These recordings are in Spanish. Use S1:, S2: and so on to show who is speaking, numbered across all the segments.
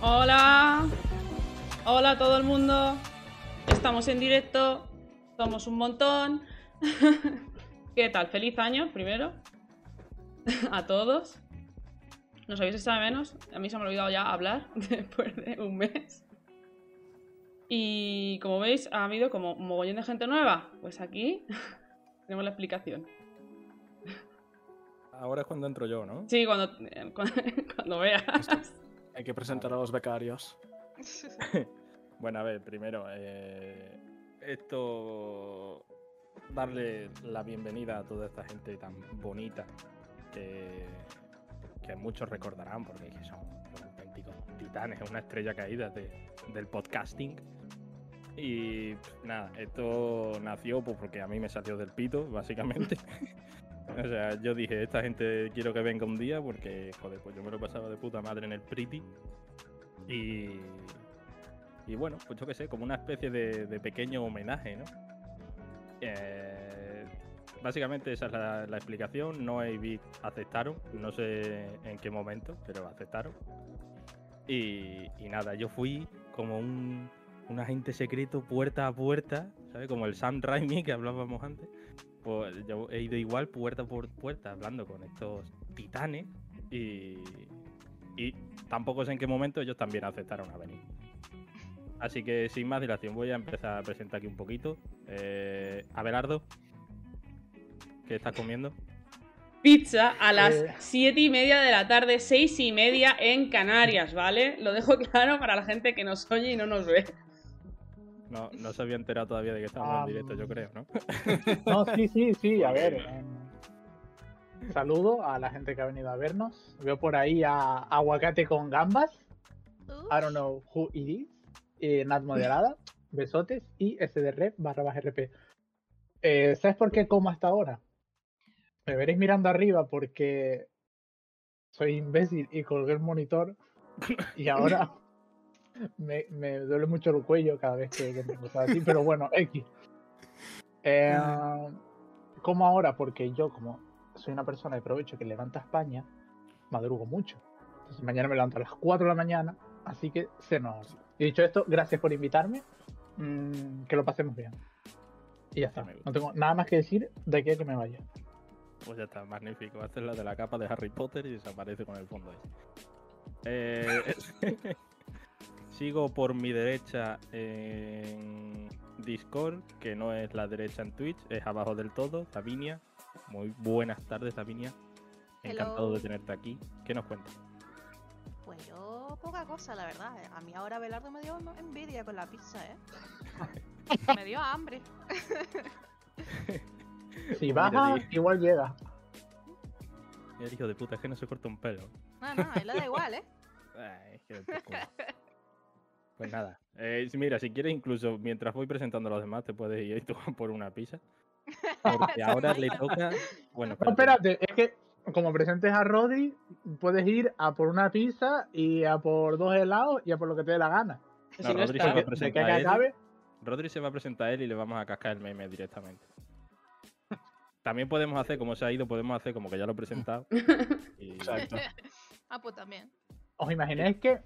S1: Hola. Hola a todo el mundo. Estamos en directo. Somos un montón. ¿Qué tal? Feliz año primero. a todos. ¿Nos habéis echado de menos? A mí se me ha olvidado ya hablar después de un mes. Y como veis, ha habido como un mogollón de gente nueva. Pues aquí tenemos la explicación.
S2: Ahora es cuando entro yo, ¿no?
S1: Sí, cuando, eh, cuando, cuando veas.
S3: Hay que presentar a los becarios.
S2: Bueno, a ver, primero, eh, esto. Darle la bienvenida a toda esta gente tan bonita que, que muchos recordarán porque es que son auténticos titanes, una estrella caída de- del podcasting. Y pff, nada, esto nació pues, porque a mí me salió del pito, básicamente. o sea, yo dije, esta gente quiero que venga un día porque, joder, pues yo me lo pasaba de puta madre en el Pretty. Y, y bueno, pues yo qué sé, como una especie de, de pequeño homenaje, ¿no? Eh, básicamente esa es la, la explicación. No y Bit aceptaron, no sé en qué momento, pero aceptaron. Y, y nada, yo fui como un, un agente secreto puerta a puerta, ¿sabes? Como el Sam Raimi que hablábamos antes. Pues yo he ido igual puerta por puerta hablando con estos titanes y, y tampoco sé en qué momento ellos también aceptaron a venir. Así que sin más dilación voy a empezar a presentar aquí un poquito. Eh, Abelardo, ¿qué estás comiendo?
S1: Pizza a las
S3: Eh.
S1: siete y media de la tarde, seis y media en Canarias, ¿vale? Lo dejo claro para la gente que nos oye y no nos ve.
S2: No, no se había enterado todavía de que estamos en directo, yo
S3: Am.
S2: creo, ¿no?
S3: No, sí, sí, sí, a ver. em, Saludo a la gente que ha venido a vernos. Veo por ahí a Aguacate con Gambas. I don't know who it is. eh, Nat Moderada. Besotes. Y SDRep barra baja RP. Eh, ¿Sabes por qué como hasta ahora? Me veréis mirando arriba porque soy imbécil y colgué el monitor. Y ahora me, me duele mucho el cuello cada vez que, que me gusta así. Pero bueno, X. Eh, como ahora, porque yo, como soy una persona de provecho que levanta España, madrugo mucho. Entonces mañana me levanto a las 4 de la mañana, así que se nos. Y dicho esto, gracias por invitarme. mm, que lo pasemos bien. Y ya está.
S2: Me gusta.
S3: No tengo nada más que decir de aquí a que me vaya.
S2: Pues ya está, magnífico. Haces la de la capa de Harry Potter y desaparece con el fondo ese. Eh, sigo por mi derecha en Discord, que no es la derecha en Twitch, es abajo del todo, Davinia. Muy buenas tardes, Davinia. Encantado
S4: Hello.
S2: de tenerte aquí. ¿Qué nos cuentas?
S4: Pues yo poca cosa, la verdad. A mí ahora Belardo me dio envidia con la pizza, ¿eh? me dio hambre.
S3: Si
S2: Pues Mira,
S3: baja,
S2: di-
S3: igual llega.
S2: El hijo de puta, es que no se corta un pelo.
S4: No, Ah, no, a él le da igual, ¿eh?
S2: Ay, qué del culo. Pues nada. eh, mira, si quieres, incluso mientras voy presentando a los demás, te puedes ir tú a por una pizza. Porque ahora le toca. Bueno,
S3: No, espérate, es que como presentes a Rodri, puedes ir a por una pizza y a por dos helados y a por lo que te dé la gana.
S1: Pero
S2: No,
S1: si no
S2: Rodri
S1: está.
S2: se va
S3: De
S2: a
S3: de que
S2: presentar él.
S3: acabe,
S2: Rodri se va a presentar él y le vamos a cascar el meme directamente. También podemos hacer, como se ha ido, podemos hacer como que ya lo he presentado. y-
S3: Exacto.
S4: Ah, pues también.
S3: ¿Os imagináis que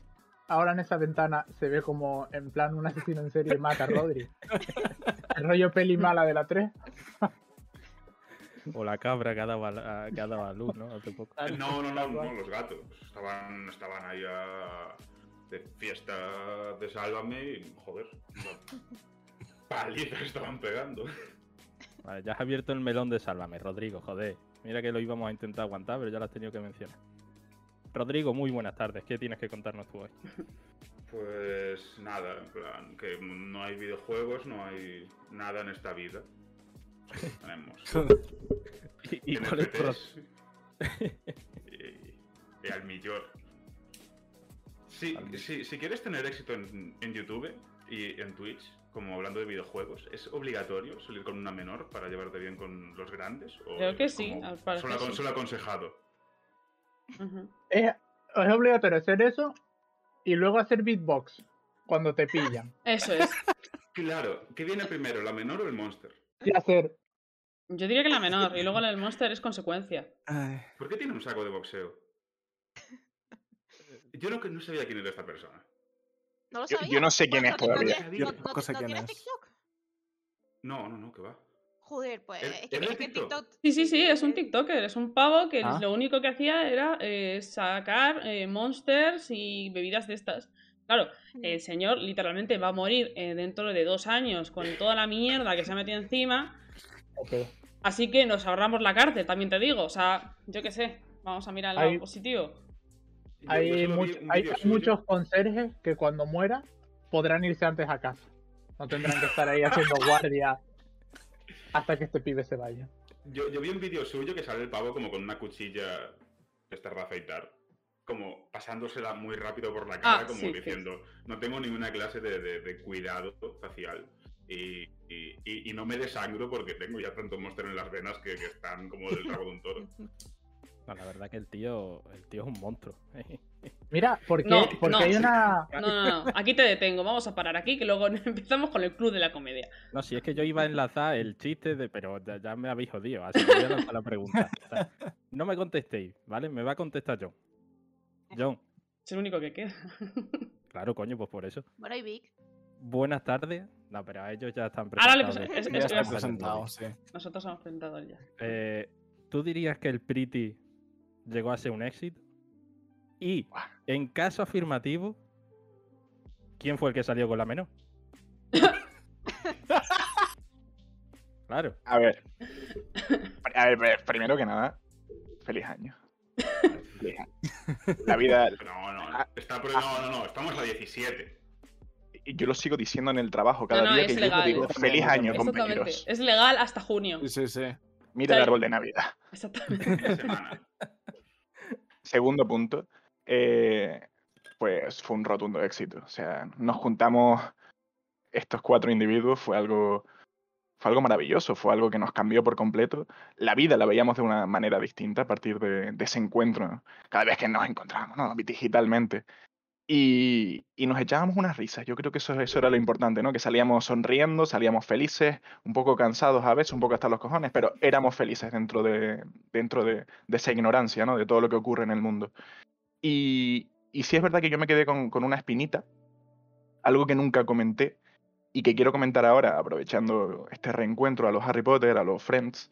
S3: ahora en esa ventana se ve como en plan un asesino en serie mata a Rodri? El rollo peli mala de la 3.
S2: O la cabra que ha dado a, la- a- que ha dado a luz, ¿no? Hace poco.
S5: No, no, no, no, los gatos. Estaban, estaban ahí a- de fiesta de Sálvame y, joder, la paliza que estaban pegando.
S2: Vale, ya has abierto el melón de Sálvame, Rodrigo, joder. Mira que lo íbamos a intentar aguantar, pero ya lo has tenido que mencionar. Rodrigo, muy buenas tardes. ¿Qué tienes que contarnos tú hoy?
S5: Pues nada, en plan, que no hay videojuegos, no hay nada en esta vida. Tenemos
S2: ¿Y, y cuál es tu razón?
S5: NFTs y, y al millón. Sí,
S2: Al millón.
S5: sí, si quieres tener éxito en, en YouTube y en Twitch, como hablando de videojuegos, ¿es obligatorio salir con una menor para llevarte bien con los grandes? ¿O
S1: Creo que
S5: es
S1: sí,
S5: como
S1: al parecer
S5: Solo, acon-
S1: sí.
S5: solo aconsejado.
S1: Ujú.
S3: Es, es obligatorio hacer eso y luego hacer beatbox cuando te pillan.
S1: Eso es.
S5: Claro, ¿qué viene primero, la menor o el monster?
S3: Y hacer.
S1: Yo diría que la menor y luego el monster es consecuencia.
S6: Ay,
S5: ¿Por qué tiene un saco de boxeo? Yo no, no sabía quién era esta persona.
S4: No lo
S6: Yo-
S4: sabía.
S6: yo no sé quién
S4: Bueno,
S6: es
S4: no- no
S6: todavía.
S4: tienes-
S2: Yo
S4: no-
S2: tampoco sé
S4: no-
S2: quién
S4: no tienes
S2: es.
S4: TikTok?
S5: No, no, no, que va.
S4: Joder, pues.
S5: ¿Es-
S4: Es,
S5: es de
S4: que, es que
S5: TikTok?
S4: TikTok.
S1: Sí, sí, sí, es un TikToker, es un pavo que
S2: Ah.
S1: lo único que hacía era eh, sacar eh, monsters y bebidas de estas. Claro, el señor literalmente va a morir eh, dentro de dos años con toda la mierda que se ha metido encima,
S3: Ok.
S1: así que nos ahorramos la cárcel, también te digo, o sea, yo qué sé, vamos a mirar el lado
S3: Hay-
S1: positivo.
S5: Yo- yo
S3: Hay,
S5: solo vi
S3: much-
S5: un
S3: hay
S5: vídeo suyo.
S3: muchos conserjes que cuando muera podrán irse antes a casa. No tendrán que estar ahí haciendo guardia hasta que este pibe se vaya.
S5: Yo, yo vi un vídeo suyo que sale el pavo como con una cuchilla este que está para afeitar. Como pasándosela muy rápido por la cara,
S1: Ah,
S5: como
S1: sí, sí.
S5: diciendo, no tengo ninguna clase de, de- de cuidado facial. Y, y- y- y no me desangro porque tengo ya tanto monster en las venas que, que están como del rabo de un toro.
S2: No, la verdad que el tío, el tío es un monstruo.
S3: Mira, porque,
S1: No,
S3: porque
S1: no.
S3: hay una.
S1: No, no, no, aquí te detengo, vamos a parar aquí, que luego empezamos con el club de la comedia.
S2: No, si es que yo iba a enlazar el chiste de. Pero ya, ya me habéis jodido, así que voy a lanzar la pregunta. O sea, no me contestéis, ¿vale? Me va a contestar John. John,
S1: Es el único que queda.
S2: claro, coño, pues por eso.
S4: Bueno, y Vic.
S2: Buenas tardes. No, pero a ellos ya están
S1: Ahora le
S2: presentados.
S1: presen- es-
S2: Ya
S1: es-
S2: están
S1: es-
S2: presentados.
S6: sí.
S1: Nosotros hemos presentado ya.
S2: Eh, ¿Tú dirías que el Pretty llegó a ser un éxito? Y, en caso afirmativo, ¿quién fue el que salió con la menor? claro.
S6: A ver. A ver, ver, primero que nada, feliz año. Feliz año. La vida,
S5: No, no,
S6: Ah,
S5: no. Está, pro- no, no, no, estamos a 17.
S6: y yo lo sigo diciendo en el trabajo cada
S1: No, no,
S6: día
S1: es
S6: que
S1: legal.
S6: yo digo feliz año,
S1: Exactamente.
S6: compañeros.
S1: Es legal hasta junio.
S7: Sí, sí, sí.
S6: Mira el
S1: Sí.
S6: árbol de Navidad.
S1: Exactamente.
S5: Una semana.
S6: Segundo punto, eh, pues fue un rotundo éxito. O sea, nos juntamos estos cuatro individuos, fue algo, fue algo maravilloso, fue algo que nos cambió por completo. La vida la veíamos de una manera distinta a partir de, de ese encuentro, ¿no? cada vez que nos encontrábamos, ¿no? digitalmente. Y, y nos echábamos unas risas, yo creo que eso, eso era lo importante, ¿no? Que salíamos sonriendo, salíamos felices, un poco cansados a veces, un poco hasta los cojones, pero éramos felices dentro de, dentro de, de esa ignorancia, ¿no? De todo lo que ocurre en el mundo. Y, y sí es verdad que yo me quedé con, con una espinita, algo que nunca comenté y que quiero comentar ahora, aprovechando este reencuentro a los Harry Potter, a los Friends.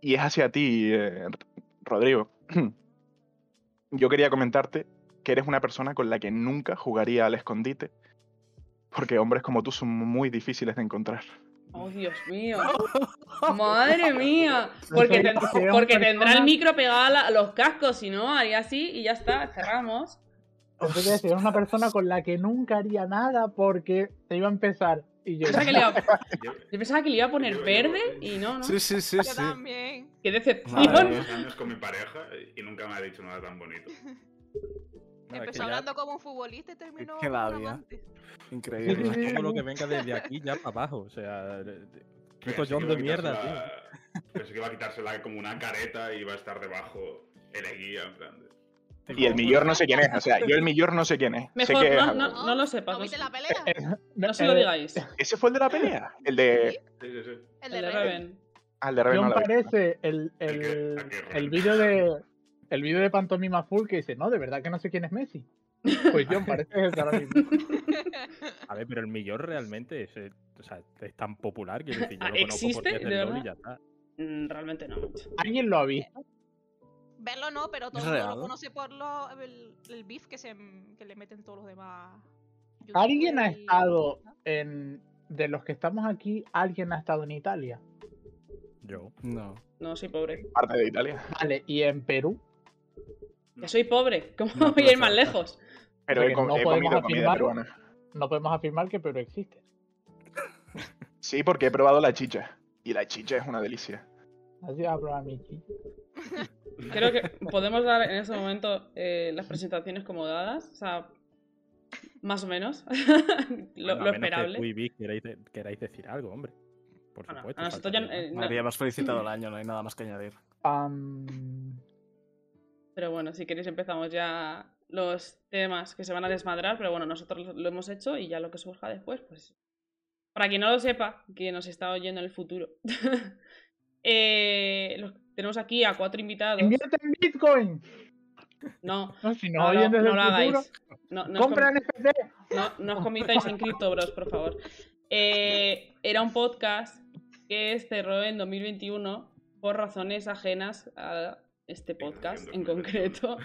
S6: Y es hacia ti, eh, R- Rodrigo. yo quería comentarte que eres una persona con la que nunca jugaría al escondite, porque hombres como tú son muy difíciles de encontrar.
S1: Oh, Dios mío. Madre mía. Porque, ten-
S3: Soy
S1: porque
S3: persona-
S1: tendrá el micro pegado a, la- a los cascos, si no, haría así y ya está, cerramos.
S3: Entonces, es decir, es una persona con la que nunca haría nada porque te iba a empezar. Y yo.
S1: Yo pensaba que le iba,
S5: Yo-
S1: yo pensaba que le iba a poner
S5: Yo- yo-
S1: verde y no, ¿no?
S7: Sí, sí, sí,
S4: Yo
S7: sí.
S4: también.
S1: Qué
S7: Madre
S1: decepción.
S7: mía.
S5: dos años con mi pareja y nunca me ha dicho nada tan bonito.
S2: No, es que
S4: Empezó
S2: ya
S4: hablando como un futbolista y terminó.
S7: qué
S4: como un
S7: labia.
S4: amante.
S3: Sí, sí,
S7: Increíble.
S3: sí.
S2: todo lo que venga desde aquí ya para abajo. O sea, de- de- puto
S5: Pensé que
S2: John
S5: iba a
S2: de mierda, tío.
S5: quitársela- Pensé que iba a quitársela como una careta y iba a estar debajo el guía, en plan. de-
S6: Y el millor no sé quién es, o sea, yo el millor no sé quién es. Sé
S1: Mejor
S6: que es
S1: no,
S6: algo-
S1: no, no lo sepas.
S4: ¿No
S1: No,
S4: viste
S1: se-
S4: la pelea?
S1: no se lo
S3: Eh,
S1: digáis.
S6: ¿Ese fue el de la pelea? El de.
S5: Sí, sí, sí.
S4: El
S1: El
S4: de
S1: de
S4: Reven.
S1: Raven.
S6: Ah, el de Rebe no
S3: John
S6: la vi.
S3: parece el, el,
S5: El que- el que-
S3: el vídeo de el vídeo de Pantomima Full que dice, no, de verdad que no sé quién es Messi. Pues John parece eso ahora mismo.
S2: A ver, pero el millor realmente es, eh, o sea, es tan popular que decir, yo lo conozco
S1: Ah, ¿Existe?
S2: porque es
S1: ¿De
S2: del LOL y
S1: verdad?
S2: ya está.
S1: Mm, Realmente no mucho.
S3: ¿Alguien lo ha visto?
S4: Verlo no, pero todo
S7: ¿Es
S4: el mundo
S7: real?
S4: lo conoce por lo, el, el beef que, se, que le meten todos los demás. youtubers
S3: ¿Alguien ha
S4: y-
S3: estado en de los que estamos aquí, alguien ha estado en Italia?
S2: Yo.
S7: No.
S1: No, soy pobre.
S6: parte de Italia.
S3: Vale, y en Perú,
S1: Que soy pobre. ¿Cómo
S7: No,
S1: voy
S7: pero
S1: a ir
S7: se
S1: más
S7: adapta.
S1: lejos?
S6: Pero
S3: Porque
S6: he, com-
S3: no
S6: he
S3: podemos
S6: comido comida
S3: afirmar-
S6: peruana.
S3: no podemos afirmar que Perú existe.
S6: Sí, porque he probado la chicha. Y la chicha es una delicia.
S3: Así va a probar Michi.
S1: Creo que podemos dar en este momento eh, las presentaciones como dadas, o sea, más o menos, lo,
S2: Bueno,
S1: lo
S2: a menos que
S1: esperable.
S2: tú y Vic queráis, de- queráis decir algo, hombre. Por
S1: Bueno,
S2: supuesto.
S1: a nosotros ya,
S2: faltaría
S1: eh, no-
S7: María, me has felicitado el año, no hay nada más que añadir.
S3: Am,
S1: pero bueno, si queréis empezamos ya los temas que se van a desmadrar, pero bueno, nosotros lo- lo hemos hecho y ya lo que surja después, pues... Para quien no lo sepa, que nos está oyendo en el futuro, eh, los- tenemos aquí a cuatro invitados.
S3: ¡Invierte en Bitcoin!
S1: No,
S3: No, si nos
S1: no,
S3: oyen
S1: lo-
S3: desde
S1: no lo
S3: el futuro,
S1: hagáis. No, no os
S3: compra NFT.
S1: No, no os convirtáis en Crypto Bros, por favor. Eh, era un podcast que cerró en 2021 por razones ajenas a este podcast en concreto,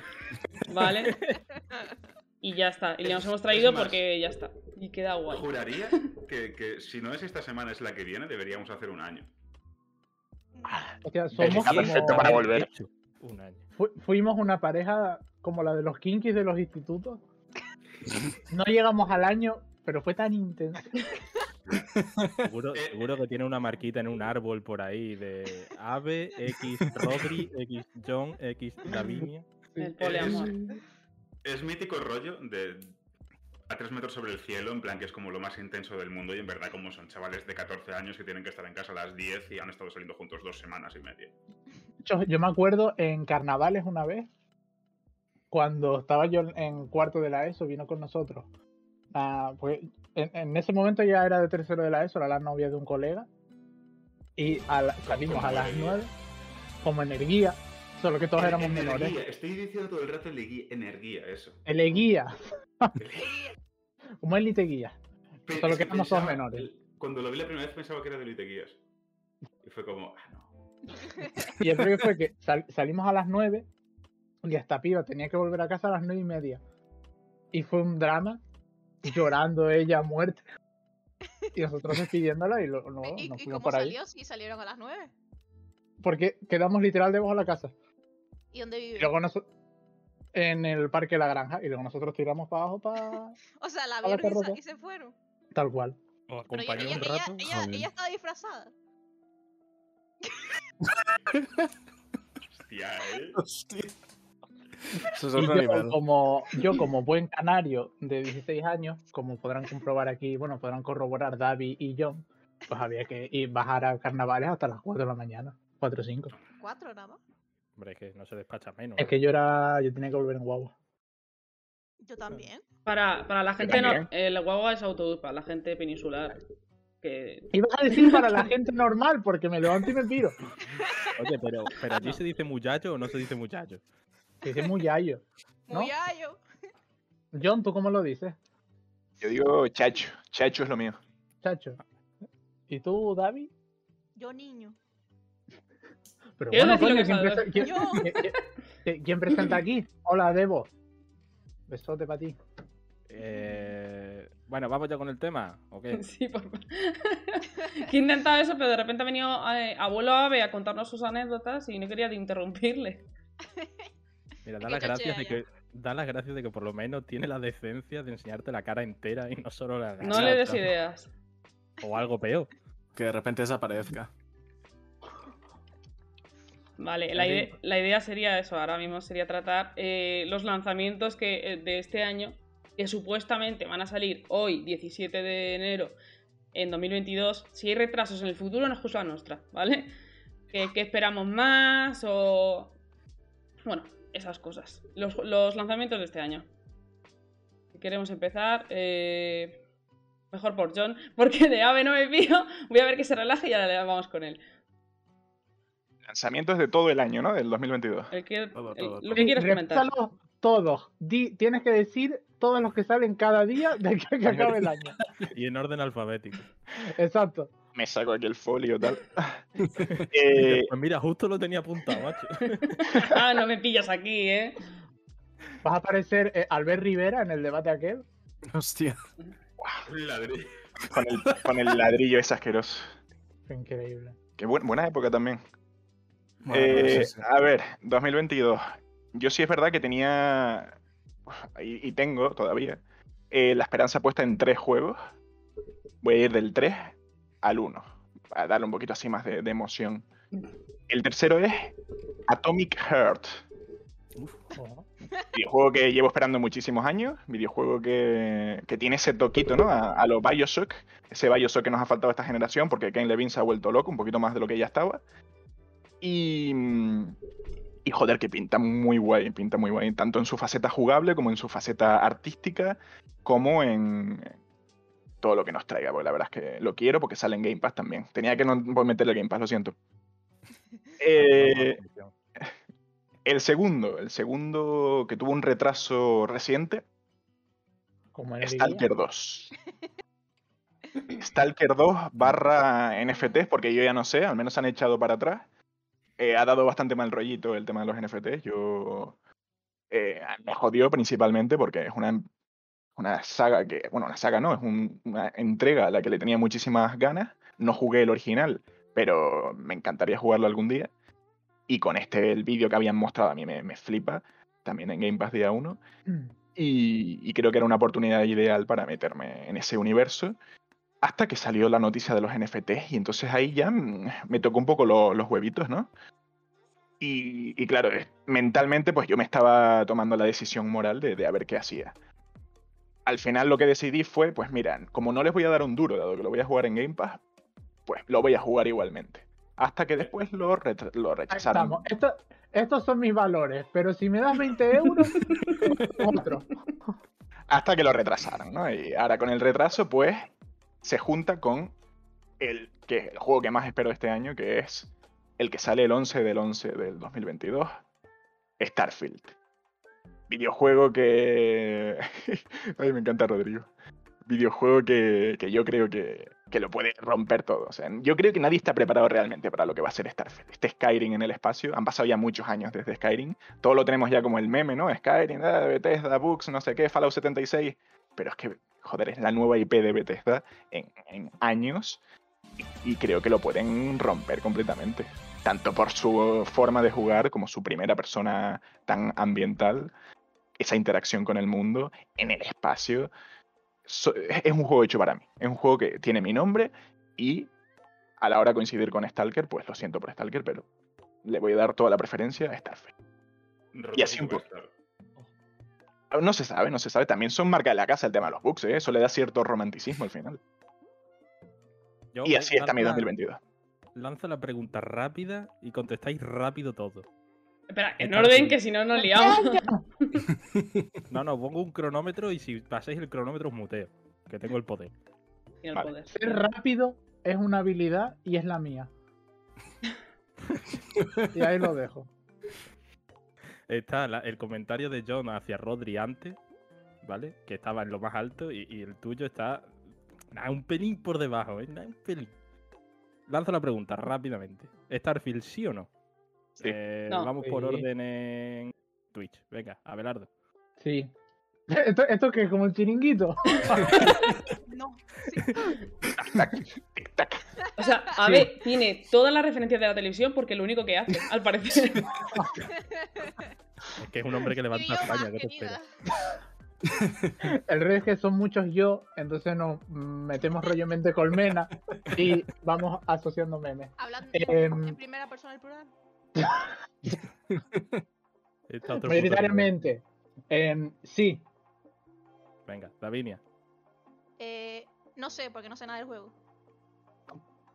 S1: ¿vale? Y ya está. Y le hemos traído
S5: Es más,
S1: porque ya está. Y queda guay.
S5: Juraría que, que si no es esta semana, es la que viene, deberíamos hacer un año.
S3: O sea,
S6: Está
S3: somos como-
S6: perfecto para volver.
S2: Hecho Un año.
S3: fu- fuimos una pareja como la de los kinkis de los institutos. No llegamos al año, pero fue tan intenso.
S2: Seguro,
S5: Eh,
S2: seguro que tiene una marquita en un árbol por ahí de Ave, X Rodri, X John, X Davinia.
S1: El poliamor.
S5: Es mítico rollo de a tres metros sobre el cielo, en plan que es como lo más intenso del mundo y en verdad como son chavales de 14 años que tienen que estar en casa a las 10 y han estado saliendo juntos dos semanas y media.
S3: Yo, yo me acuerdo en carnavales una vez, cuando estaba yo en cuarto de la ESO, vino con nosotros. Ah, pues, en, en ese momento ya era de tercero de la ESO, era la novia de un colega. Y a la- salimos a las nueve, como energía, solo que todos
S5: En-
S3: éramos
S5: en
S3: menores.
S5: energía, Estoy diciendo todo el rato elegui- energía, eso.
S3: El e guía, como élite guía.
S5: Pe-
S3: Solo
S5: es
S3: que éramos todos
S5: pensaba-
S3: menores.
S5: el- Cuando lo vi la primera vez pensaba que era de Liteguías. Y fue como, ah, no.
S3: Y el rollo fue que sal- salimos a las 9 y esta piba tenía que volver a casa a las 9 y media. Y fue un drama, llorando ella a muerte. Y nosotros despidiéndola y lo, no,
S4: ¿Y- ¿Y,
S3: nos
S4: y
S3: fuimos
S4: cómo
S3: por ahí.
S4: salió? Si salieron a las 9.
S3: Porque quedamos literal debajo de la casa.
S4: ¿Y dónde
S3: Y
S4: vive?
S3: luego nosotros. En el parque de la granja. Y luego nosotros tiramos para abajo para.
S4: O sea, la
S3: la
S4: vieron y,
S3: terraza.
S4: sa- y se fueron.
S3: Tal cual.
S2: Os
S4: Oh, Pero ella,
S2: acompañé
S4: ella-
S2: un
S4: ella-
S2: rato.
S4: ella-
S7: Joder.
S4: ella estaba disfrazada.
S5: Hostia, ¿eh?
S7: Hostia. Eso es
S3: Y
S7: otro nivel.
S3: yo, como, yo, como buen canario de 16 años, como podrán comprobar aquí, bueno, podrán corroborar David y John, pues había que ir bajar a carnavales hasta las 4 de la mañana, 4 o 5.
S4: Cuatro nada más.
S2: Hombre, es que no se despacha menos.
S3: Es que yo era, yo tenía que volver en guagua.
S4: Yo también.
S1: Para, para la gente no,
S6: también.
S1: el guagua es autobús, para la gente peninsular. Que
S3: Ibas a decir para la gente normal, porque me levanto y me piro.
S2: Oye, pero, pero allí se dice muchacho o no se dice muchacho.
S3: Que es muy yayo. ¿No?
S4: Muy ayo.
S3: John, ¿tú cómo lo dices?
S6: Yo digo chacho, chacho es lo mío.
S3: Chacho. ¿Y tú, David?
S4: Yo niño.
S3: Pero
S1: Quiero
S3: bueno,
S1: decir lo que
S3: coño, ¿quién,
S1: sabe.
S3: prese- quién-
S4: Yo.
S3: quién- quién- quién- quién presenta aquí? Hola, Debo. Besote para ti.
S2: Eh, bueno, vamos ya con el tema. ¿o qué?
S1: Sí, por favor. Que he intentado eso, pero de repente ha venido eh, abuelo Ave a contarnos sus anécdotas y no quería de interrumpirle.
S2: Mira,
S4: que
S2: da las
S4: chochea
S2: gracias de
S4: ya.
S2: que. Da las gracias de que por lo menos tiene la decencia de enseñarte la cara entera y no solo la
S1: No
S2: cara.
S1: le des
S7: claro.
S1: ideas.
S2: O algo peor.
S7: Que de repente desaparezca.
S1: Vale, la,
S2: En
S1: ide- la idea sería eso, ahora mismo sería tratar eh, los lanzamientos que, eh, de este año que supuestamente van a salir hoy, 17 de enero, en 2022. Si hay retrasos en el futuro, no es cosa nuestra, ¿vale? ¿Qué, qué esperamos más? O... Bueno, esas cosas. Los, los lanzamientos de este año. Si queremos empezar, eh, mejor por John, porque de Ave no me pido. Voy a ver que se relaje y ahora le vamos con él.
S6: Lanzamientos de todo el año, ¿no? Del 2022.
S1: El que,
S7: Todo,
S1: el-
S7: todo,
S1: lo
S7: todo.
S1: que quieras comentar.
S3: Repítalos todos. Eh, Di- tienes que decir todos los que salen cada día de aquí a que acabe el año.
S2: Y en orden alfabético.
S3: Exacto.
S6: Me saco aquí el folio tal. Eh,
S2: Pues mira, justo lo tenía apuntado, macho.
S1: Ah, no me pillas aquí, ¿eh?
S3: Vas a aparecer eh, Albert Rivera en el debate aquel.
S7: Hostia.
S5: Un ladrillo.
S6: con, el, con el ladrillo es asqueroso.
S3: Fue Increíble.
S6: Qué buen- buena época también.
S7: Bueno,
S6: Eh,
S7: sí, sí.
S3: ah.
S6: A ver, 2022. Yo sí es verdad que tenía, y, y tengo todavía, eh, la esperanza puesta en tres juegos. Voy a ir del 3 al 1, para darle un poquito así más de, de emoción. El tercero es Atomic Heart,
S3: Oh.
S6: videojuego que llevo esperando muchísimos años, videojuego que, que tiene ese toquito, ¿no? A, a los Bioshock, ese Bioshock que nos ha faltado esta generación porque Ken Levine se ha vuelto loco, un poquito más de lo que ya estaba. Y, mm, y joder, que pinta muy guay, pinta muy guay, tanto en su faceta jugable como en su faceta artística, como en todo lo que nos traiga, porque la verdad es que lo quiero porque sale en Game Pass también. Tenía que no meterle Game Pass, lo siento. Eh, El segundo, el segundo que tuvo un retraso reciente,
S3: Como él diría.
S6: Stalker 2. Stalker 2 barra NFTs, porque yo ya no sé, al menos se han echado para atrás. Eh, ha dado bastante mal rollito el tema de los NFTs. Yo eh, me jodió principalmente porque es una, una saga que, bueno, una saga no, es un- una entrega a la que le tenía muchísimas ganas. No jugué el original, pero me encantaría jugarlo algún día. Y con este, el vídeo que habían mostrado a mí me, me flipa, también en Game Pass día 1 y, y creo que era una oportunidad ideal para meterme en ese universo. Hasta que salió la noticia de los NFTs y entonces ahí ya mm, me tocó un poco lo- los huevitos, ¿no? Y, y claro, eh, mentalmente pues yo me estaba tomando la decisión moral de, de a ver qué hacía. Al final lo que decidí fue, pues mira, como no les voy a dar un duro, dado que lo voy a jugar en Game Pass, pues lo voy a jugar igualmente. Hasta que después lo, retra- lo
S3: Ahí
S6: rechazaron.
S3: estamos. Esto- estos son mis valores, pero si me das 20 euros, otro.
S6: hasta que lo retrasaron, ¿no? Y ahora con el retraso, pues, se junta con el, que es el juego que más espero este año, que es el que sale el 11 del 11 del 2022, Starfield. Videojuego que... Ay, me encanta Rodrigo. Videojuego que, que yo creo que, que lo puede romper todo. O sea, yo creo que nadie está preparado realmente para lo que va a ser Starfield. Este Skyrim en el espacio, han pasado ya muchos años desde Skyrim, todo lo tenemos ya como el meme, ¿no? Skyrim, ah, Bethesda, Books, no sé qué, Fallout 76. Pero es que, joder, es la nueva IP de Bethesda en, en años y, y creo que lo pueden romper completamente. Tanto por su forma de jugar como su primera persona tan ambiental, esa interacción con el mundo, en el espacio. So- es es un juego hecho para mí. Es un juego que tiene mi nombre y a la hora de coincidir con Stalker, pues lo siento por Stalker, pero le voy a dar toda la preferencia a Starfield.
S5: Roto
S6: Y así
S5: como
S6: un
S5: va a estar.
S6: Ah, No se sabe, no se sabe. También son marca de la casa el tema de los bugs, ¿eh? Eso le da cierto romanticismo al final.
S2: Yo
S6: Y
S2: os
S6: así está mi
S2: lanzo la-
S6: 2022.
S2: Lanzo la pregunta rápida y contestáis rápido todo.
S1: Espera, en
S2: Está
S1: orden,
S2: bien.
S1: que si no nos liamos.
S2: No, no, pongo un cronómetro y si pasáis el cronómetro os muteo, que tengo el poder.
S1: Tiene el
S6: Vale.
S1: poder.
S3: Ser rápido es una habilidad y es la mía. Y ahí lo dejo.
S2: Está la- el comentario de John hacia Rodri antes, ¿vale? Que estaba en lo más alto y, y el tuyo está nah, un pelín por debajo, ¿eh? Nah, un pelín. Lanzo la pregunta rápidamente. ¿Starfield sí o no?
S6: Sí.
S2: Eh,
S1: No.
S2: Vamos por
S3: Sí.
S2: orden en Twitch. Venga, Abelardo.
S3: Sí. Esto, esto que es como el chiringuito.
S4: No, sí.
S1: O sea, Abe tiene todas las referencias de la televisión porque es lo único que hace, al parecer.
S2: Es que es un hombre que
S4: ¿Qué
S2: levanta España,
S4: idioma,
S2: ¿qué te
S4: querida?
S2: espera?
S3: El rey es que son muchos yo, entonces nos metemos rollo mente colmena y vamos asociando memes.
S4: Hablando
S3: Em.
S4: en primera persona del plural.
S2: Está otro puto nivel.
S3: Mayoritariamente. em, sí,
S2: Venga, Davinia.
S4: Eh, no sé, porque no sé nada del juego.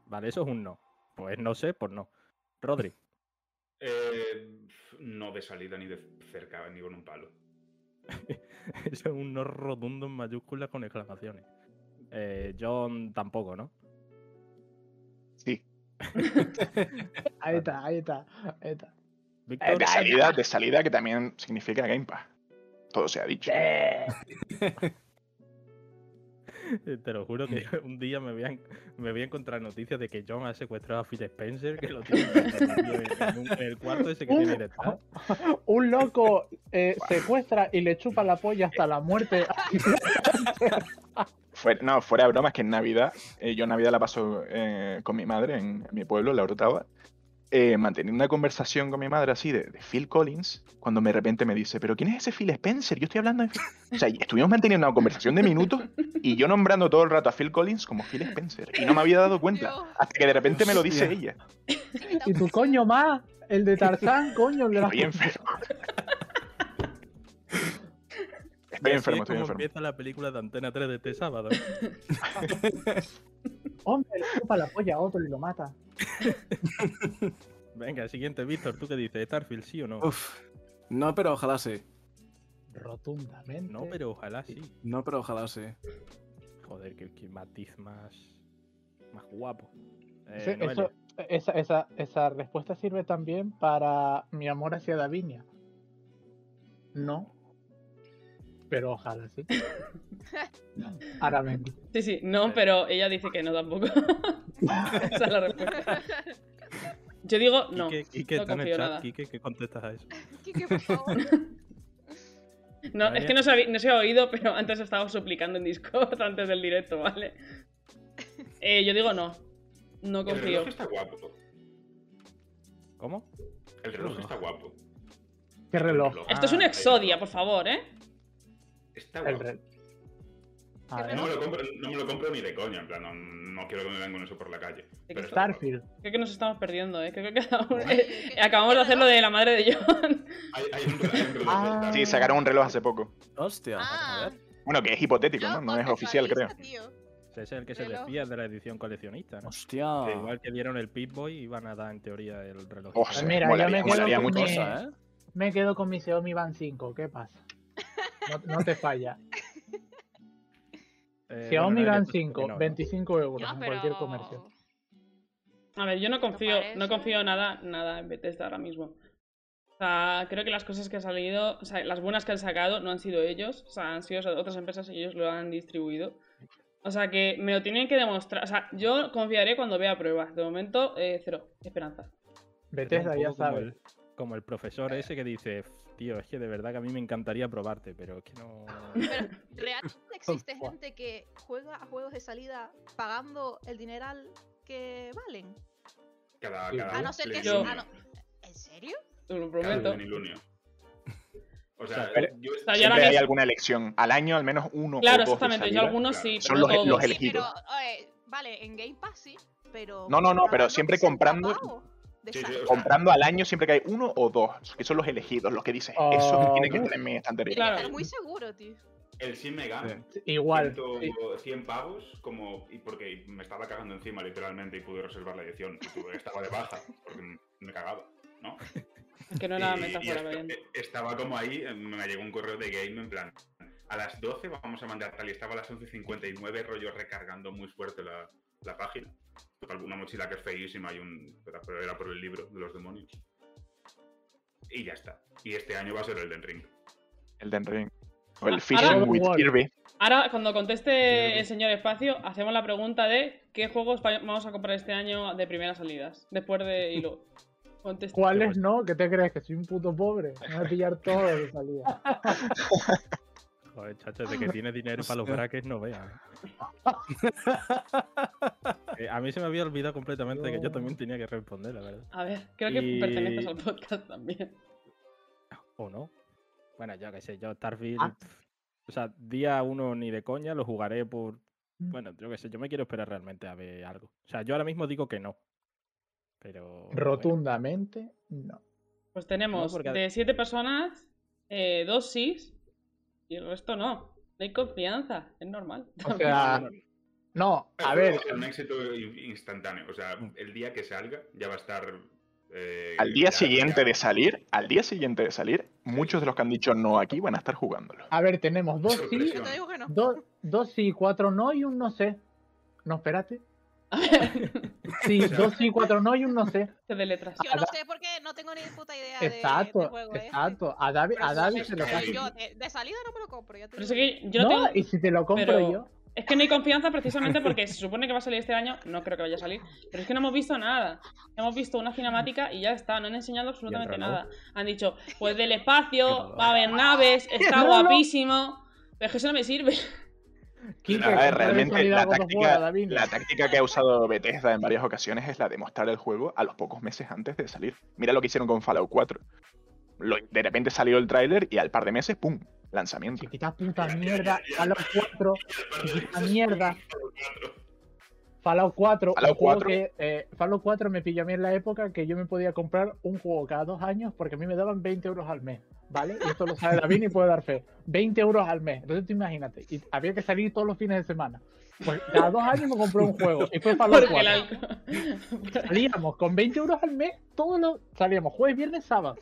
S2: Vale, eso es un no. Pues no sé, pues no. Rodri.
S5: Eh, no de salida ni de cerca, ni con un palo.
S2: Eso es un no rotundo en mayúsculas con exclamaciones. Eh, John tampoco, ¿no?
S6: Sí.
S3: ahí está, ahí está, ahí está.
S6: Eh,
S2: Víctor,
S6: de salida, de salida que también significa Game Pass. Todo se ha dicho.
S2: te lo juro que un día me voy, a, en- me voy a encontrar noticias de que John ha secuestrado a Phil Spencer, que lo tiene metido en, en un- en el cuarto ese que tiene detrás.
S3: Un loco eh, secuestra y le chupa la polla hasta la muerte.
S6: Fuera- no, fuera de broma, es que en Navidad, eh, yo en Navidad la paso eh, con mi madre en, en mi pueblo, la Orotava, eh, manteniendo una conversación con mi madre así de, de Phil Collins, cuando de repente me dice, ¿pero quién es ese Phil Spencer? Yo estoy hablando de Phil-". O sea, y estuvimos manteniendo una conversación de minutos y yo nombrando todo el rato a Phil Collins como Phil Spencer. Y no me había dado cuenta.
S4: Dios,
S6: Hasta que de repente me lo dice
S7: Hostia.
S6: ella.
S4: sí que está
S3: Y tu
S4: ofensivo.
S3: coño más, el de Tarzán, coño, el de la...
S6: Estoy enfermo. Estoy
S2: Y así
S6: enfermo,
S2: es
S6: estoy
S2: como
S6: enfermo.
S2: empieza la película de Antena 3 de este sábado.
S3: Hombre, le chupa la polla a otro y lo mata.
S2: Venga, siguiente, Víctor, ¿tú qué dices? ¿Starfield sí o no?
S7: Uf. No, pero ojalá sí.
S3: Rotundamente.
S2: No, pero ojalá sí.
S7: No, pero ojalá sí.
S2: Joder, qué, qué matiz más, más guapo. Eh,
S3: Ese-
S2: Noelia.
S3: eso, Esa, esa, esa respuesta sirve también para mi amor hacia Davinia. No. Pero ojalá sí. Ahora vengo.
S1: Sí, sí, no, pero ella dice que no tampoco. Esa es la respuesta. Yo digo no.
S2: Quique, Quique,
S1: no
S2: está en el
S1: confío
S2: chat.
S1: nada.
S2: Quique, ¿qué contestas a eso?
S4: Kike, por favor.
S1: No, es que no se, ha, no se ha oído, pero antes estaba suplicando en Discord, antes del directo, ¿vale? Eh, yo digo no. No
S5: El
S1: confío.
S5: reloj está guapo.
S2: ¿Cómo?
S5: El reloj está guapo.
S3: ¿Qué reloj?
S1: Esto es un
S2: Ah,
S1: Exodia, por favor, ¿eh?
S5: Está
S3: El
S5: guapo.
S3: reloj. A ver.
S5: No me, lo compro, no me lo compro ni de coña, en plan, no, no quiero que me vengan con eso por la calle. Pero está guapo.
S3: Starfield.
S1: Creo que nos estamos perdiendo, ¿eh? Creo que cada uno...
S4: ¿Qué- qué-
S1: Acabamos de
S4: qué
S1: hacer lo
S4: reloj?
S1: de la madre de John.
S5: Hay, hay un reloj- hay un reloj de
S3: Ah.
S5: Starfield.
S6: Sí, sacaron un reloj hace poco.
S7: Hostia.
S4: Ah,
S7: a ver.
S6: Bueno, que es hipotético,
S4: yo
S6: ¿no? No es
S4: contextualizo,
S6: oficial, creo.
S4: tío.
S2: Ese es el que se
S4: Reloj.
S2: desvía de la edición coleccionista, ¿no?
S7: Hostia.
S2: Que igual que dieron el Pitboy, iban a dar en teoría el reloj.
S6: O sea,
S3: Pues Mira, yo
S6: molaría,
S3: me quedo
S6: molaría
S3: con
S6: mucho.
S3: mi-
S7: Cosa, ¿eh?
S3: Me quedo con mi Xiaomi Band 5. ¿Qué pasa? No, no te falla.
S2: Eh,
S3: Xiaomi
S2: bueno, no,
S3: Band
S2: esto sí que
S3: 5,
S2: no, ¿no?
S3: 25 euros
S4: No,
S3: en
S4: pero...
S3: cualquier comercio.
S1: A ver, yo no confío,
S4: parece?
S1: no confío nada, nada en Bethesda ahora mismo. O sea, creo que las cosas que han salido, o sea, las buenas que han sacado no han sido ellos, o sea, han sido otras empresas y ellos lo han distribuido. O sea, que me lo tienen que demostrar. O sea, yo confiaré cuando vea pruebas. De momento, eh, cero esperanza.
S2: Era un
S3: Bethesda,
S2: poco
S3: ya
S2: como
S3: sabes.
S2: el- Como el profesor ese que dice, "F- tío, es que de verdad que a mí me encantaría probarte, pero es que no...
S4: Pero realmente existe
S3: Buah.
S4: gente que juega a juegos de salida pagando el dineral que valen.
S5: Cada,
S3: Sí.
S5: cada
S4: A no ser que
S1: Yo-
S4: sea. ah, no. ¿En serio?
S1: Te lo
S5: Cada
S1: prometo.
S5: plenilunio. O sea,
S6: pero-
S5: yo
S1: sea, yo ahora
S6: Siempre hay
S1: mismo-
S6: alguna elección. Al año, al menos uno
S1: Claro,
S6: o dos de
S1: exactamente. Yo
S6: salida.
S1: algunos
S5: claro.
S1: sí, pero
S6: Son
S1: no
S6: los- los
S1: todos.
S6: el- elegidos.
S4: Sí, pero, oye, vale, en Game Pass sí, pero.
S6: No, no, no, pero
S4: pagando
S6: siempre
S4: 60
S6: comprando-
S4: pavos de
S5: Sí, sí,
S4: salida.
S5: o sea,
S6: Comprando al año siempre que hay uno o dos, que son los elegidos, los que dices, eso
S3: Oh,
S6: tiene que
S3: no.
S6: estar en mi
S4: Tienes
S6: estantería.
S1: Claro.
S4: que estar muy seguro, tío.
S5: el Shin Megami,
S3: Igual.
S5: ciento-
S3: sí.
S5: 100 pavos, como y porque me estaba cagando encima literalmente y pude reservar la edición. Y tuve- estaba de baja porque me cagaba, ¿no?
S1: Que no era
S5: Y- y
S1: metáfora,
S5: est-
S1: valiente.
S5: e- estaba como ahí, eh, me llegó un correo de game en plan, a las 12 vamos a mandar tal y estaba a las 11.59 rollo recargando muy fuerte la, la página. Total, Una mochila que es feísima y un... Pero pero era por el libro de los demonios. Y ya está. Y este año va a ser el del ring.
S6: El Den Ring. O el
S1: Ah,
S6: Fishing
S3: ahora-
S6: with
S3: World.
S6: Kirby.
S1: Ahora, cuando conteste
S2: Sí.
S1: el señor Espacio, hacemos la pregunta de qué juegos va- vamos a comprar este año de primeras salidas. Después de y luego conteste.
S3: ¿Cuáles no? ¿Qué te crees? ¿Que soy un puto pobre? Me voy a pillar todo de salida.
S2: Joder, chacho, de que tienes dinero para los
S7: Hostia.
S2: brackets no veas. Eh, a mí se me había olvidado completamente que yo también tenía que responder, la verdad.
S1: A ver, creo que
S2: Y-
S1: perteneces al podcast también.
S2: ¿O no? Bueno, yo qué sé, yo Starfield...
S3: Ah.
S2: pf, O sea, día uno ni de coña, lo jugaré por... Bueno, yo qué sé, yo me quiero esperar realmente a ver algo. O sea, yo ahora mismo digo que no. Pero... bueno.
S3: Rotundamente, no.
S1: Pues tenemos
S2: No, porque-
S1: de siete personas, eh, dos sí y el resto no. No hay confianza, es normal.
S3: O sea, no, a
S5: Pero
S3: ver, eh,
S5: va ser Un éxito in- instantáneo. O sea,
S2: Mm.
S5: el día que salga ya va a estar... eh,
S6: Al día
S5: ya-
S6: siguiente
S5: ya-
S6: de salir, al día siguiente de salir, muchos de los que han dicho no aquí van a estar jugándolo.
S3: a ver, tenemos dos sí,
S4: Yo te digo que no.
S3: dos, dos sí, cuatro no y un no sé. No, espérate.
S1: A ver,
S3: Sí, dos sí, cuatro no y un no sé.
S1: te de letras.
S4: Yo no sé por qué no tengo ni puta idea de- de,
S3: Exacto,
S4: juego, ¿eh?
S3: exacto. A David,
S4: Pero
S3: a
S4: eso
S3: David
S4: es-
S3: se lo
S5: pero
S4: eh,
S3: compro.
S4: yo de, de salida no me lo compro, ya te
S1: Pero es
S4: digo.
S1: que yo no,
S3: No,
S1: tengo-
S3: y si te lo compro
S1: pero-
S3: yo.
S1: Es que no hay confianza precisamente porque se supone que va a salir este año, no creo que vaya a salir, pero es que no hemos visto nada. Hemos visto una cinemática y ya está, no han enseñado absolutamente
S2: reloj?
S1: nada. Han dicho, pues del
S2: Qué
S1: espacio,
S2: reloj.
S1: va a haber naves, está
S3: reloj?
S1: guapísimo, pero es que eso no me sirve.
S3: Quique,
S6: A ver,
S3: compra de
S6: realmente
S3: salida
S6: la
S3: God of War a
S6: táctica,
S3: David.
S6: la táctica que ha usado Bethesda en varias ocasiones es la de mostrar el juego a los pocos meses antes de salir. Mira lo que hicieron con Fallout 4. Lo- de repente salió el tráiler y al par de meses, ¡pum! Lanzamiento.
S3: Chiquita puta mierda, Fallout 4, chiquita mierda. Fallout 4,
S6: Fallout
S3: un juego
S6: 4.
S3: que eh, Fallout 4 me pilló a mí en la época que yo me podía comprar un juego cada dos años porque a mí me daban 20 euros al mes, ¿vale? Y esto lo sabe David y puede dar fe. 20 euros al mes, entonces tú imagínate, y había que salir todos los fines de semana. Pues cada dos años me compré un juego y fue Fallout
S1: Porque el
S3: 4.
S1: alcohol-
S3: Salíamos con 20 euros al mes, todos los... Salíamos jueves, viernes, sábado.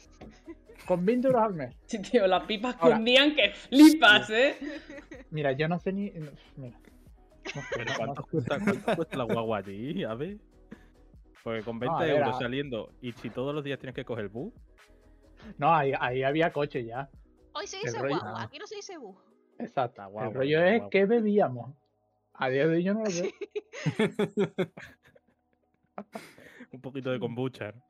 S3: Con 20 euros al mes.
S1: Sí, tío, las pipas
S3: Ahora.
S1: cundían que flipas, ¿eh?
S3: Mira, yo no sé ni... Mira. No sé,
S2: Pero
S3: no
S2: ¿cuánto
S3: sé.
S2: cuesta, cuánto cuesta la guagua allí? A ver. Porque con 20
S3: a ver,
S2: euros
S3: a-
S2: saliendo y si todos los días tienes que coger el bus,
S3: No, ahí, ahí había coche ya.
S4: Hoy se
S3: El
S4: dice
S3: rollo-
S4: guau, aquí no se dice bu.
S3: Exacto.
S2: Ah, guau,
S3: el rollo
S2: guau,
S3: es
S2: guau.
S3: que bebíamos. A día de hoy yo no lo veo.
S2: un poquito de kombucha. ¿no?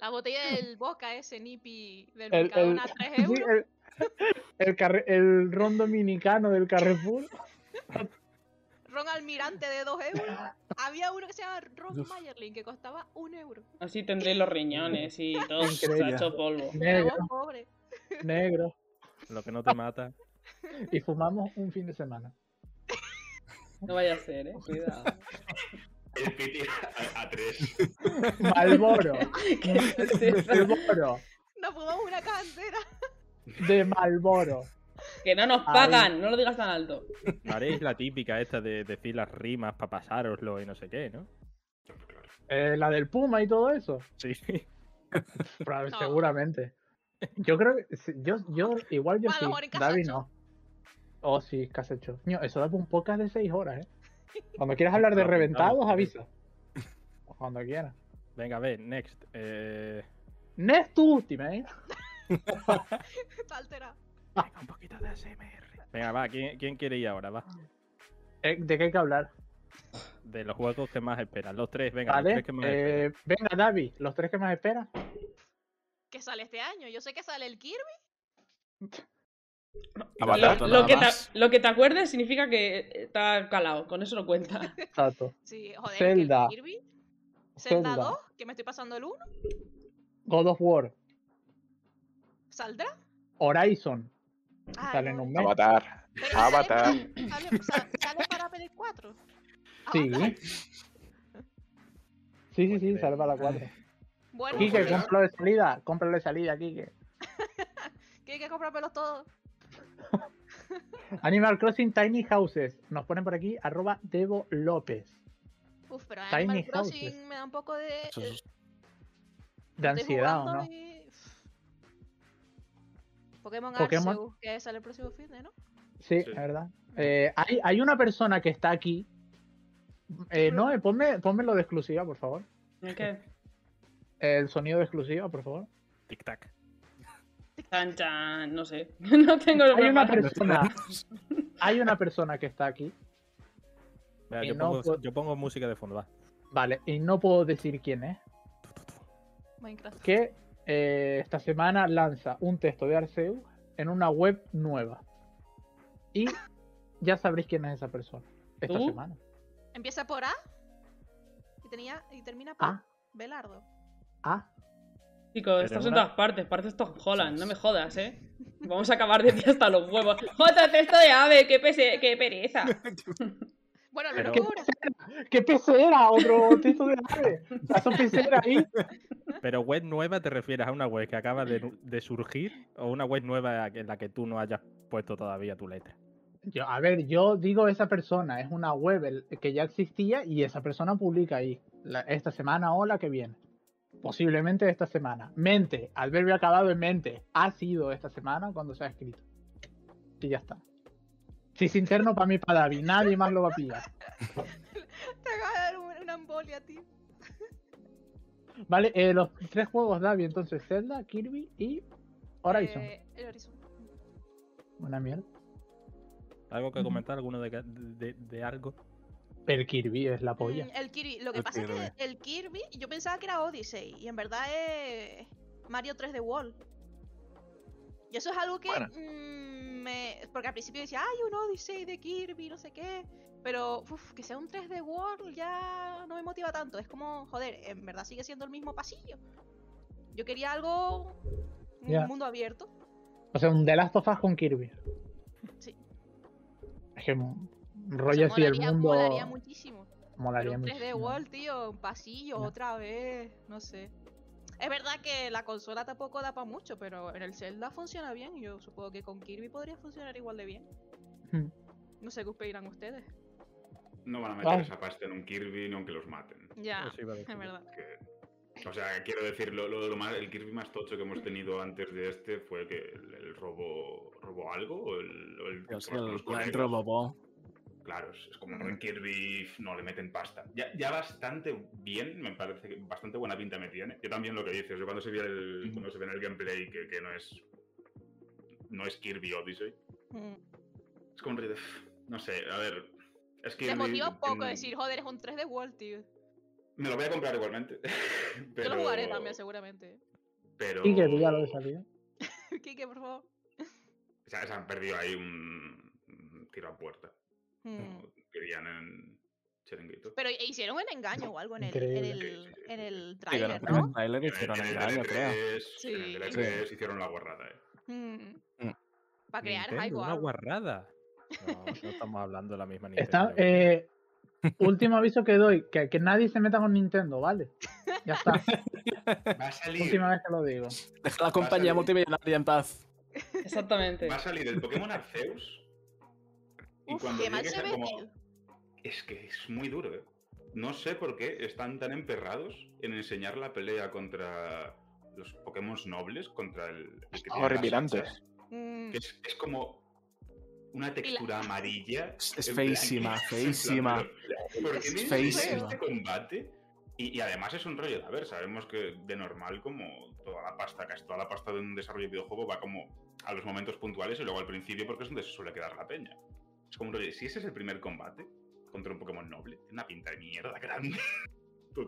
S4: La botella del boca ese nipi del
S3: El-
S4: Mercadona
S3: el-
S4: a 3
S3: Sí,
S4: euros.
S3: el, el, carre- el ron dominicano del Carrefour.
S4: Ron Almirante de 2 euros. Había uno que se llama Ron Mayerlin que costaba 1 euro.
S1: Así tendréis los riñones y todo
S3: Increíble.
S1: hecho polvo.
S3: Negro,
S4: Ron pobre.
S3: negro.
S2: Lo que no te mata.
S3: Y fumamos un fin de semana.
S1: No vaya a ser, eh. Cuidado.
S5: El piti a, a tres.
S3: Malboro.
S1: ¿Qué es eso?
S3: Malboro.
S4: Nos fumamos una caja entera.
S3: De Malboro.
S1: que no nos pagan, no lo digas tan alto.
S2: No haréis la típica esta de decir las rimas para pasároslo y no sé qué, ¿no?
S3: Eh, la del Puma y todo eso.
S2: Sí.
S3: Probable-
S4: No.
S3: Seguramente. Yo creo que. sí, Yo, yo igual yo
S4: A lo
S3: sí.
S4: mejor en
S3: David
S4: Casacho.
S3: no. Oh, sí, Casacho. Ño, eso da para un podcast de 6 horas, ¿eh? Cuando quieras hablar de
S2: Lo apuntamos,
S3: reventados,
S2: sí.
S3: avisa. Cuando quieras.
S2: Venga, a ver, next. Eh,
S3: Nestu Ultimate.
S4: Está alterado.
S2: venga, un poquito de ASMR. Venga, va, ¿quién, quién quiere ir ahora? Va.
S3: Eh, ¿De qué hay que hablar?
S2: De los juegos que más esperan. Los tres, venga, los
S3: Vale.
S2: tres que más esperan.
S3: eh, venga, David, los tres que más esperas.
S4: Que sale este año. Yo sé que sale el Kirby.
S1: Lo,
S6: Avatar.
S7: Nada
S1: lo que te,
S7: más.
S1: lo que te acuerdes significa que eh, está calado, con eso no cuenta.
S3: Exacto.
S4: Sí, joder, que el
S3: Zelda.
S4: Kirby. Zelda,
S3: Zelda.
S4: 2, que me estoy pasando el 1.
S3: God of War.
S4: ¿Saldrá?
S3: Horizon.
S4: Ah,
S3: Sale
S4: no,
S3: en un mes.
S6: Avatar.
S4: pero sale
S6: Avatar.
S4: para- Sale, sa- sale para Play 4.
S3: Sí.
S4: Avatar.
S3: Sí, sí,
S2: Buena
S3: sí,
S2: idea.
S3: salva la 4.
S4: Bueno,
S5: Kike,
S3: Quique,
S4: pues,
S5: ¿cómo?
S3: cómpralo de salida. Cómpralo de salida, Quique.
S4: que hay que comprármelos todos.
S3: Animal Crossing Tiny Houses. Nos ponen por aquí arroba Devo López.
S4: Uf, pero
S3: Tiny
S4: Animal
S3: Houses.
S4: Crossing me da un poco de.
S7: Eso es-
S3: De
S4: estoy
S3: ansiedad, ¿o
S4: jugando
S3: no?
S4: y- Pokémon,
S3: Pokémon.
S4: Arceus, que sale el próximo fin de, ¿no?
S3: Sí,
S5: Sí.
S3: es verdad. Eh, hay, hay una persona que está aquí. Eh, no, eh, ponme, ponmelo de exclusiva, por favor.
S1: Es que.
S3: El sonido de exclusiva, por favor.
S2: Tic-tac.
S1: Chan, chan, no sé. No tengo lo
S3: Hay una
S1: preparado.
S3: persona. Hay una persona que está aquí.
S2: Venga,
S3: Y
S2: yo,
S3: no pues-
S2: pongo,
S3: puedo-
S2: yo pongo música de fondo, va.
S3: Vale, y no puedo decir quién es.
S4: Minecraft.
S3: Que eh, esta semana lanza un texto de Arceus en una web nueva. Y ya sabréis quién es esa persona. Esta
S1: ¿Tú?
S3: semana.
S4: Empieza por A y, tenía, y termina por
S3: Ah,
S4: Belardo.
S3: ah.
S1: Chicos, estás en
S2: una-
S1: todas partes, pareces Tom Holland, no me jodas, eh. Vamos a acabar de ti hasta los huevos. ¡Otro cesto de ave! ¡Qué, pese- qué pereza!
S4: Bueno, lo
S2: Pero-
S4: locura.
S3: ¿Qué PC era? Otro texto de ave. Ya son PC era ahí.
S2: Pero web nueva te refieres a una web que acaba de, nu- de surgir o una web nueva en la que tú no hayas puesto todavía tu letra.
S3: Yo, a ver, yo digo esa persona, es una web el- que ya existía y esa persona publica ahí, la- esta semana o la que viene. Posiblemente esta semana. Mente, al verbo acabado en mente, ha sido esta semana cuando se ha escrito. Y ya está. Si es interno para mí, para David, nadie más lo va a pillar.
S4: Te acaba de dar un- una embolia, tío.
S3: Vale, eh, los tres juegos David, entonces Zelda, Kirby y Horizon.
S4: Eh, el Horizon.
S3: Una mierda.
S2: ¿Algo que
S3: Ujú.
S2: comentar? ¿Alguno de, ca- de- de algo?
S3: Pero Kirby es la polla.
S4: Mm, el Kirby. Lo que
S7: El
S4: pasa es
S7: Kirby.
S4: que el Kirby, yo pensaba que era Odyssey. Y en verdad es Mario 3 de Wall. Y eso es algo que.
S6: Bueno.
S4: mm, me- porque al principio decía, hay un Odyssey de Kirby, no sé qué. Pero uf, que sea un 3 de World ya no me motiva tanto. Es como, joder, en verdad sigue siendo el mismo pasillo. Yo quería algo. Un
S3: Ya.
S4: mundo abierto.
S3: O sea, un The Last of Us con Kirby.
S4: Sí.
S3: Es que un
S4: O
S3: rollo
S4: sea,
S3: así, el
S4: molaría-
S3: mundo.
S4: molaría muchísimo.
S3: Molaría
S4: Pero un 3D
S3: muchísimo.
S4: World, tío, un pasillo
S3: No.
S4: otra vez, no sé. Es verdad que la consola tampoco da para mucho, pero en el Zelda funciona bien y yo supongo que con Kirby podría funcionar igual de bien.
S3: Hmm.
S4: No sé qué os pedirán ustedes.
S5: No van a meter
S3: Ay.
S5: esa pasta en un Kirby, ni aunque los maten.
S4: Ya,
S2: Eso iba a decir.
S4: es verdad.
S5: O sea, quiero decir, lo, lo- lo más- el Kirby más tocho que hemos tenido antes de este fue que el, el robo, robo algo o el, o el-
S7: Dios,
S5: con los
S7: el
S5: colegas.
S7: Land Robobo.
S5: claros. Es como Ren Kirby, no le meten pasta. Ya, ya bastante bien, me parece, que bastante buena pinta me tiene. Yo también lo que dices, yo cuando se ve el, cuando se ve en el gameplay que, que no es no es Kirby Odyssey,
S4: Mm.
S5: es como un- no sé, a ver, es que
S4: Te motiva poco decir, joder, es un 3D World, tío.
S5: me lo voy a comprar igualmente. pero,
S4: Yo lo jugaré también, seguramente.
S5: Pero
S3: Y que tú ya lo he salido.
S4: Kike, por favor.
S5: o sea, se han perdido ahí un, un tiro a puerta.
S4: Mm.
S5: como Querían en Chiringuito.
S4: Pero eh, hicieron un engaño o algo en el, en
S3: Increíble.
S4: el,
S5: Sí, sí,
S4: en
S5: sí,
S4: el trailer,
S7: Sí, en el
S4: ¿no?
S5: En
S7: trailer
S5: el-
S7: hicieron
S5: en el
S7: engaño, creo.
S5: DL3, en el
S4: Sí.
S5: DL3 hicieron la guarrada, eh.
S7: Mm.
S4: Para crear
S2: Nintendo,
S4: hype o
S2: una
S4: algo.
S2: guarrada. No, no estamos hablando de la misma Nintendo.
S3: Está, eh, último aviso que doy, que, que nadie se meta con Nintendo, ¿vale? Ya está,
S5: Va a salir,
S3: última vez que lo digo.
S7: Deja la
S5: Pásale.
S7: compañía multimillonaria en paz.
S1: Exactamente.
S5: va a salir el Pokémon Arceus. Y
S4: Uf,
S5: cuando
S4: qué mal
S5: llegue,
S4: se
S5: sea
S4: ve,
S5: como-
S4: tío.
S5: Es que es muy duro, eh. No sé por qué están tan emperrados en enseñar la pelea contra los Pokémon nobles, contra el. el que
S6: Está
S5: tiene las
S6: horripilante.
S5: hachas,
S4: Mm.
S5: que es, es como una textura amarilla.
S7: Es- es
S5: en plan-
S7: feísima,
S5: en plan,
S7: feísima.
S5: pero, ¿Por qué
S4: Es
S5: me enseñas
S7: feísima.
S5: este combate? Y, y además es un rollo de a ver, sabemos que de normal, como toda la pasta, casi toda la pasta de un desarrollo de videojuego va como a los momentos puntuales y luego al principio, porque es donde se suele quedar la peña. Es como un rollo, si ese es el primer combate contra un Pokémon noble, tiene una pinta de mierda grande.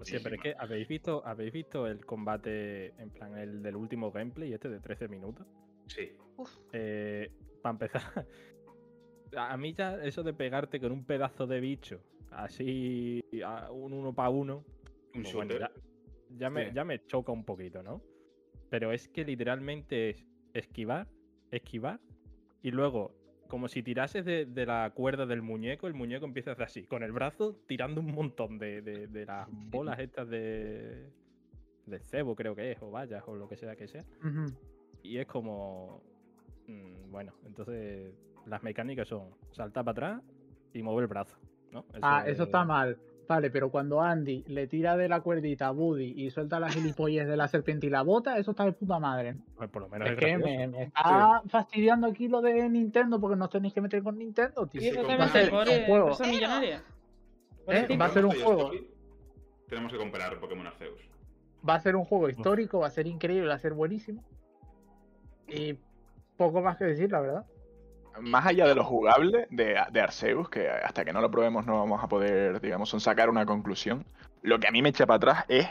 S2: Sí, pero es que habéis visto, habéis visto el combate, en plan, el del último gameplay, este de 13 minutos.
S5: Sí.
S2: para Eh, empezar, a a mí ya eso de pegarte con un pedazo de bicho, así, a un uno para uno,
S5: Un
S2: pues bueno,
S5: shooter.
S3: Eh,
S2: ya, ya me,
S7: Sí.
S2: ya me choca un poquito, ¿no? Pero es que literalmente es esquivar, esquivar, y luego, como si tirases de, de la cuerda del muñeco, el muñeco empieza a hacer así, con el brazo tirando un montón de, de- de las bolas estas de, de cebo, creo que es, o vallas, o lo que sea que sea.
S3: Ujú.
S2: Y es como. mm, bueno, entonces las mecánicas son saltar para atrás y mover el brazo. ¿no?
S3: Ah, eso está
S2: es-
S3: mal. Vale, pero cuando Andy le tira de la cuerdita a Buddy y suelta las gilipollas de la serpiente y la bota, eso está de puta madre.
S2: Pues por lo menos
S3: Es
S2: es
S3: que
S2: gracioso.
S3: me, me está fastidiando aquí lo de Nintendo porque no os tenéis que meter con Nintendo, tío.
S5: Sí,
S1: Y
S5: Va a
S1: totalmente
S5: ser
S1: pobre,
S3: un juego.
S1: empresa millonaria. Por
S3: Eh,
S1: encima.
S3: va a ser un
S5: Toy
S3: juego.
S5: Story, tenemos que comparar Pokémon Arceus.
S3: Va a ser un juego histórico, va a ser increíble, va a ser buenísimo. Y poco más que decir, la verdad.
S6: Más allá de lo jugable de, de Arceus, que hasta que no lo probemos no vamos a poder, digamos, sacar una conclusión, lo que a mí me echa para atrás es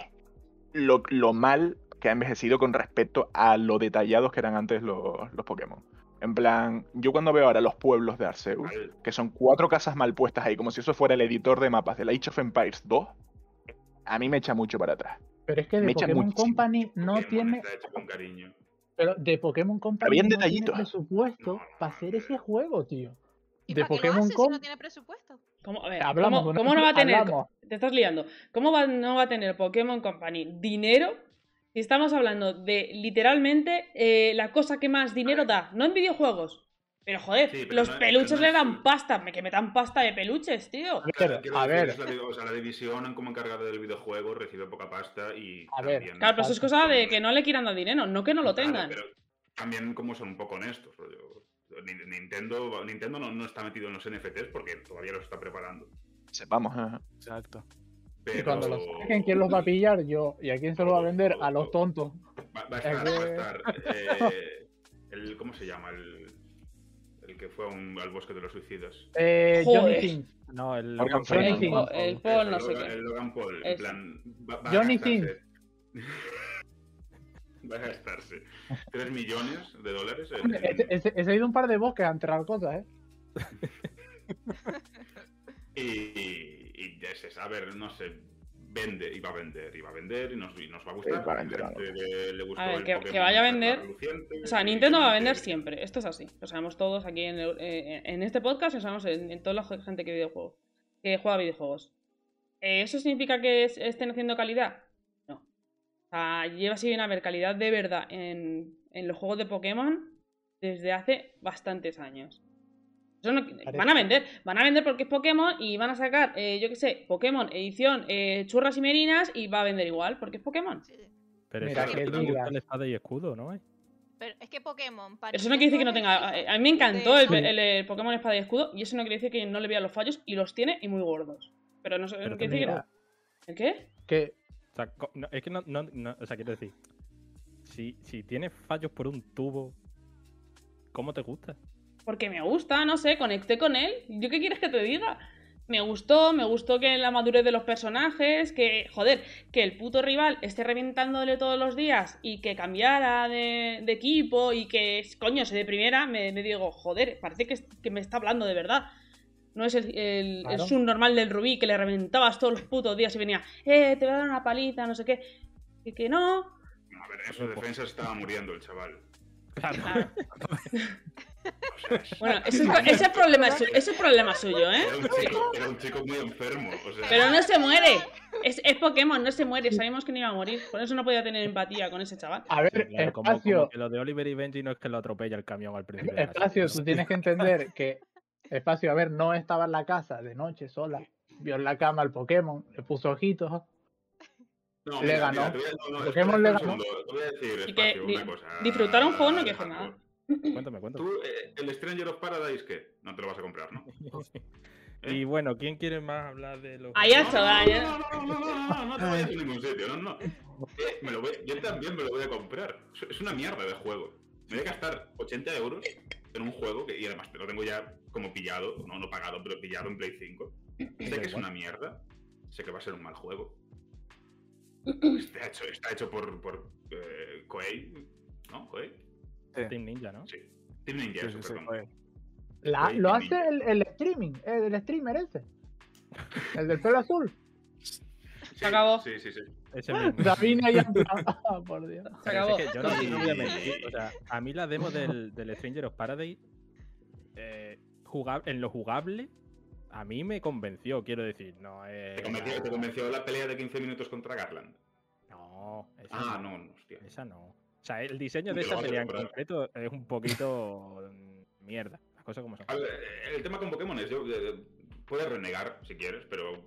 S6: lo, lo mal que ha envejecido con respecto a lo detallados que eran antes los, los Pokémon. En plan, yo cuando veo ahora los pueblos de Arceus,
S5: Mal.
S6: que son cuatro casas mal puestas ahí, como si eso fuera el editor de mapas de la Age of Empires 2, a mí me echa mucho para atrás.
S3: Pero es que de
S6: Me echa
S3: Pokémon
S6: muchísimo.
S3: Company no
S5: Pokémon
S3: tiene.
S5: Está hecho con cariño.
S3: Pero de Pokémon Company
S6: Habían
S3: no tiene
S6: detallitos.
S3: presupuesto
S5: No, no,
S3: para
S5: no,
S3: hacer
S5: no.
S3: ese juego, tío.
S4: ¿Y
S3: De
S4: para qué lo
S3: Pokémon
S4: hace si
S3: Company.
S4: no tiene presupuesto?
S1: ¿Cómo, a ver,
S3: Hablamos,
S1: ¿cómo,
S3: bueno,
S1: cómo no va a tener?
S3: hablamos.
S1: Te estás liando. ¿Cómo va, no va a tener Pokémon Company dinero si estamos hablando de literalmente eh, la cosa que más dinero da? No en videojuegos. Pero joder,
S5: Sí, pero
S1: los
S5: no es-
S1: peluches
S5: pero no
S1: le
S5: es-
S1: dan pasta. Me que metan pasta de peluches, tío.
S5: Claro,
S3: a
S5: quiero decir,
S3: ver,
S5: es la, o sea, la división como encargada del videojuego recibe poca pasta y.
S3: A ver,
S5: también-
S1: Claro, pero eso es cosa de que no le quieran dar dinero, no que no lo
S5: Vale,
S1: tengan.
S5: pero también como son un poco honestos. rollo, Ni- Nintendo, Nintendo no, no está metido en los NFTs porque todavía los está preparando.
S6: Sepamos. ajá.
S7: Exacto.
S5: Pero
S3: y cuando lo saquen, ¿quién los va a pillar? Yo. ¿Y a quién se lo va a vender? A los tontos.
S5: Va, va a estar,
S3: Es
S5: va
S3: que-
S5: a estar. eh, el, ¿Cómo se llama? El, el que fue a un- al bosque de los suicidas.
S3: Eh, Johnny
S1: Joder.
S3: Sins.
S2: No, el
S6: Morgan
S2: Freeman,
S3: Freeman.
S2: Morgan
S1: O el
S2: Freeman.
S1: Paul, no sé
S5: Logan-
S1: qué.
S5: el Logan Paul, en
S1: Ese.
S5: plan, va- va a
S3: Johnny
S5: gastarse- va a gastarse 3 millones de dólares en- en-
S3: Ese, ese- ese ha ido un par de bosques a enterrar cosas, ¿eh?
S5: Y, y ya es eso. A ver, no sé. Vende, y va a vender, y va a vender, y nos, y nos va a
S6: Sí,
S5: gustar.
S6: va a vender,
S5: Gente le- le gustó
S1: A ver,
S5: el
S1: que- que
S5: Pokémon
S1: vaya a vender.
S5: reluciente,
S1: O sea,
S5: y
S1: Nintendo va a
S5: gente-
S1: vender siempre. Esto es así. Lo sabemos todos aquí en, el- eh, en este podcast y lo sabemos en, en toda la ge- gente que, videojuego, que juega videojuegos. Eh, ¿Eso significa que es- estén haciendo calidad? No. O sea, lleva sin haber calidad de verdad en, en los juegos de Pokémon desde hace bastantes años. Eso no- van a vender, van a vender porque es Pokémon y van a sacar, eh, yo qué sé, Pokémon edición eh, churras y merinas y va a vender igual porque es Pokémon.
S4: Sí.
S2: Pero
S3: Mira,
S2: es
S3: que
S2: que le
S3: digas.
S2: gusta el espada y escudo, ¿no? eh?
S4: Pero es que Pokémon. para
S1: Eso no quiere decir que no
S4: Nintendo
S1: tenga.
S4: es
S1: A a mí me encantó
S4: de
S1: el,
S4: Sony.
S1: el- el Pokémon Espada y Escudo y eso no quiere decir que no le vea los fallos y los tiene y muy gordos. Pero no sé.
S2: Pero
S1: no quiere decir que no.
S2: mira,
S1: ¿El qué?
S3: Que
S2: o sea, co- no, es que no, no- no- O sea, quiero decir. Si, si tienes fallos por un tubo, ¿cómo te gusta?
S1: Porque me gusta, no sé, conecté con él. ¿Yo qué quieres que te diga? Me gustó, me gustó que la madurez de los personajes, que, joder, que el puto rival esté reventándole todos los días y que cambiara de, de equipo y que, coño, se deprimiera, me, me digo, joder, parece que, es- que me está hablando de verdad. No es el, el,
S3: Claro.
S1: normal del Rubí que le reventabas todos los putos días y venía, eh, te voy a dar una paliza, no sé qué. Y que no.
S5: A ver, en su
S3: Pues,
S5: defensa estaba muriendo el chaval.
S2: Claro.
S1: Claro.
S5: O sea, es-
S1: Bueno, ese es, ese es problema, su- ese es problema suyo, ¿eh?
S5: Era un, chico, era un chico muy enfermo. O sea,
S1: Pero no se muere. Es, es Pokémon, no se muere. Sabíamos que no iba a morir. Por eso no podía tener empatía con ese chaval.
S3: A ver,
S2: Sí, claro, como, como
S3: espacio,
S2: que lo de Oliver y Benji no es que lo atropella el camión al principio. de la
S3: espacio, tú
S2: serie,
S3: tienes que entender que espacio, a ver, no estaba en la casa de noche sola. Vio en la cama al Pokémon, le puso ojitos.
S5: No,
S3: le ganó.
S5: te voy a- no, no,
S3: Pokémon le
S5: espera un
S3: ganó.
S5: segundo, Te voy a decir
S1: Y que
S5: espacio,
S1: di-
S5: una cosa.
S1: disfrutar un juego no queja nada.
S2: ¿no? Cuéntame, cuéntame.
S5: Tú, eh, el Stranger of Paradise, ¿qué? No te lo vas a comprar, ¿no? ¿Eh?
S2: y bueno, ¿quién quiere más hablar de los.
S1: Ahí has-
S5: No,
S1: chaval,
S5: No, no, no, no, no, no, no, no te vayas a ningún sitio, no, no. Eh, me lo voy, yo también me lo voy a comprar. Es- Es una mierda de juego. Me voy a gastar 80 euros en un juego que, y además te lo tengo ya como pillado, no, no pagado, pero pillado en Play 5. Sé que es una mierda, sé que va a ser un mal juego. Está hecho, está hecho por, por eh, Koei, ¿no? Koei.
S2: Team Ninja, ¿no?
S5: Sí. Team Ninja,
S7: Sí,
S5: eso,
S7: sí, sí,
S5: perdón.
S7: joder.
S3: La,
S5: Oye,
S3: lo
S5: qué
S3: hace el, el streaming, el, el streamer ese. El del pelo azul.
S5: Sí,
S1: Se acabó.
S5: Sí, sí, sí.
S2: Ese mismo.
S3: Davina y Ah, por Dios.
S1: Se
S2: Pero
S1: acabó.
S2: es que yo no,
S5: acabó.
S2: no voy a mentir, o sea, a mí la demo del, del Stranger of Paradise, eh, jugab- en lo jugable, a mí me convenció, quiero decir. No, eh,
S5: Te convenció, te convenció la pelea de 15 minutos contra Garland.
S2: No, esa
S5: Ah,
S2: no.
S5: no, no, hostia.
S2: Esa no. O sea, el diseño de
S5: Yo
S2: esa
S5: lo
S2: pelea en
S5: recuerdo.
S2: concreto es un poquito mm, mierda. Las cosas como son.
S5: A ver, el tema con Pokémon es, yo, eh, puedes renegar si quieres, pero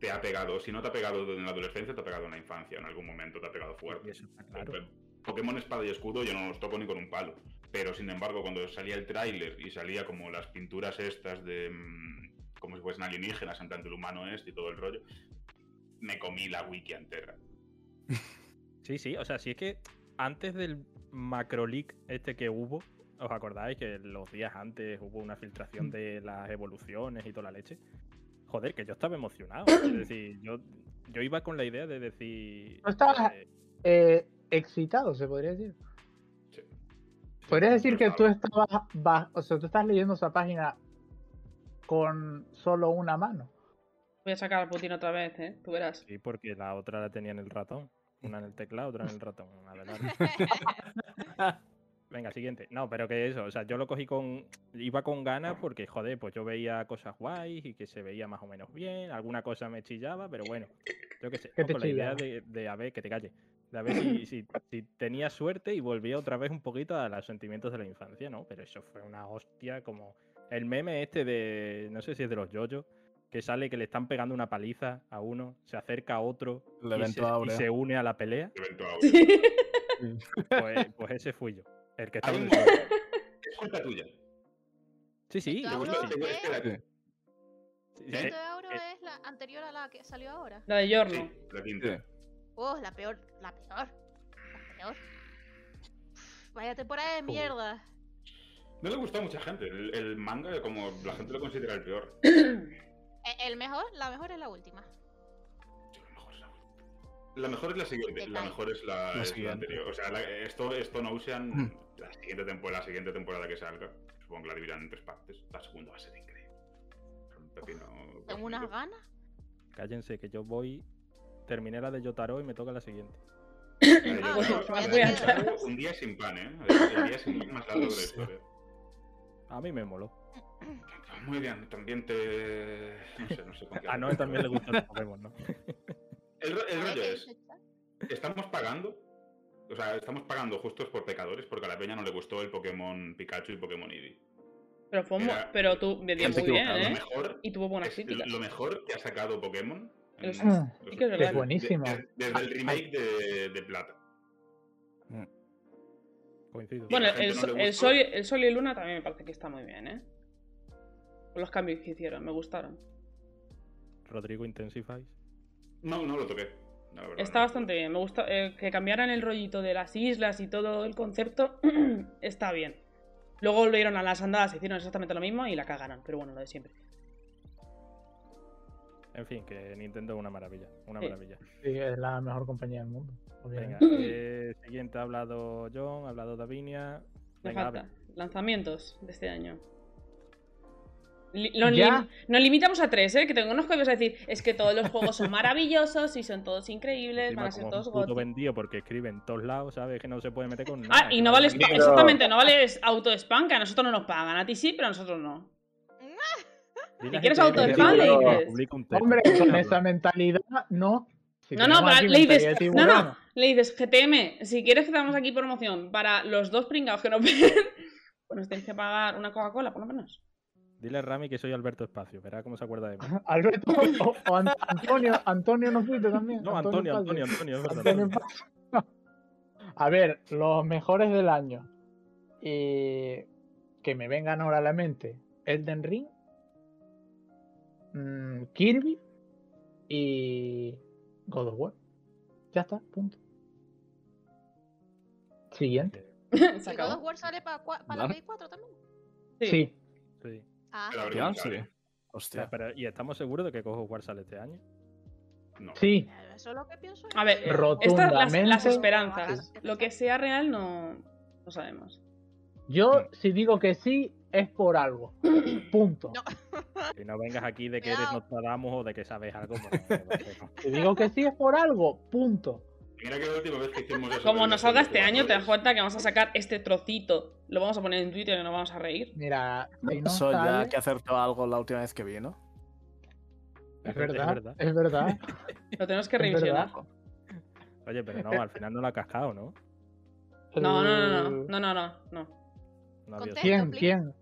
S5: te ha pegado. Si no te ha pegado en la adolescencia, te ha pegado en la infancia, en algún momento te ha pegado
S2: Y
S5: fuerte.
S2: eso está claro.
S5: Eh, Pokémon Espada y Escudo yo no los toco ni con un palo. Pero sin embargo, cuando salía el tráiler y salía como las pinturas estas de... mm, como si fuesen alienígenas en plan del humano este y todo el rollo, me comí la wiki entera.
S2: Sí, sí, o sea, si es que antes del macro leak este que hubo, ¿os acordáis que los días antes hubo una filtración de las evoluciones y toda la leche? Joder, que yo estaba emocionado. Es decir, yo, yo iba con la idea de decir.
S3: No estabas-
S2: eh,
S3: Eh, excitado, se podría decir.
S5: Sí.
S3: Podrías
S5: Sí,
S3: decir
S5: no
S3: que tú
S5: estaba.
S3: estabas, ba- o sea, tú estás leyendo esa página con solo una mano.
S1: Voy a sacar a Putin otra vez, ¿eh? Tú verás.
S2: sí, porque la otra la tenía en el ratón. Una en el teclado, otra en el ratón. adelante. Venga, siguiente. No, pero que eso, o sea, yo lo cogí con. Iba con ganas porque, joder, pues yo veía cosas guays y que se veía más o menos bien. Alguna cosa me chillaba, pero bueno, yo qué sé.
S3: ¿Qué
S2: ¿no?
S3: te
S2: con la idea
S3: chillaba?
S2: de, de a ver, que te calle. De a ver si, si- si tenía suerte y volvía otra vez un poquito a los sentimientos de la infancia, ¿no? Pero eso fue una hostia como. El meme este de. No sé si es de los yoyos. Que sale que le están pegando una paliza a uno, se acerca a otro
S7: El
S2: y se-
S7: evento
S2: y
S7: áureo.
S2: se une a la pelea.
S5: Evento audio.
S2: Pues, pues ese fui yo. El que estaba
S5: Hay
S2: en
S5: un
S2: el
S5: momento-
S2: suelo.
S5: Es culpa tuya.
S2: Sí, sí.
S5: Te
S4: Claro,
S5: gusta- Este
S4: no,
S5: te gusta-
S4: ¿eh?
S5: espérate.
S2: sí, sí,
S5: ¿Eh?
S4: Esto de ahora
S2: eh.
S4: es la anterior a la que salió ahora.
S1: La de Yorno.
S5: Sí, la quinta.
S4: Oh, la peor, la peor. La peor. Uf, Vaya temporada de mierda.
S5: No le gusta a mucha gente. El, el manga, como la gente lo considera el peor.
S4: E- El mejor, la mejor es la última.
S5: Yo, la mejor es la- La mejor es la siguiente, la
S4: Detalle.
S5: mejor es la, es la
S7: siguiente.
S5: anterior. O sea, la- esto, Stone Ocean,
S7: Hmm.
S5: la siguiente, temporada, la siguiente temporada que salga, supongo que la dividirán en tres partes. La segunda va a ser increíble. Un pepino
S4: Tengo
S5: cósmico.
S4: unas ganas.
S2: Cállense, que yo voy. Terminé la de Yotaro y me toca la siguiente.
S5: Ay,
S4: Ah,
S5: Dios,
S4: no,
S5: Dios,
S4: voy a
S5: Dios, Dios,
S1: atrás.
S5: Dios, Un día sin pan, ¿eh? El día sin pan más largo de la historia.
S2: A mí me moló.
S5: Muy bien, también te... No sé, no sé con qué
S2: A Noé Ah, también le gustó los Pokémon, ¿no?
S5: El, ro- el
S4: A ver
S5: rollo
S4: qué
S5: es...
S4: dice el
S5: estamos pagando. O sea, estamos pagando justos por pecadores porque a la peña no le gustó el Pokémon Pikachu y Pokémon Eevee.
S1: Pero, fue un mo-
S5: Era-
S1: pero tú me dio
S7: Gente
S1: muy bien,
S7: equivocada,
S5: Lo
S1: ¿eh?
S5: mejor,
S1: Y tuvo buenas
S5: es lo
S1: críticas.
S5: lo mejor que ha sacado Pokémon. en-
S1: Es-
S3: Ah,
S5: los-
S1: sí que es verdad.
S3: Es buenísimo.
S5: de- de- Desde el remake de, de Plata.
S2: coincido.
S1: Bueno,
S5: la
S1: el,
S5: gente no
S1: so-
S5: le
S1: el
S5: gustó.
S1: sol y, el sol y luna también me parece que está muy bien, ¿eh? Los cambios que hicieron, me gustaron.
S2: Rodrigo Intensifies.
S5: No, no lo toqué. la verdad,
S1: Está
S5: no.
S1: bastante bien, me gusta eh, que cambiaran el rollito de las islas y todo el concepto, está bien. Luego volvieron a las andadas, hicieron exactamente lo mismo y la cagaron, pero bueno, lo de siempre.
S2: En fin, que Nintendo es una maravilla. Una
S1: Sí.
S2: maravilla.
S3: Sí, es la mejor compañía del mundo.
S2: Venga,
S3: obviamente.
S2: eh, siguiente ha hablado John, ha hablado Davinia.
S1: Me
S2: Venga,
S1: falta.
S2: abre.
S1: Lanzamientos de este año. Li- nos,
S3: Ya.
S1: lim- nos limitamos a tres, ¿eh? Que tengo unos que vais a decir, es que todos los juegos son maravillosos y son todos increíbles,
S2: Encima
S1: van a ser
S2: como
S1: todos
S2: un puto
S1: goti.
S2: vendido porque escribe en todos lados, ¿sabes? Que no se puede meter con nada.
S1: Ah, y no vale spa-
S6: Pero-
S1: exactamente, no vale auto-spam, que a nosotros no nos pagan. A ti sí, pero a nosotros no.
S2: Si
S1: quieres
S6: autospam, le dices.
S3: Hombre, con esa mentalidad, no. Si
S1: No, no,
S3: tenemos
S1: para-
S3: aquí
S1: le dices,
S3: mentalidad de
S1: no,
S3: tiburón,
S1: no, le dices, GTM, si quieres que te damos aquí promoción para los dos pringados que nos ven, pues nos tenéis que pagar una Coca-Cola, por lo menos.
S2: Dile a Rami que soy Alberto Espacio, verá cómo se acuerda de mí.
S3: Alberto, o, o An- Antonio, Antonio no fuiste también.
S2: No, Antonio,
S3: Pazzi.
S2: Antonio, Antonio, es verdad,
S3: Antonio
S2: Antonio.
S3: Pazzi. A ver, los mejores del año. Eh, que me vengan ahora a la mente. Elden Ring. mm, Kirby. Y God of War. Ya está, punto. Siguiente.
S1: Se
S4: ¿Y God of
S1: acabó.
S4: War sale para la
S7: Vale.
S4: Play 4 también?
S1: Sí.
S3: Sí.
S2: Sí.
S4: Ah,
S5: Pero habría
S7: Ya,
S5: que
S7: sí.
S5: buscar, ¿eh?
S2: O sea,
S7: Hostia.
S2: pero- y estamos seguros de que Cojo War sale este año.
S5: No.
S3: Sí.
S4: eso es lo que pienso. Ah,
S1: A ver, estas las,
S3: Rotundamente.
S1: las esperanzas. Lo que sea real no, no sabemos.
S3: Yo, si digo que sí, es por algo. Punto.
S4: No.
S2: Y no vengas aquí de que eres
S4: Cuidado.
S2: Nostradamus o de que sabes algo. porque- porque no.
S3: Si digo que sí, es por algo. Punto.
S5: Mira que la última vez que hicimos eso.
S1: Como
S5: del
S1: nos salga este
S5: Resident Evil
S1: año, te das
S5: 4,
S1: cuenta que vamos a sacar este trocito. Lo vamos a poner en Twitter y nos vamos a reír.
S3: Mira, si no
S7: Eso ya
S3: sale-
S7: que acertó algo la última vez que vino.
S3: es
S2: Es
S3: verdad,
S2: verdad.
S3: es verdad.
S1: Lo tenemos que
S3: Es
S1: revisionar.
S3: verdad.
S2: Oye, pero no, al final no la ha cascado, ¿no?
S1: No, no, no, no, no, no, no, no.
S2: No ha habido-
S4: Contento.
S3: Eh, ¿Quién? ¿Quién?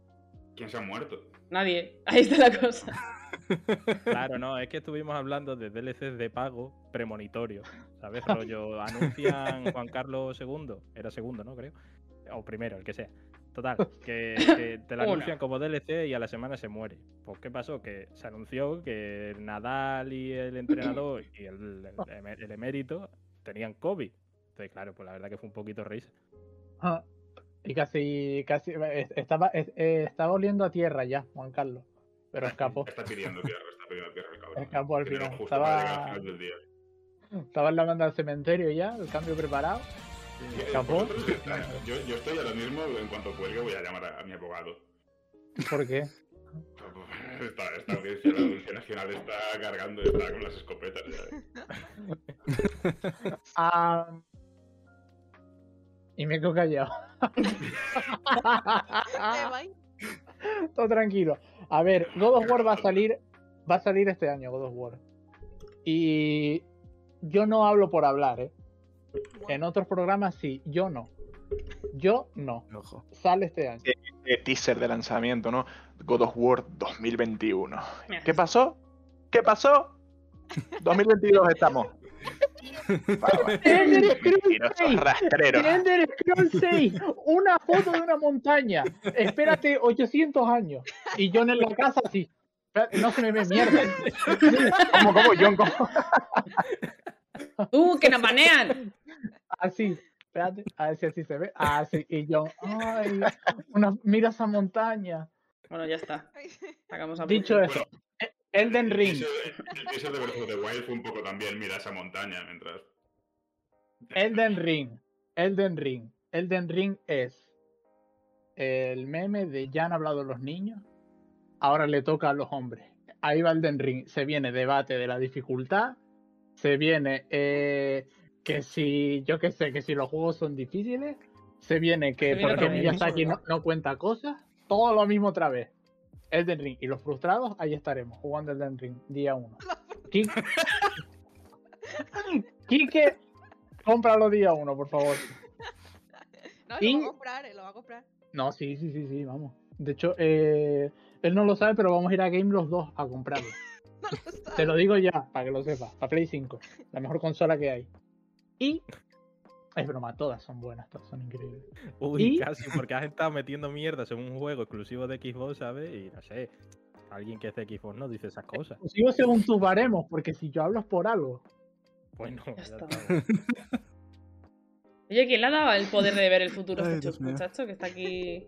S5: ¿Quién se ha muerto?
S1: Nadie. Ahí está la cosa.
S2: Claro, no, es que estuvimos hablando de DLCs de pago premonitorio, ¿sabes? Rollo, anuncian Juan Carlos II, era segundo, ¿no? Creo. O primero, el que sea. Total, que, que te lo
S1: Uno.
S2: anuncian como DLC y a la semana se muere. Pues, ¿qué pasó? Que se anunció que Nadal y el entrenador y el, el emé- el emérito tenían COVID. Entonces, claro, pues la verdad que fue un poquito risa.
S3: Ah, Y casi, casi, es- estaba, es- eh, estaba oliendo a tierra ya, Juan Carlos. Pero escapó.
S5: Está pidiendo tierra, está pidiendo tierra el cabrón.
S3: Escapó al
S5: Que era
S3: final,
S5: justo para
S3: estaba-
S5: llegar al final del día.
S3: Estaba en la banda del cementerio ya, el cambio preparado.
S5: Eh,
S3: Escapó.
S5: vosotros estáis- Yo, yo estoy ahora mismo, en cuanto cuelgue, voy a llamar a, a mi abogado.
S3: ¿Por qué?
S5: Esta, esta audiencia, la audiencia nacional está cargando, está con las escopetas. ¿sabes?
S3: Ah, y me quedo callado.
S4: Te va a ir.
S3: Todo tranquilo. A ver, God of War va a salir. Va a salir este año, God of War. Y yo no hablo por hablar, ¿eh? En otros programas sí, yo no. Yo no.
S7: Ojo.
S3: Sale este año.
S6: Eh, teaser de lanzamiento, ¿no? God of War 2021.
S1: Mira,
S6: ¿Qué pasó? ¿Qué pasó? 2022 estamos. Vamos.
S3: Elder Scrolls
S6: Mentirosos
S3: 6.
S6: rastreros.
S3: Elder Scrolls 6. Una foto de una montaña. Espérate 800 años. Y yo en la casa así. Espérate, No se me ve mierda.
S6: ¿Cómo, cómo, John? ¿Cómo?
S1: ¡Uh, que nos banean!
S3: Así. Espérate. A ver si así se ve. Así. Y yo. Ay. una- mira esa montaña.
S1: Bueno, ya está. Sacamos a
S3: Dicho
S1: Putin.
S3: eso. Elden Ring.
S5: Eso, eso de Breath of the Wild fue un poco también, mira esa montaña mientras.
S3: Elden Ring. Elden Ring. Elden Ring es el meme de ya han hablado los niños, ahora le toca a los hombres. Ahí va Elden Ring. Se viene debate de la dificultad. Se viene eh, que si, yo qué sé, que si los juegos son difíciles. Se viene
S1: Se
S3: que
S1: viene
S3: porque
S1: otra vez.
S3: Miyazaki no, no cuenta cosas. Todo lo mismo otra vez. Elden Ring. Y los frustrados, ahí estaremos, jugando Elden Ring, día 1. Quique, Quique, cómpralo día 1, por favor.
S4: No,
S3: Y-
S4: lo va a comprar, eh, lo va a comprar.
S3: No, sí, sí, sí, sí, vamos. De hecho, eh, él no lo sabe, pero vamos a ir a Game los dos a comprarlo.
S4: No lo sabe.
S3: Te lo digo ya, para que lo sepas. Para Play 5, la mejor consola que hay. Y Es broma, todas son buenas, todas son increíbles.
S2: Uy,
S3: ¿Y?
S2: casi, porque has estado metiendo mierdas en un juego exclusivo de Xbox, ¿sabes? Y no sé, alguien que es de Xbox no dice esas cosas.
S3: Os Pues sigo según tus baremos, porque si yo hablo es por algo.
S2: Bueno, ya
S1: Ya está.
S2: está.
S1: Oye, ¿quién le ha dado el poder de ver el futuro a
S8: Ay,
S1: este
S8: Dios
S1: chus-
S8: mío.
S1: muchacho que está aquí?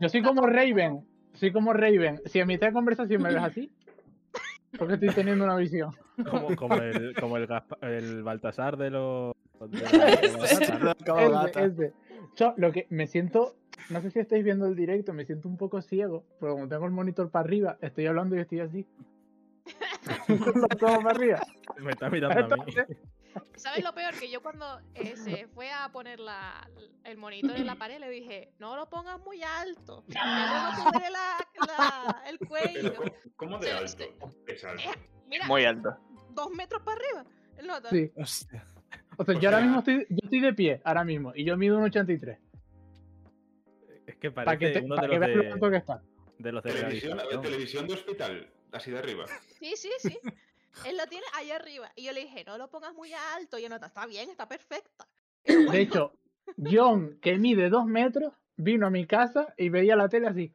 S3: Yo soy como Raven. Soy como Raven. Si a mitad de conversación me ves así, porque estoy teniendo una visión.
S2: Como, como el, como el, Gaspa- el Baltasar de los. de la- de la
S1: Ese.
S2: gata, ¿no?
S3: Ese,
S7: Cabalgata.
S3: ese. Yo lo que me siento, no sé si estáis viendo el directo, me siento un poco ciego, porque como tengo el monitor para arriba, estoy hablando y estoy así. Con los ojos para arriba.
S2: Me está mirando a mí.
S3: Entonces,
S4: ¿Sabes lo peor? Que yo cuando eh, se fue a poner la, el monitor en la pared le dije, no lo pongas muy alto. que luego te duele la- la- el
S5: Pero,
S4: cuello.
S5: ¿cómo- ¿Cómo de
S4: Se-
S5: alto? Eh. Es alto.
S4: Mira,
S6: Muy alto.
S4: dos metros para arriba. El nota.
S3: Sí.
S8: Hostia.
S3: O sea,
S5: O
S3: yo ahora
S5: sea-
S3: mismo estoy, yo estoy de pie, ahora mismo, y yo mido un 83.
S2: Es que
S3: Para que,
S2: parece
S3: te-
S2: uno
S3: pa'
S2: de
S3: que
S2: los
S3: veas lo alto
S2: de,
S3: que está.
S2: de los de
S5: Televisión,
S2: realización.
S5: televisión de hospital, así de arriba.
S4: Sí, sí, sí. Él lo tiene ahí arriba. Y yo le dije, no lo pongas muy alto. Y nota, está bien, está perfecta.
S3: De hecho, John, que mide 2 metros, vino a mi casa y veía la tele así.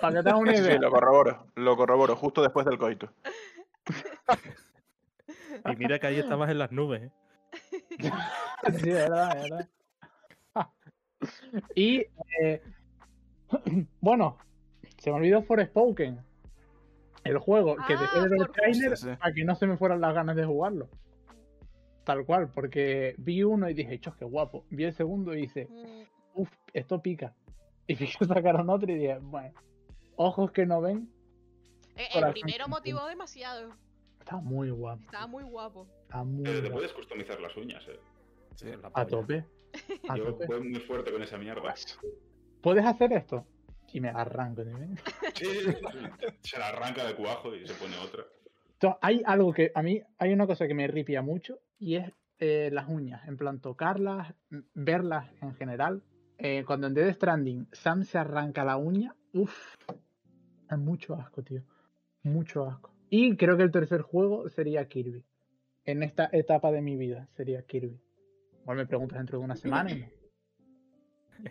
S3: Para que te hagas una
S6: Sí,
S3: idea.
S6: lo corroboro, lo corroboro, justo después del coito.
S2: Y mira que ahí estabas en las nubes. ¿eh?
S3: Sí, de verdad, de verdad. Y eh, bueno, se me olvidó Forspoken. El juego que dejé
S4: Ah,
S3: de ver el
S4: For-
S3: trailer
S8: Sí, sí.
S3: para que no se me fueran las ganas de jugarlo. Tal cual, porque vi uno y dije, chos, qué guapo. Vi el segundo y dije,
S4: Mm,
S3: uff, esto pica. Y vi que sacaron otro y dije, bueno, ojos que no ven,
S4: eh, El
S3: Corazón
S4: primero
S3: con
S4: motivó demasiado.
S3: está muy guapo.
S4: Estaba muy guapo.
S3: Está muy
S5: Pero Eh, te
S3: guapo.
S5: puedes customizar las uñas, eh.
S8: Sí.
S2: Eso es la
S3: A
S2: polla.
S3: tope. A
S5: Yo
S3: tope.
S5: voy muy fuerte con esa mierda.
S3: ¿Puedes hacer esto? Y me arranco. ¿sí?
S5: Sí, sí, sí. Se la arranca de cuajo y se pone otra.
S3: To- Hay algo que a mí, hay una cosa que me ripia mucho y es eh, las uñas, en plan tocarlas, m- verlas en general. Eh, cuando en Dead Stranding Sam se arranca la uña, uff, es mucho asco, tío, mucho asco. Y creo que el tercer juego sería Kirby. En esta etapa de mi vida sería Kirby. Igual me preguntas dentro de una semana y no.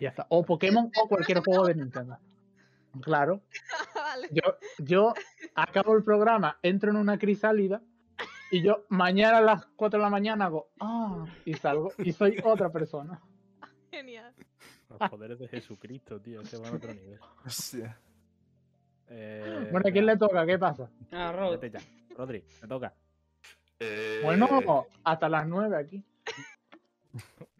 S3: Y ya está. O Pokémon o cualquier juego de Nintendo. Claro.
S4: vale.
S3: Yo, yo acabo el programa, entro en una crisálida y yo mañana a las 4 de la mañana hago ah y salgo y soy otra persona.
S4: Genial.
S2: Los poderes de Jesucristo, tío. Ese va a otro nivel.
S8: Hostia.
S2: Eh,
S3: Bueno, ¿a quién le
S2: venga,
S3: toca? ¿Qué pasa?
S1: A Rod.
S2: vete ya. Rodri, te toca.
S5: Eh,
S3: Bueno, hasta las 9 aquí.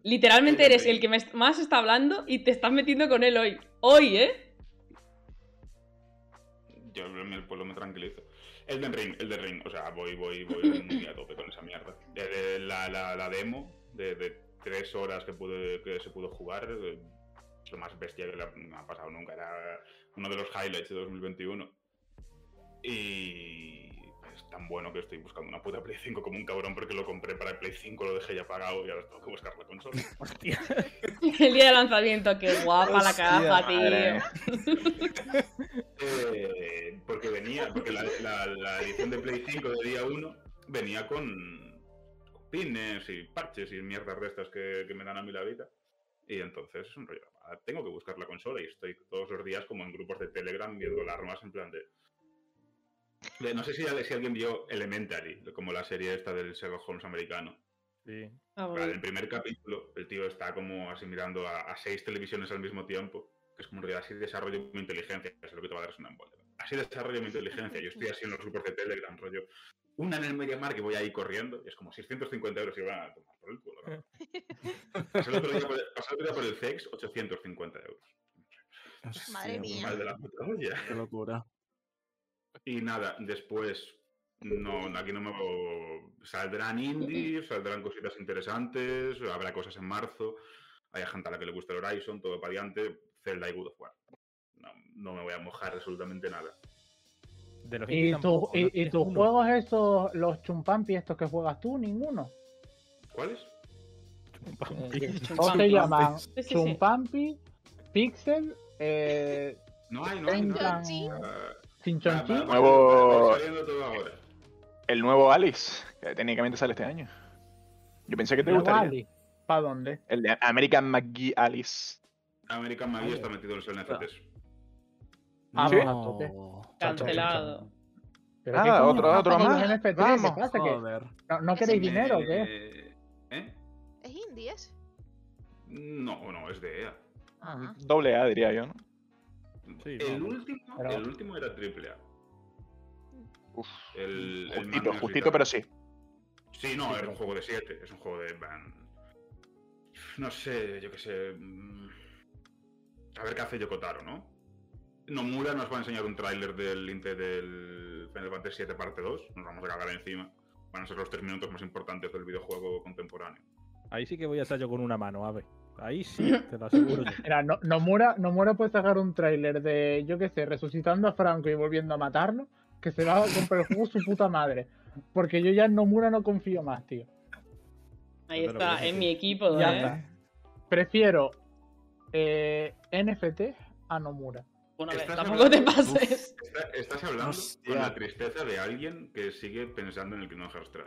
S1: Literalmente
S5: Venga,
S1: eres el
S5: venga.
S1: que me est- más está hablando y te estás metiendo con él hoy. Hoy, ¿eh?
S5: Yo me, pues, lo me tranquilizo. El de Ring, el de Ring. O sea, voy, voy, voy muy a tope con esa mierda. De- de la, la- la demo de, de tres horas que, pude, que se pudo jugar eh, es lo más bestia que le- me ha pasado nunca. Era uno de los highlights de 2021. Y es tan bueno que estoy buscando una puta Play 5 como un cabrón porque lo compré para el Play 5, lo dejé ya pagado y ahora tengo que buscar la consola.
S2: Hostia.
S1: El día de lanzamiento. Qué guapa la
S8: Hostia,
S1: caja,
S6: madre
S1: tío.
S6: mía.
S5: Eh, porque venía, porque la, la- la edición de Play 5 de día 1 venía con pines y parches y mierdas de estas que, que me dan a mí la vida. Y entonces es un rollo. ah, Tengo que buscar la consola y estoy todos los días como en grupos de Telegram viendo las armas en plan de. de- no sé si, si alguien vio Elementary, como la serie esta del Sherlock Holmes americano.
S2: Sí.
S1: Ah,
S5: Claro, en
S1: bueno.
S5: el primer capítulo, el tío está como así mirando a, a seis televisiones al mismo tiempo, que es como en realidad así desarrollo mi inteligencia, es lo que te va a dar es una embolia. Así desarrollo mi inteligencia, yo estoy así en los grupos de Telegram, rollo, una en el Mediamar que voy ahí corriendo, y es como 650 euros y van a tomar por el culo. ¿no? Pasé el otro día por el, pasé el otro día por el E sex, 850 euros.
S4: Madre
S8: Hostia,
S4: mía.
S5: Mal de la puta olla.
S8: Qué locura.
S5: Y nada, después, no, aquí no me hago- Saldrán indies, saldrán cositas interesantes, habrá cosas en marzo. Hay gente a la que le gusta el Horizon, todo para adelante, Zelda y God of War. No, no me voy a mojar absolutamente nada.
S2: De los
S3: ¿Y,
S2: indies
S3: tu-
S2: tampoco,
S3: y-
S2: no
S3: y
S2: tienes
S3: tus
S2: uno.
S3: juegos esos, los chumpampi estos que juegas tú? Ninguno. Eh,
S5: ¿Cuáles?
S3: ¿Cómo se
S1: Chumpampi.
S3: llaman?
S1: Sí, sí, sí.
S3: Chumpampi, Pixel, eh,
S5: No hay, no hay. No hay.
S3: Tengan-
S5: Ah, va-
S3: Chinchonchi.
S5: va- va-
S6: Nuevo-
S5: va saliendo todo ahora.
S6: El nuevo Alice, que técnicamente sale este año. Yo pensé que te
S3: Nuevo
S6: gustaría.
S3: Ali. ¿Para dónde?
S6: El de American McGee Alice.
S5: American Maggie está metido en el NFTs.
S3: Vamos
S6: ¿Sí?
S3: a tope.
S1: Cancelado.
S3: Pero
S6: Ah,
S3: ¿qué coño
S6: otro-
S3: pasa
S6: otro
S3: con los
S6: más.
S3: NFT3? ¿Qué
S6: Vamos,
S3: pasa? ¿Que
S7: Joder.
S3: no, no queréis
S5: Eh,
S3: dinero o qué?
S5: ¿Eh?
S4: ¿Es indie ese?
S5: No, no, es de E EA.
S4: Ah.
S6: Doble A, diría yo, ¿no?
S2: Sí,
S5: el,
S2: no,
S5: último,
S3: pero-
S5: el último era triple A.
S6: Uf.
S5: El, el
S6: Justito,
S5: Magnus y
S6: justito,
S5: tal.
S6: pero sí.
S5: Sí, no, era un juego de 7. Es un juego de. van, No sé, yo qué sé. mm, A ver qué hace Yokotaro, ¿no? Nomura nos va a enseñar un tráiler del Inte del Final Fantasy 7 parte 2. Nos vamos a cagar encima. Van a ser los tres minutos más importantes del videojuego contemporáneo.
S2: Ahí sí que voy a estar yo con una mano, ave. Ahí sí, te lo aseguro yo.
S3: Mira, no, Nomura, Nomura puede sacar un tráiler de, yo qué sé, resucitando a Franco y volviendo a matarlo, que se va a comprar el juego su puta madre. Porque yo ya en Nomura no confío más, tío.
S1: Ahí
S2: Pero
S1: está,
S2: bueno,
S1: en
S2: sí.
S1: mi equipo,
S3: Ya
S1: ¿eh?
S3: está. Prefiero eh, NFT a Nomura.
S1: Bueno, a ver,
S5: Estás
S1: tampoco te
S5: hablando-
S1: pases.
S5: Está- estás hablando
S7: Hostia.
S5: con la tristeza de alguien que sigue pensando en el Kingdom Hearts 3.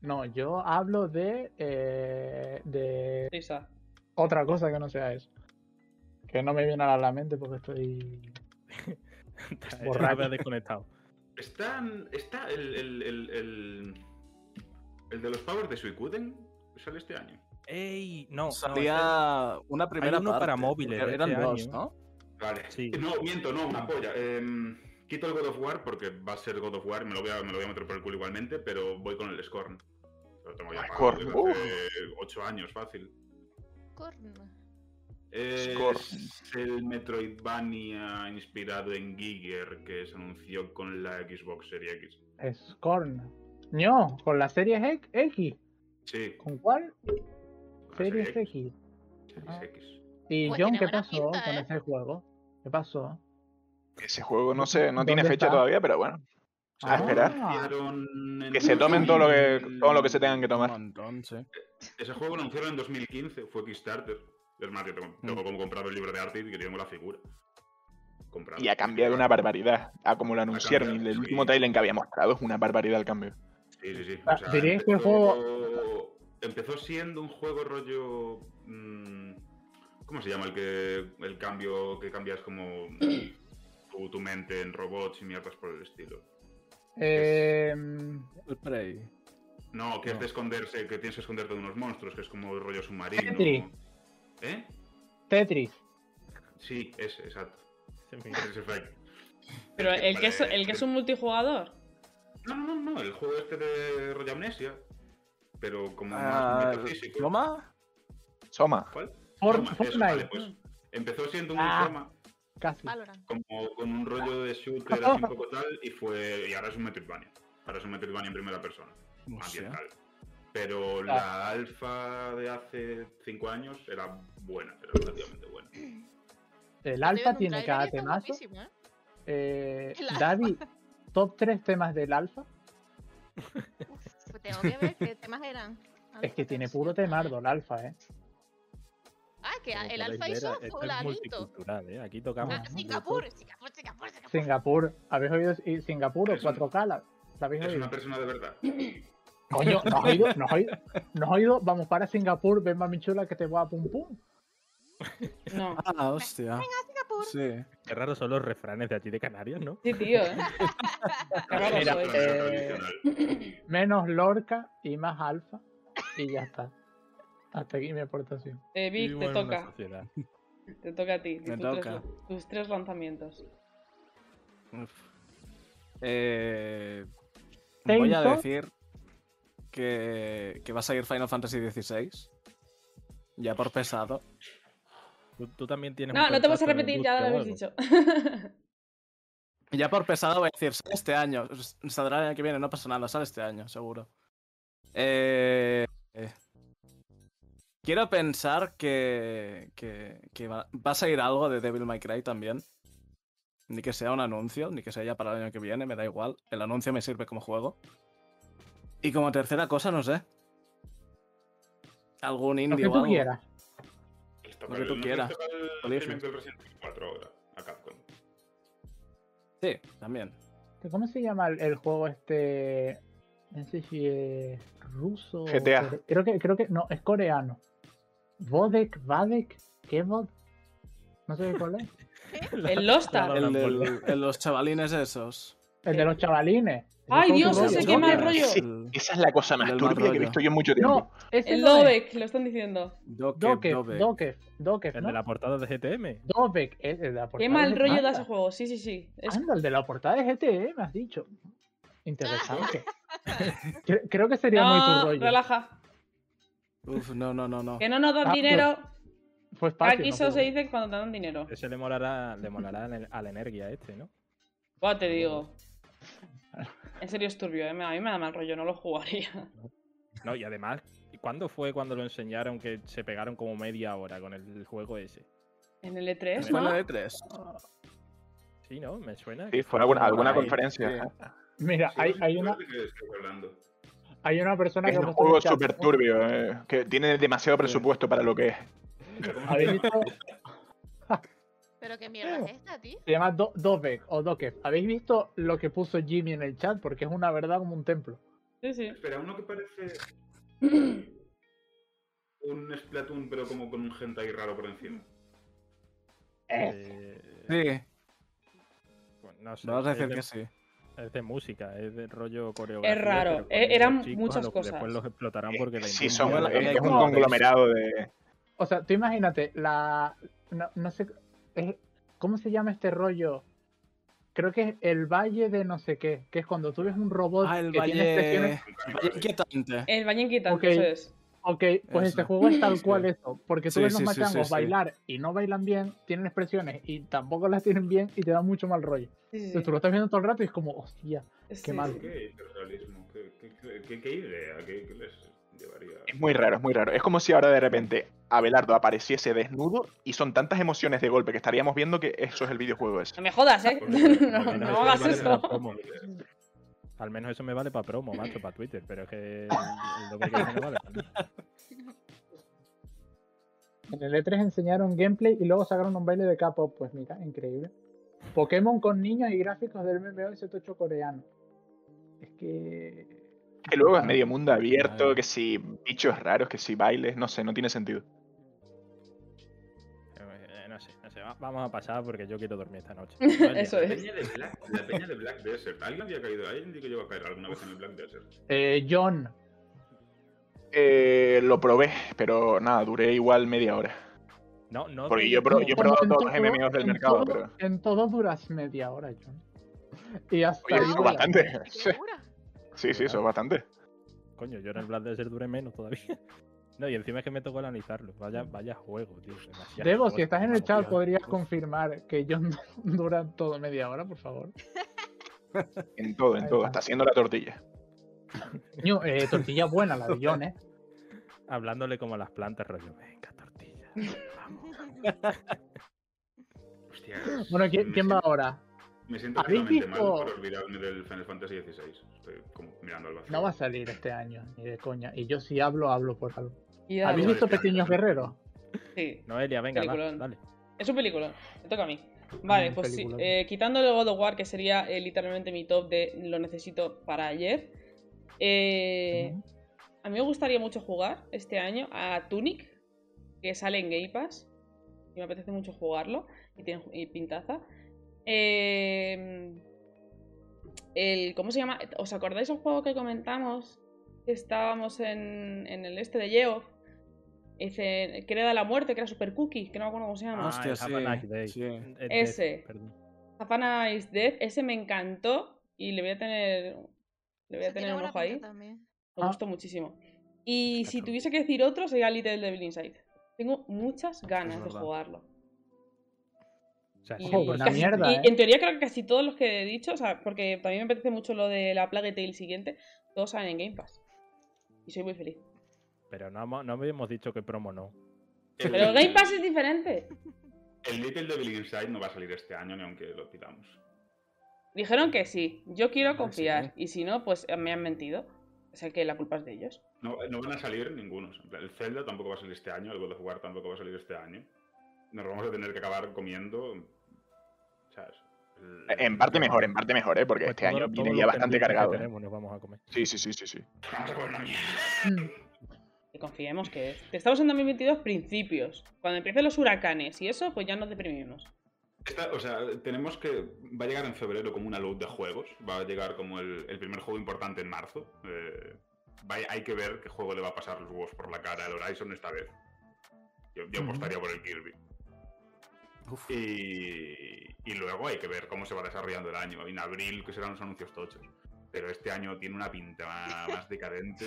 S3: No, yo hablo de, eh, de
S1: Risa.
S3: otra cosa que no sea eso. Que no me viene ahora a la mente porque estoy...
S2: Está-
S3: Borracho.
S2: me había desconectado.
S5: Están, está el, el, el, el, el de los Powers de Suicuden. Sale este año.
S2: ¡Ey! No, no,
S7: Salía una primera
S2: uno para
S7: parte,
S2: móviles
S7: porque
S2: de
S7: Eran
S2: este
S7: dos,
S2: año.
S7: ¿no?
S5: Vale.
S2: Sí.
S5: No, miento, no, una polla. Em, quito el God of War porque va a ser God of War, me lo voy a, me lo voy a meter por el culo igualmente, pero voy con el Scorn. Lo tengo ya
S6: Ah,
S5: pagado
S6: Scorn,
S5: desde hace ocho años, fácil.
S4: Corn.
S5: Es
S6: Scorn.
S5: el Metroidvania inspirado en Giger que se anunció con la Xbox Series X.
S3: Scorn. No, con la serie X.
S5: Sí,
S3: ¿Con cuál?
S5: con la
S3: Series
S5: Serie
S3: X.
S5: Series
S3: Ah.
S5: X.
S3: ¿Y
S4: Pues
S3: John
S4: tiene
S3: qué
S4: buena
S3: pasó
S4: pinta,
S3: con
S4: ¿eh?
S3: ese juego? ¿Qué pasó?
S6: Ese juego, no sé, no tiene
S3: ¿Dónde
S6: fecha
S3: está?
S6: todavía, pero bueno.
S5: Se
S6: A esperar.
S5: anunciaron en
S6: Ah, Que se tomen todo lo que, todo lo que
S5: 2000.
S6: se tengan que
S7: Un
S6: tomar.
S7: montón, sí.
S5: Ese juego lo anunciaron en 2015, fue Kickstarter. Es más, yo tengo,
S3: Mm.
S5: tengo como comprado el libro de arte y que tengo la figura. Comprado.
S6: Y ha cambiado una barbaridad. A como lo anunciaron, y
S5: cambiado,
S6: el
S5: sí.
S6: último trailer que había mostrado es una barbaridad el cambio.
S5: Sí, sí, sí.
S3: Ah, diría que el
S5: Empezó siendo un juego rollo. mm, ¿Cómo se llama? El que. El cambio que cambias como. tu, tu mente en robots y mierdas por el estilo.
S3: Eh,
S7: El Prey.
S5: No, que es
S7: No.
S5: de esconderse, que tienes que esconderte de unos monstruos, que es como rollo submarino.
S3: Tetris.
S5: ¿Eh?
S3: Tetris.
S5: Sí, ese, exacto.
S2: Se
S3: Ah.
S2: me-
S5: Tetris Effect.
S1: Pero el que, es,
S5: Vale,
S1: el que es un multijugador.
S5: No, no, no, no, el juego este de rollo amnesia. Pero como
S7: Ah,
S5: más metafísico.
S7: ¿Loma?
S6: Soma.
S5: ¿Cuál?
S3: For-
S5: Toma, eso,
S3: Fortnite.
S5: vale, pues, empezó siendo un
S3: Ah.
S5: tema
S3: Casi.
S4: Valorant.
S5: como con un rollo de shooter así un poco tal y fue. Y ahora es un Metroidvania. Ahora es un Metroidvania en primera persona.
S7: Hostia.
S5: ambiental. Pero la alfa de hace 5 años era buena, era relativamente buena.
S3: El
S4: Estoy viendo
S3: alfa
S4: un
S3: tiene
S4: tráiler
S3: cada
S4: y está
S3: temazo.
S4: guapísimo, ¿eh?
S3: Eh,
S4: El alfa.
S3: David, top 3 temas del alfa.
S4: Uf, pues tengo que ver qué temas eran.
S3: Es que
S4: Alfa,
S3: tiene
S4: Tensi,
S3: puro
S4: Alfa.
S3: temardo el alfa, ¿eh.
S4: Ah, que
S2: Como
S4: el
S2: podéis
S4: alfa
S2: ver,
S4: hizo
S2: esto es
S4: fulanito.
S2: multicultural, ¿eh? Aquí tocamos.
S4: Ah,
S2: de todo.
S4: Singapur, Singapur, Singapur, Singapur.
S3: Singapur. ¿Habéis oído si- Singapur o
S5: Es un-
S3: 4K? ¿La, la habéis
S5: Es
S3: oído?
S5: una persona de verdad.
S3: Coño, ¿nos has oído? ¿Nos has oído? ¿Nos has oído? Vamos para Singapur, ven mami chula que te voy a pum pum.
S1: No.
S7: Ah, hostia.
S4: Singapur.
S7: Sí.
S2: Qué raros son los refranes de aquí de Canarias, ¿no?
S1: Sí, tío, ¿eh? pues, Qué raro sois.
S5: Era una
S7: pues,
S5: persona
S3: eh,
S5: tradicional.
S3: Menos Lorca y más alfa. Y ya está. Hasta aquí mi aportación.
S1: Eh, Vic,
S2: Vivo
S1: te
S2: en una
S1: toca.
S2: sociedad.
S1: Te toca a ti.
S7: Me
S1: tus tres-
S7: toca.
S1: tus tres lanzamientos.
S7: Uf. Eh,
S3: ¿Te
S7: voy a
S3: hizo?
S7: decir que, que va a salir Final Fantasy XVI. Ya por pesado.
S2: Tú, tú también tienes.
S1: No,
S2: un
S1: no te vas a
S2: contrato en la
S1: repetir, ya lo
S2: industria o
S1: habéis
S2: algo.
S1: dicho.
S7: Ya por pesado voy a decir, sale este año. s- Saldrá el año que viene, no pasa nada, sale este año, seguro. Eh, eh. Quiero pensar que, que, que va, va a salir algo de Devil May Cry también. Ni que sea un anuncio, ni que sea ya para el año que viene, me da igual. El anuncio me sirve como juego. Y como tercera cosa, no sé. Algún
S3: Lo
S7: indie
S3: que
S7: o
S3: tú
S7: algo.
S3: quieras.
S5: Les toca
S7: lo que
S5: el-
S7: tú
S5: no les
S7: quieras,
S5: toca el
S7: eliges.
S5: remake del Resident Evil 4 ahora, a Capcom.
S7: Sí, también.
S3: ¿Cómo se llama el, el juego este? No sé si es E ruso. o
S6: GTA.
S3: core- Creo que, creo que. No, es coreano. Vodek, Vadek, Kevod. No sé cuál es.
S1: El Lostar.
S2: Ahora
S7: El
S2: la
S7: de
S2: vuelvo.
S7: los chavalines esos.
S3: El de los chavalines.
S1: Eh, Ay,
S3: Creo que
S1: Dios,
S3: Vodek.
S1: ese que mal rollo.
S7: El
S6: Esa es la cosa más
S7: Del mal
S6: turbia que he
S7: rollo.
S6: visto yo en mucho tiempo.
S3: No, ese
S1: El
S3: no es.
S1: Dobek, lo están diciendo.
S7: Doke,
S3: Dokev,
S7: Dobe.
S3: Dokev, Dokev,
S2: El
S3: ¿no?
S2: de la portada de GTM.
S3: Dobeck, el de la portada.
S1: Qué mal
S3: de-
S1: rollo da
S3: Anda,
S1: ese juego. Sí, sí, sí. Es-
S3: Anda, el de la portada de GTE, me has dicho. Interesante. Cre- creo que sería muy tu
S1: No,
S3: rollo.
S1: relaja.
S7: Uf, no, no, no, no.
S1: Que no nos dan
S3: Ah,
S1: dinero.
S3: Fue espacio,
S1: Aquí
S3: Pues no
S1: solo se
S3: puedo.
S1: dice cuando te dan dinero.
S2: Ese le molará, le molará al, al energía este, ¿no?
S1: Buah, te digo. En serio es turbio, ¿eh? a mí me da mal rollo, no lo jugaría.
S2: No, y además, ¿cuándo fue cuando lo enseñaron que se pegaron como media hora con el juego ese?
S1: En el E E3,
S7: Es bueno
S1: ¿no?
S7: de tres.
S2: Sí, ¿no? Me suena.
S6: Sí,
S2: que
S6: fue alguna,
S2: por
S6: alguna
S2: ahí.
S6: conferencia.
S7: sí.
S6: ajá.
S3: Mira,
S5: Sí,
S3: hay,
S5: sí,
S3: hay,
S5: no
S3: una,
S5: sé de qué estoy hablando.
S3: hay una persona
S6: Es
S3: que ha
S6: un
S3: puesto en
S6: juego
S3: el chat,
S6: súper turbio, eh, que tiene demasiado presupuesto para lo que es.
S3: ¿Habéis visto?
S8: Pero qué mierda es esta, tío.
S3: Se llama Do- Dobeck o Dokev. ¿Habéis visto lo que puso Jimmy en el chat? Porque es una verdad como un templo.
S1: Sí, sí.
S5: Espera, uno que parece un Splatoon, pero como con un hentai raro por encima.
S2: Eh,
S7: Sí,
S2: bueno, pues, no sé,
S7: vamos a
S2: es
S7: decir
S2: de-
S7: que sí.
S2: Es de música, es de rollo coreográfico.
S1: raro,
S2: pero con
S1: eh, eran
S2: los chicos a
S1: muchas
S2: los que
S1: cosas.
S2: Después los explotarán porque la
S6: Sí,
S2: industria
S6: son,
S7: Bueno,
S2: los
S6: es, es un
S7: no,
S2: conoce.
S6: conglomerado de.
S3: O sea, tú imagínate, la. No, no sé. es- ¿Cómo se llama este rollo? Creo que es el valle de no sé qué, que es cuando tú ves un robot
S7: Ah, el
S3: que tiene expresiones.
S7: valle. valle
S3: Eh,
S7: inquietante.
S1: El baño inquietante,
S3: Ok.
S1: eso es.
S3: Ok, pues este
S7: Eso.
S3: juego es tal
S7: Sí.
S3: cual eso, porque tú
S7: Sí,
S3: ves los
S7: sí, sí, sí,
S3: machangos
S7: sí.
S3: bailar y no bailan bien, tienen expresiones y tampoco las tienen bien y te da mucho mal rollo.
S1: Sí, sí, sí.
S3: Entonces tú lo estás viendo todo el rato y es como, hostia,
S1: Sí,
S3: qué
S1: sí,
S3: mal.
S1: sí.
S5: ¿Qué hiperrealismo? ¿Qué, qué, qué, qué- qué idea? ¿Qué, qué les llevaría?
S6: Es muy raro, es muy raro. Es como si ahora de repente Abelardo apareciese desnudo y son tantas emociones de golpe que estaríamos viendo que eso es el videojuego ese.
S1: No me jodas, ¿eh?
S5: Por favor,
S1: No,
S2: no,
S1: no
S2: no,
S1: hagas
S2: no,
S1: eso.
S2: no. ¿Cómo? Al menos eso me vale para promo, macho, para Twitter, pero es que lo que no vale.
S3: En el E3 enseñaron gameplay y luego sacaron un baile de K-pop. Pues mira, increíble. Pokémon con niños y gráficos del MMO y 8 coreano. Es que.
S6: Que luego es medio mundo abierto,
S7: Claro.
S6: que si bichos raros, que si bailes, no sé, no tiene sentido.
S2: Eh, No sé, no sé, va- vamos a pasar porque yo quiero dormir esta noche.
S1: Eso
S5: La
S1: es.
S5: peña, de Black, la peña de Black Desert. ¿Alguien había caído? ¿Alguien dijo que iba a caer alguna vez en el Black Desert?
S3: Eh, John,
S6: Eh, lo probé, pero nada, duré igual media hora.
S2: No, no.
S6: Porque
S2: te-
S6: yo, pro- yo he
S3: Como
S6: probado
S3: en
S6: todos los
S3: todo-
S6: MMOs del
S3: en
S6: mercado,
S3: todo-
S6: pero.
S3: En todo duras media hora, John. Y hasta
S6: Oye, eso es
S3: ahora.
S6: bastante.
S8: Qué locura.
S6: Sí, sí, eso es bastante.
S2: Coño, yo en el Black Desert duré menos todavía. No, y encima es que me tocó el analizarlo. Vaya, vaya juego, tío. demasiado
S3: Debo,
S2: juego,
S3: si estás en el chat, pues-
S2: demasiado.
S3: ¿podrías confirmar que John dura todo media hora, por favor?
S6: En todo, en
S3: Ahí
S6: todo.
S3: va.
S6: Está haciendo la tortilla.
S3: Ñu, eh, tortilla buena la de John, ¿eh?
S2: Hablándole como a las plantas, rollo. Venga, tortilla. Vamos.
S5: Hostia.
S3: Bueno, ¿quién,
S5: me
S3: quién va
S5: siento-
S3: ahora?
S5: Me siento
S3: ¿Habéis
S5: totalmente mal
S3: visto?
S5: por olvidarme del Final Fantasy XVI. Estoy como mirando al vacío.
S3: No va a salir este año, ni de coña. Y yo si hablo, hablo por algo.
S1: Y dale.
S3: ¿Habéis
S5: no,
S3: visto
S5: este año.
S3: Pequeños Guerreros?
S1: Sí.
S2: Noelia, venga, va,
S1: Peliculón.
S2: dale.
S1: Es un película, me toca a mí. Vale,
S3: Mm,
S1: pues sí,
S3: peliculón.
S1: eh, quitando el God of War, que sería eh, literalmente mi top de lo necesito para ayer. eh,
S3: Ujú.
S1: A mí me gustaría mucho jugar este año a Tunic, que sale en Game Pass. Y me apetece mucho jugarlo. Y tiene ju- y pintaza. Eh, el, ¿Cómo se llama? ¿Os acordáis un juego que comentamos? Que estábamos en, en el este de Yeov. Dice, que era de la muerte, que era Super Cookie, que no me acuerdo cómo se
S3: Ah,
S1: llama.
S7: Hostia,
S2: Ah, el Have a
S7: sí,
S2: Nice Day.
S7: sí.
S2: Eh, Death,
S1: Ese.
S2: perdón.
S1: Zafana is Death, ese me encantó y le voy a tener. Le voy a
S8: Eso tiene
S1: tener un
S8: buena
S1: ojo
S8: pinta
S1: ahí.
S8: también.
S1: Me
S3: Ah.
S1: gustó muchísimo. Y si tuviese que decir otro, sería Little Devil Inside. Tengo muchas ganas de
S7: verdad.
S1: jugarlo.
S2: O sea,
S1: Y,
S3: Ojo, buena
S1: casi-
S3: mierda,
S1: y
S3: ¿eh?
S1: en teoría creo que casi todos los que he dicho, o sea, porque también me apetece mucho lo de la Plague Tale siguiente, todos salen en Game Pass. Y soy muy feliz.
S2: Pero no, hemos- no habíamos dicho que promo no.
S5: El-
S1: Pero Game Pass es diferente.
S5: El Little Devil Inside no va a salir este año, ni aunque lo pidamos.
S1: Dijeron que sí, yo quiero
S7: Hombre,
S1: confiar.
S7: sí.
S1: Y si no, pues eh, me han mentido. O sea que la culpa es de ellos.
S5: No, no van a salir ningunos. En plan, El Zelda tampoco va a salir este año, el God of War tampoco va a salir este año. Nos vamos a tener que acabar comiendo. ¿Sabes? El-
S6: En parte mejor, en parte mejor, ¿eh? Porque
S2: Pues
S6: este
S2: todo-
S6: año
S2: todos
S6: viene
S2: los
S6: ya bastante
S2: pendientes que
S6: cargado. ¿eh?
S2: tenemos nos vamos a comer.
S6: Sí, sí, sí, sí, sí.
S5: Vamos a comer una mierda.
S1: Que confiemos que es. Estamos en 2022 principios. Cuando empiecen los huracanes y eso, pues ya nos deprimimos.
S5: Esta- o sea, tenemos que. Va a llegar en febrero como una load de juegos. Va a llegar como el, el primer juego importante en marzo. Eh, vaya- hay que ver qué juego le va a pasar los huevos por la cara al Horizon esta vez. Yo, yo
S3: Ujú.
S5: apostaría por el Kirby.
S7: Uf.
S5: Y, y luego hay que ver cómo se va desarrollando el año. En abril, que serán los anuncios tochos. Pero este año tiene una pinta más, más decadente.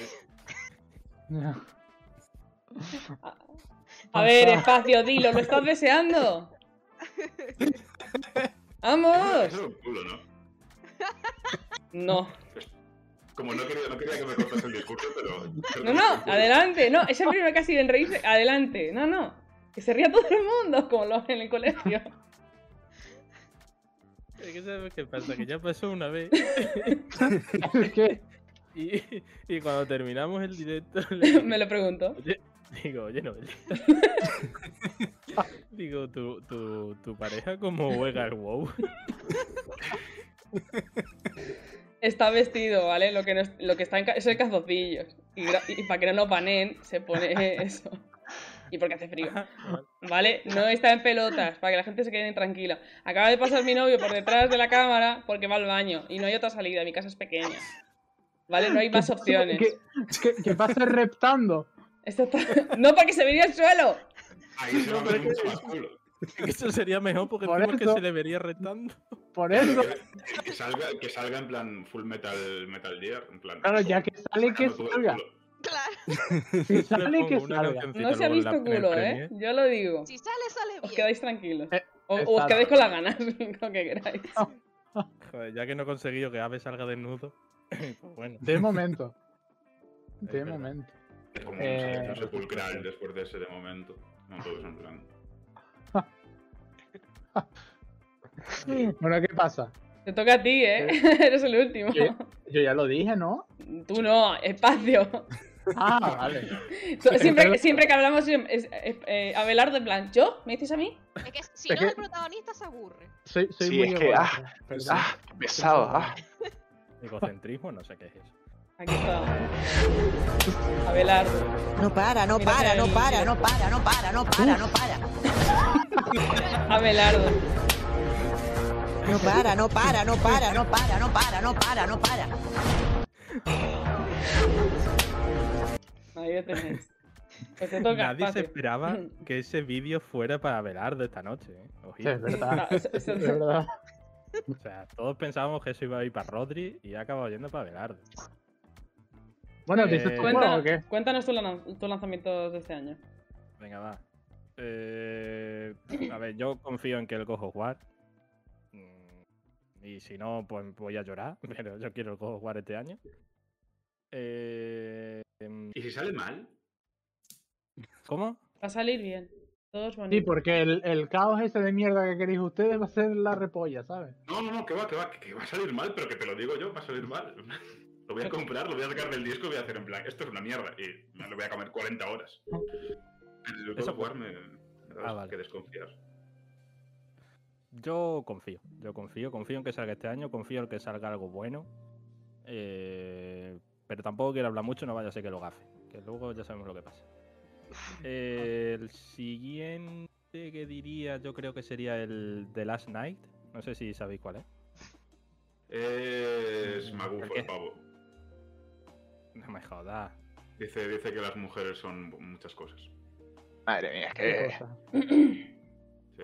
S1: A ver, espacio, dilo, ¿lo estás deseando?
S5: Eso
S1: ¡Vamos!
S5: es un culo, ¿no?
S1: No.
S5: Como no quería, no quería que me cortas el discurso, pero.
S1: No, no, adelante. No, es el primero que ha sido en reírse. Adelante. No, no. Que se ría todo el mundo, como lo en el colegio.
S2: Es que sabes qué pasa, que ya pasó una vez
S3: ¿Qué?
S2: y, y cuando terminamos el directo le dije,
S1: Me lo pregunto.
S2: digo, oye Noel. digo, tu, tu, tu pareja como juega al WoW.
S1: Está vestido, ¿vale? Lo que, no es, lo que está en ca- es el calzoncillo. Y, gra- y para que no lo paneen, se pone eso. Y porque hace frío. ¿Vale? No está en pelotas, para que la gente se quede tranquila. Acaba de pasar mi novio por detrás de la cámara porque va al baño. Y no hay otra salida, mi casa es pequeña. ¿Vale? No hay más opciones.
S3: ¿Qué, qué, qué pasa reptando?
S1: Esto está- No, para que se vería el suelo.
S5: Ahí se
S2: No,
S5: va a
S2: pero
S5: ver
S2: es
S5: mucho
S2: que-
S5: más culo.
S2: Eso sería mejor porque
S3: Por
S2: encima es
S3: eso.
S2: que se le vería retando.
S3: Por
S5: Pero
S3: eso.
S5: Que, que salga, que salga en plan Full Metal Metal Gear. En plan,
S3: Claro, ya que sale, que
S5: sacando todo el
S3: salga.
S5: culo.
S4: Claro,
S3: Si
S2: Le
S3: sale,
S2: pongo
S3: que
S2: una
S3: salga.
S2: cancioncita
S1: No se ha
S2: luego en
S1: visto
S2: la- en el
S1: culo, ¿eh?
S2: premier.
S1: Yo lo digo.
S4: si sale, sale
S1: Os
S4: bien.
S1: quedáis tranquilos.
S3: Eh,
S1: O, o os
S3: exacto.
S1: quedáis con las ganas, lo que queráis.
S2: Joder, ya que no he conseguido que Ave salga desnudo. pues bueno.
S3: De momento.
S2: Es
S3: De
S2: verdad.
S3: momento.
S5: Es como
S3: Eh,
S5: un silencio
S2: por
S5: sepulcral
S2: supuesto.
S5: después de ese de momento. No todos en plan.
S3: Bueno, ¿qué pasa?
S1: Te toca a ti, ¿eh? Eres el último.
S3: Yo, yo ya lo dije, ¿no?
S1: Tú no, espacio.
S3: Ah, vale.
S1: So- Siempre,
S3: Pero-
S1: siempre que hablamos, es, es- eh, Abelardo en plan, ¿yo? ¿Me dices a mí?
S4: Es que si
S3: Es
S4: no,
S3: que-
S4: el protagonista se aburre.
S3: Soy, soy
S6: Sí,
S3: muy
S6: es que,
S3: egoísta, perdón.
S6: ¡Ah! qué Pesado, ah.
S2: Egocentrismo, no sé qué es eso.
S1: Aquí está. Abelardo.
S8: No para, no
S1: Mira
S8: para,
S1: que
S8: no
S1: el-
S8: para, no para, no para, no para, no para.
S1: Abelardo.
S8: No para, no para, no para, no para, no para, no para, no para.
S1: Ahí lo tenéis. Pues te toca.
S2: Nadie se
S1: espacio.
S2: esperaba que ese vídeo fuera para Abelardo esta noche. ¿eh?
S3: Sí,
S2: Ojito.
S3: es verdad.
S1: Ah, se-
S3: Es
S1: se-
S3: verdad.
S2: O sea, todos pensábamos que eso iba a ir para Rodri y ha acabado yendo para Abelardo.
S3: Bueno,
S2: Eh,
S3: ¿dices tú
S2: Cuenta-
S3: juego o qué?
S1: Cuéntanos tus lan- tus lanzamientos de este año.
S2: Venga, va. Eh, a ver, yo confío en que el cojo jugar. Y si no, pues voy a llorar. Pero yo quiero el cojo jugar este año. Eh, em,
S5: ¿Y si sale mal?
S2: ¿Cómo?
S1: Va a salir bien. Todos
S3: Sí,
S1: bonitos.
S3: porque el, el caos ese de mierda que queréis ustedes va a ser la repolla, ¿sabes?
S5: No, no, no, que va, que va, que, que va a salir mal, pero que te lo digo yo, va a salir mal. Lo voy a comprar, lo voy a sacar del disco y voy a hacer en plan, esto es una mierda. Y me lo voy a comer 40 horas. Pero si lo
S2: Eso
S5: puedo jugar, me, me da
S2: Ah, vale.
S5: que desconfiar.
S2: Yo confío, yo confío, confío en que salga este año, confío en que salga algo bueno. eh, pero tampoco quiero hablar mucho, no vaya a ser que lo gafe, que luego ya sabemos lo que pasa. Eh, el siguiente que diría, yo creo que sería el The Last Night. No sé si sabéis cuál es.
S5: Es
S2: Mm,
S5: magufo
S2: ¿por qué?
S5: el pavo.
S2: No me jodas.
S5: Dice, dice que las mujeres son muchas cosas.
S6: Madre mía, es
S3: Qué
S6: que.
S3: cosa.
S5: Sí.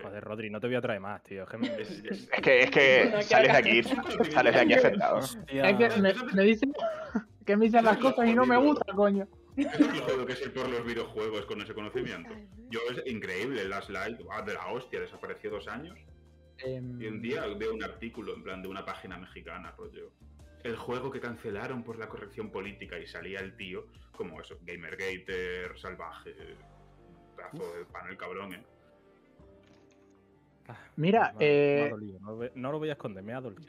S2: Joder, Rodri, no te voy a traer más, tío. Es que me-
S5: Es- es-
S6: Es que, es
S1: No,
S6: que
S1: que
S6: sales
S1: haga-
S6: de aquí, sales de aquí afectado.
S7: Hostia.
S3: Es que me, me dicen que me dicen las cosas y no me gusta, coño.
S5: es lo jodido que es ir por los videojuegos con ese conocimiento. Yo es increíble, las Light, ah, de la hostia, desapareció dos años. Y
S3: Em,
S5: un día
S6: Mm.
S5: veo un artículo en plan de una página mexicana, rollo. El juego que cancelaron por la corrección política y salía el tío, como eso, Gamergater, salvaje, pedazo de panel cabrón, ¿eh?
S3: Mira,
S2: Ah, me ha- me ha
S3: eh,
S2: dolido, No, lo voy, no lo voy a esconder, me ha dolido.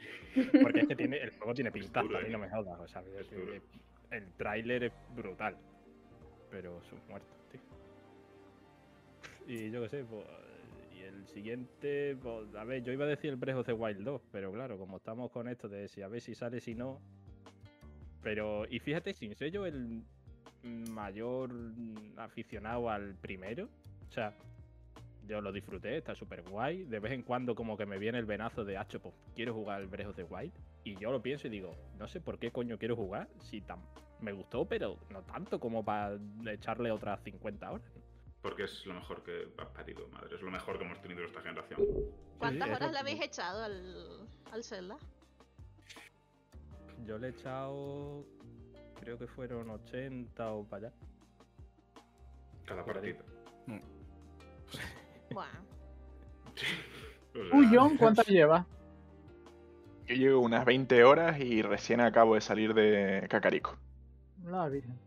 S2: Porque es que tiene, el juego tiene pintaza,
S5: duro,
S2: a mí
S5: eh.
S2: no me jodas. O sea, es
S5: Es duro.
S2: decir, el tráiler es brutal. Pero sus muertos, tío. Y yo qué sé, pues, Y el siguiente, pues, a ver, yo iba a decir el Breath of the Wild 2, pero claro, como estamos con esto de si a ver si sale, si no. Pero, y fíjate, sin ser yo el mayor aficionado al primero, o sea, yo lo disfruté, está súper guay. De vez en cuando, como que me viene el venazo de hacho, pues quiero jugar el Breath of the Wild. Y yo lo pienso y digo, no sé por qué coño quiero jugar, si tan... me gustó, pero no tanto como para echarle otras 50 horas.
S5: Porque es lo mejor que has parido, madre. Es lo mejor que hemos tenido en esta generación.
S4: ¿Cuántas
S2: es
S4: horas
S2: lo
S4: le
S2: que-
S4: habéis echado al, al Zelda?
S2: Yo le he echado. Creo que fueron 80 o para allá.
S5: Cada
S2: Cuidadito.
S5: partida.
S4: Buah.
S5: O sea,
S3: Uy, John, ¿cuántas lleva?
S6: Yo llevo unas 20 horas y recién acabo de salir de Cacarico.
S3: La virgen.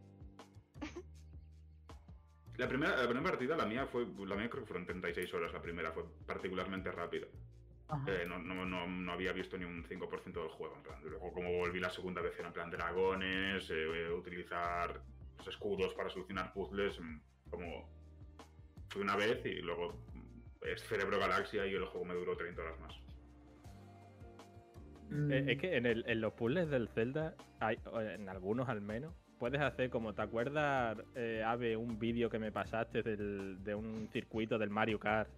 S5: La primera, la primera partida, la mía fue. La mía creo que fueron 36 horas. La primera fue particularmente rápida.
S3: Ajá.
S5: Eh, no, no, no, no había visto ni un 5% del juego. En plan. Luego, como volví la segunda vez, era en plan dragones, eh, utilizar los escudos para solucionar puzzles. mm, Como. Fui una vez y luego. mm, Es Cerebro Galaxia y el juego me duró 30 horas más.
S2: Eh,
S3: Mm,
S2: Es que en, el- en los puzzles del Zelda, hay, o en algunos al menos, puedes hacer como te acuerdas, eh, Ave, un vídeo que me pasaste del- de un circuito del Mario Kart.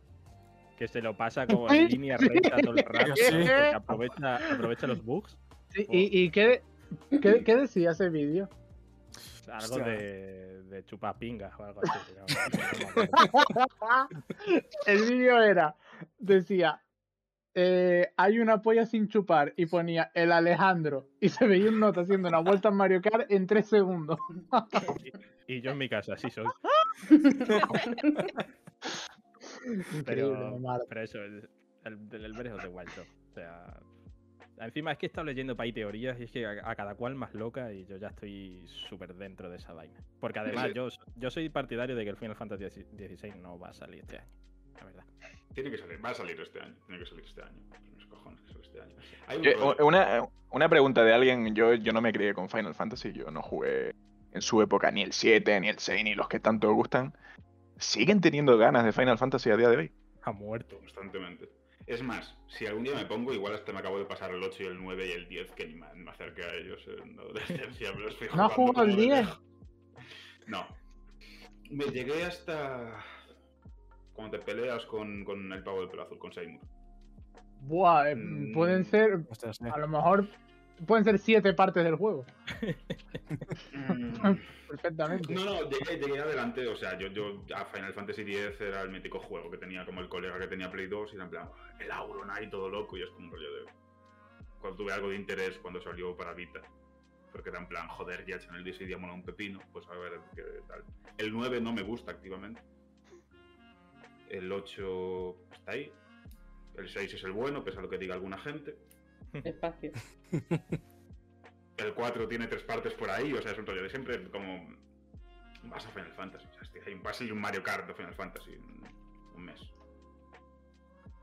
S2: Que se lo pasa como en
S3: Sí.
S2: línea recta todo el rato.
S7: Sí.
S2: Porque aprovecha, aprovecha los bugs.
S3: sí, ¿Y, y qué, qué, qué decía ese vídeo?
S2: Algo
S7: Hostia.
S2: de, de chupapingas o algo así. no, no me acuerdo.
S3: El vídeo era, decía, eh, hay una polla sin chupar y ponía el Alejandro y se veía un nota haciendo una vuelta en Mario Kart en tres segundos.
S2: Y yo en mi casa, sí soy.
S3: Increíble,
S2: Pero,
S3: madre.
S2: pero eso, el, el, el Breath of the Wild 2, O sea. Encima es que he estado leyendo para ahí teorías y es que a, a cada cual más loca y yo ya estoy súper dentro de esa vaina. Porque además yo, so- yo soy partidario de que el Final Fantasy XVI no va a salir este año. La verdad.
S5: Tiene que salir, va a salir este año. Tiene que salir este año. Mis cojones que sale este año. Hay un
S6: Yo-
S5: rollo.
S6: o- Eh, una, una pregunta de alguien, yo, yo no me crié con Final Fantasy, yo no jugué en su época ni el 7, ni el 6, ni los que tanto gustan. ¿Siguen teniendo ganas de Final Fantasy a día de hoy?
S2: Ha muerto.
S5: constantemente. Es más, si algún día me pongo, igual hasta me acabo de pasar el 8 y el 9 y el 10, que ni me, me acerqué a ellos en la adolescencia. me los fui
S3: ¿No has
S5: jugando
S3: jugado el
S5: como
S3: 10?
S5: pendejo. No. Me llegué hasta. Cuando te peleas con, con el pavo de pelo azul, con Seymour.
S3: Buah, eh, pueden
S5: Mm.
S3: ser,
S7: Ostras, sí.
S3: a lo mejor, pueden ser siete partes del juego, Ah.
S5: Mm.
S3: perfectamente.
S5: No, no, llegué, llegué adelante, o sea, yo, yo a Final Fantasy X era el mítico juego que tenía como el colega que tenía Play 2 y era en plan, el Auronite todo loco y es como un rollo de... Cuando tuve algo de interés cuando salió para Vita, porque era en plan, joder, ya en el Dissidia mola un pepino, pues a ver qué tal. El 9 no me gusta activamente. El 8 está ahí. El 6 es el bueno, pese a lo que diga alguna gente.
S1: Espacio.
S5: El 4 tiene tres partes por ahí, o sea, es un rollo de siempre como. Vas a Final Fantasy. O sea, es que hay un pase y un Mario Kart de Final Fantasy en un mes.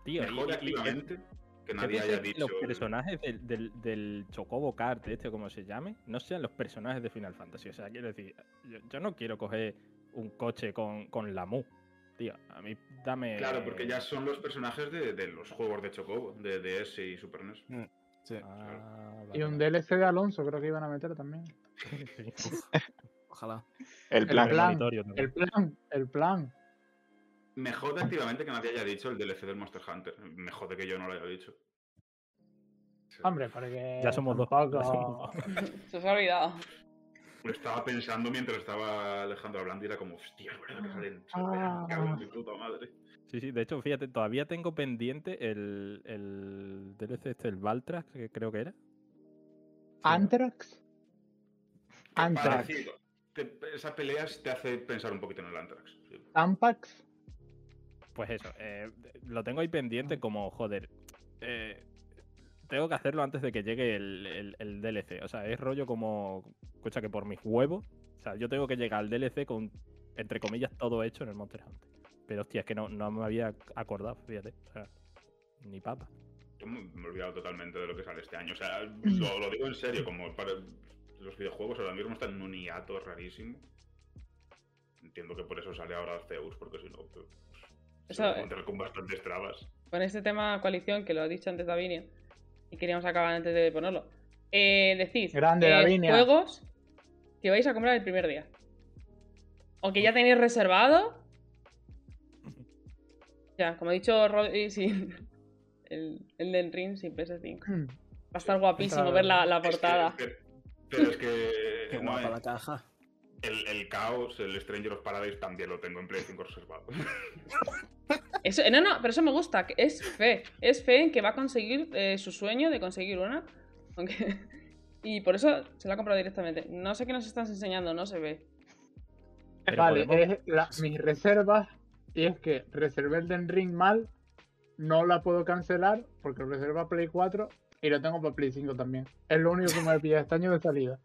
S2: Tío,
S5: Me
S2: y-
S5: jode
S2: y- y-
S5: activamente que
S2: ¿qué
S5: nadie
S2: piensas
S5: haya
S2: que
S5: dicho.
S2: Los personajes del, del, del Chocobo Kart, este o como se llame, no sean los personajes de Final Fantasy. O sea, quiero decir, yo, yo no quiero coger un coche con, con la Mu. Tío, a mí dame.
S5: Claro, porque ya son los personajes de, de los juegos de Chocobo, de DS y Super E NES.
S7: Sí.
S2: Ah,
S3: Y
S2: vale,
S3: un
S2: vale.
S3: DLC de Alonso creo que iban a meter también.
S2: Sí.
S7: Ojalá.
S6: El plan.
S2: El
S3: plan.
S2: monitorio también.
S3: El plan, el plan.
S5: Me jode activamente que nadie haya dicho el DLC del Monster Hunter. Me jode que yo no lo haya dicho.
S3: Hombre, porque...
S2: Ya somos dos.
S3: tampoco-
S2: ya somos dos.
S1: Se os ha olvidado.
S5: Lo estaba pensando mientras estaba Alejandro hablando y era como, hostia, es verdad que salen. se vayan, me cago en mi puta madre.
S2: Sí, sí, de hecho, fíjate, todavía tengo pendiente el, el DLC este, el Valtrax, que creo que era.
S3: ¿Antrax? Antrax.
S5: Parecido. Te- esas peleas te hace pensar un poquito en el Antrax. sí.
S3: ¿Tampax?
S2: Pues eso, eh, lo tengo ahí pendiente como, joder, eh, tengo que hacerlo antes de que llegue el, el- el DLC. O sea, es rollo como, escucha, que por mis huevos, o sea, yo tengo que llegar al DLC con, entre comillas, todo hecho en el Monster Hunter. Pero hostia, es que no, no me había acordado, fíjate. O sea, ni papa.
S5: Yo me me he olvidado totalmente de lo que sale este año. O sea, lo, lo digo en serio, como para los videojuegos ahora mismo están en un hiato rarísimo. Entiendo que por eso sale ahora Zeus, porque si no, pues, Se va a encontrar con bastantes trabas.
S1: con este tema coalición que lo ha dicho antes Davinia y queríamos acabar antes de ponerlo. Eh, decís
S3: Grande,
S1: eh,
S3: Davinia.
S1: juegos que vais a comprar el primer día o que ya tenéis reservado. Ya, como ha dicho Rodri, sí, el, el del Ring sin PS5. Va a estar guapísimo
S3: Entrada.
S1: ver la, la
S5: Es que-
S1: portada.
S5: es que- pero es que.
S7: Qué
S5: no,
S7: guapa la caja.
S5: el, el Chaos, el Stranger of Paradise también lo tengo en Play 5 reservado.
S1: Eso, eh, no, no, pero eso me gusta, que es fe. Es fe en que va a conseguir eh, su sueño de conseguir una. aunque- y por eso se la ha comprado directamente. No sé qué nos estás enseñando, no se ve.
S2: Pero
S3: Vale,
S2: podemos-
S3: es la- mis reservas. Y es que reservé el Den Ring mal. No la puedo cancelar porque reserva Play 4 y lo tengo para Play 5 también. Es lo único que me pilla este año de salida.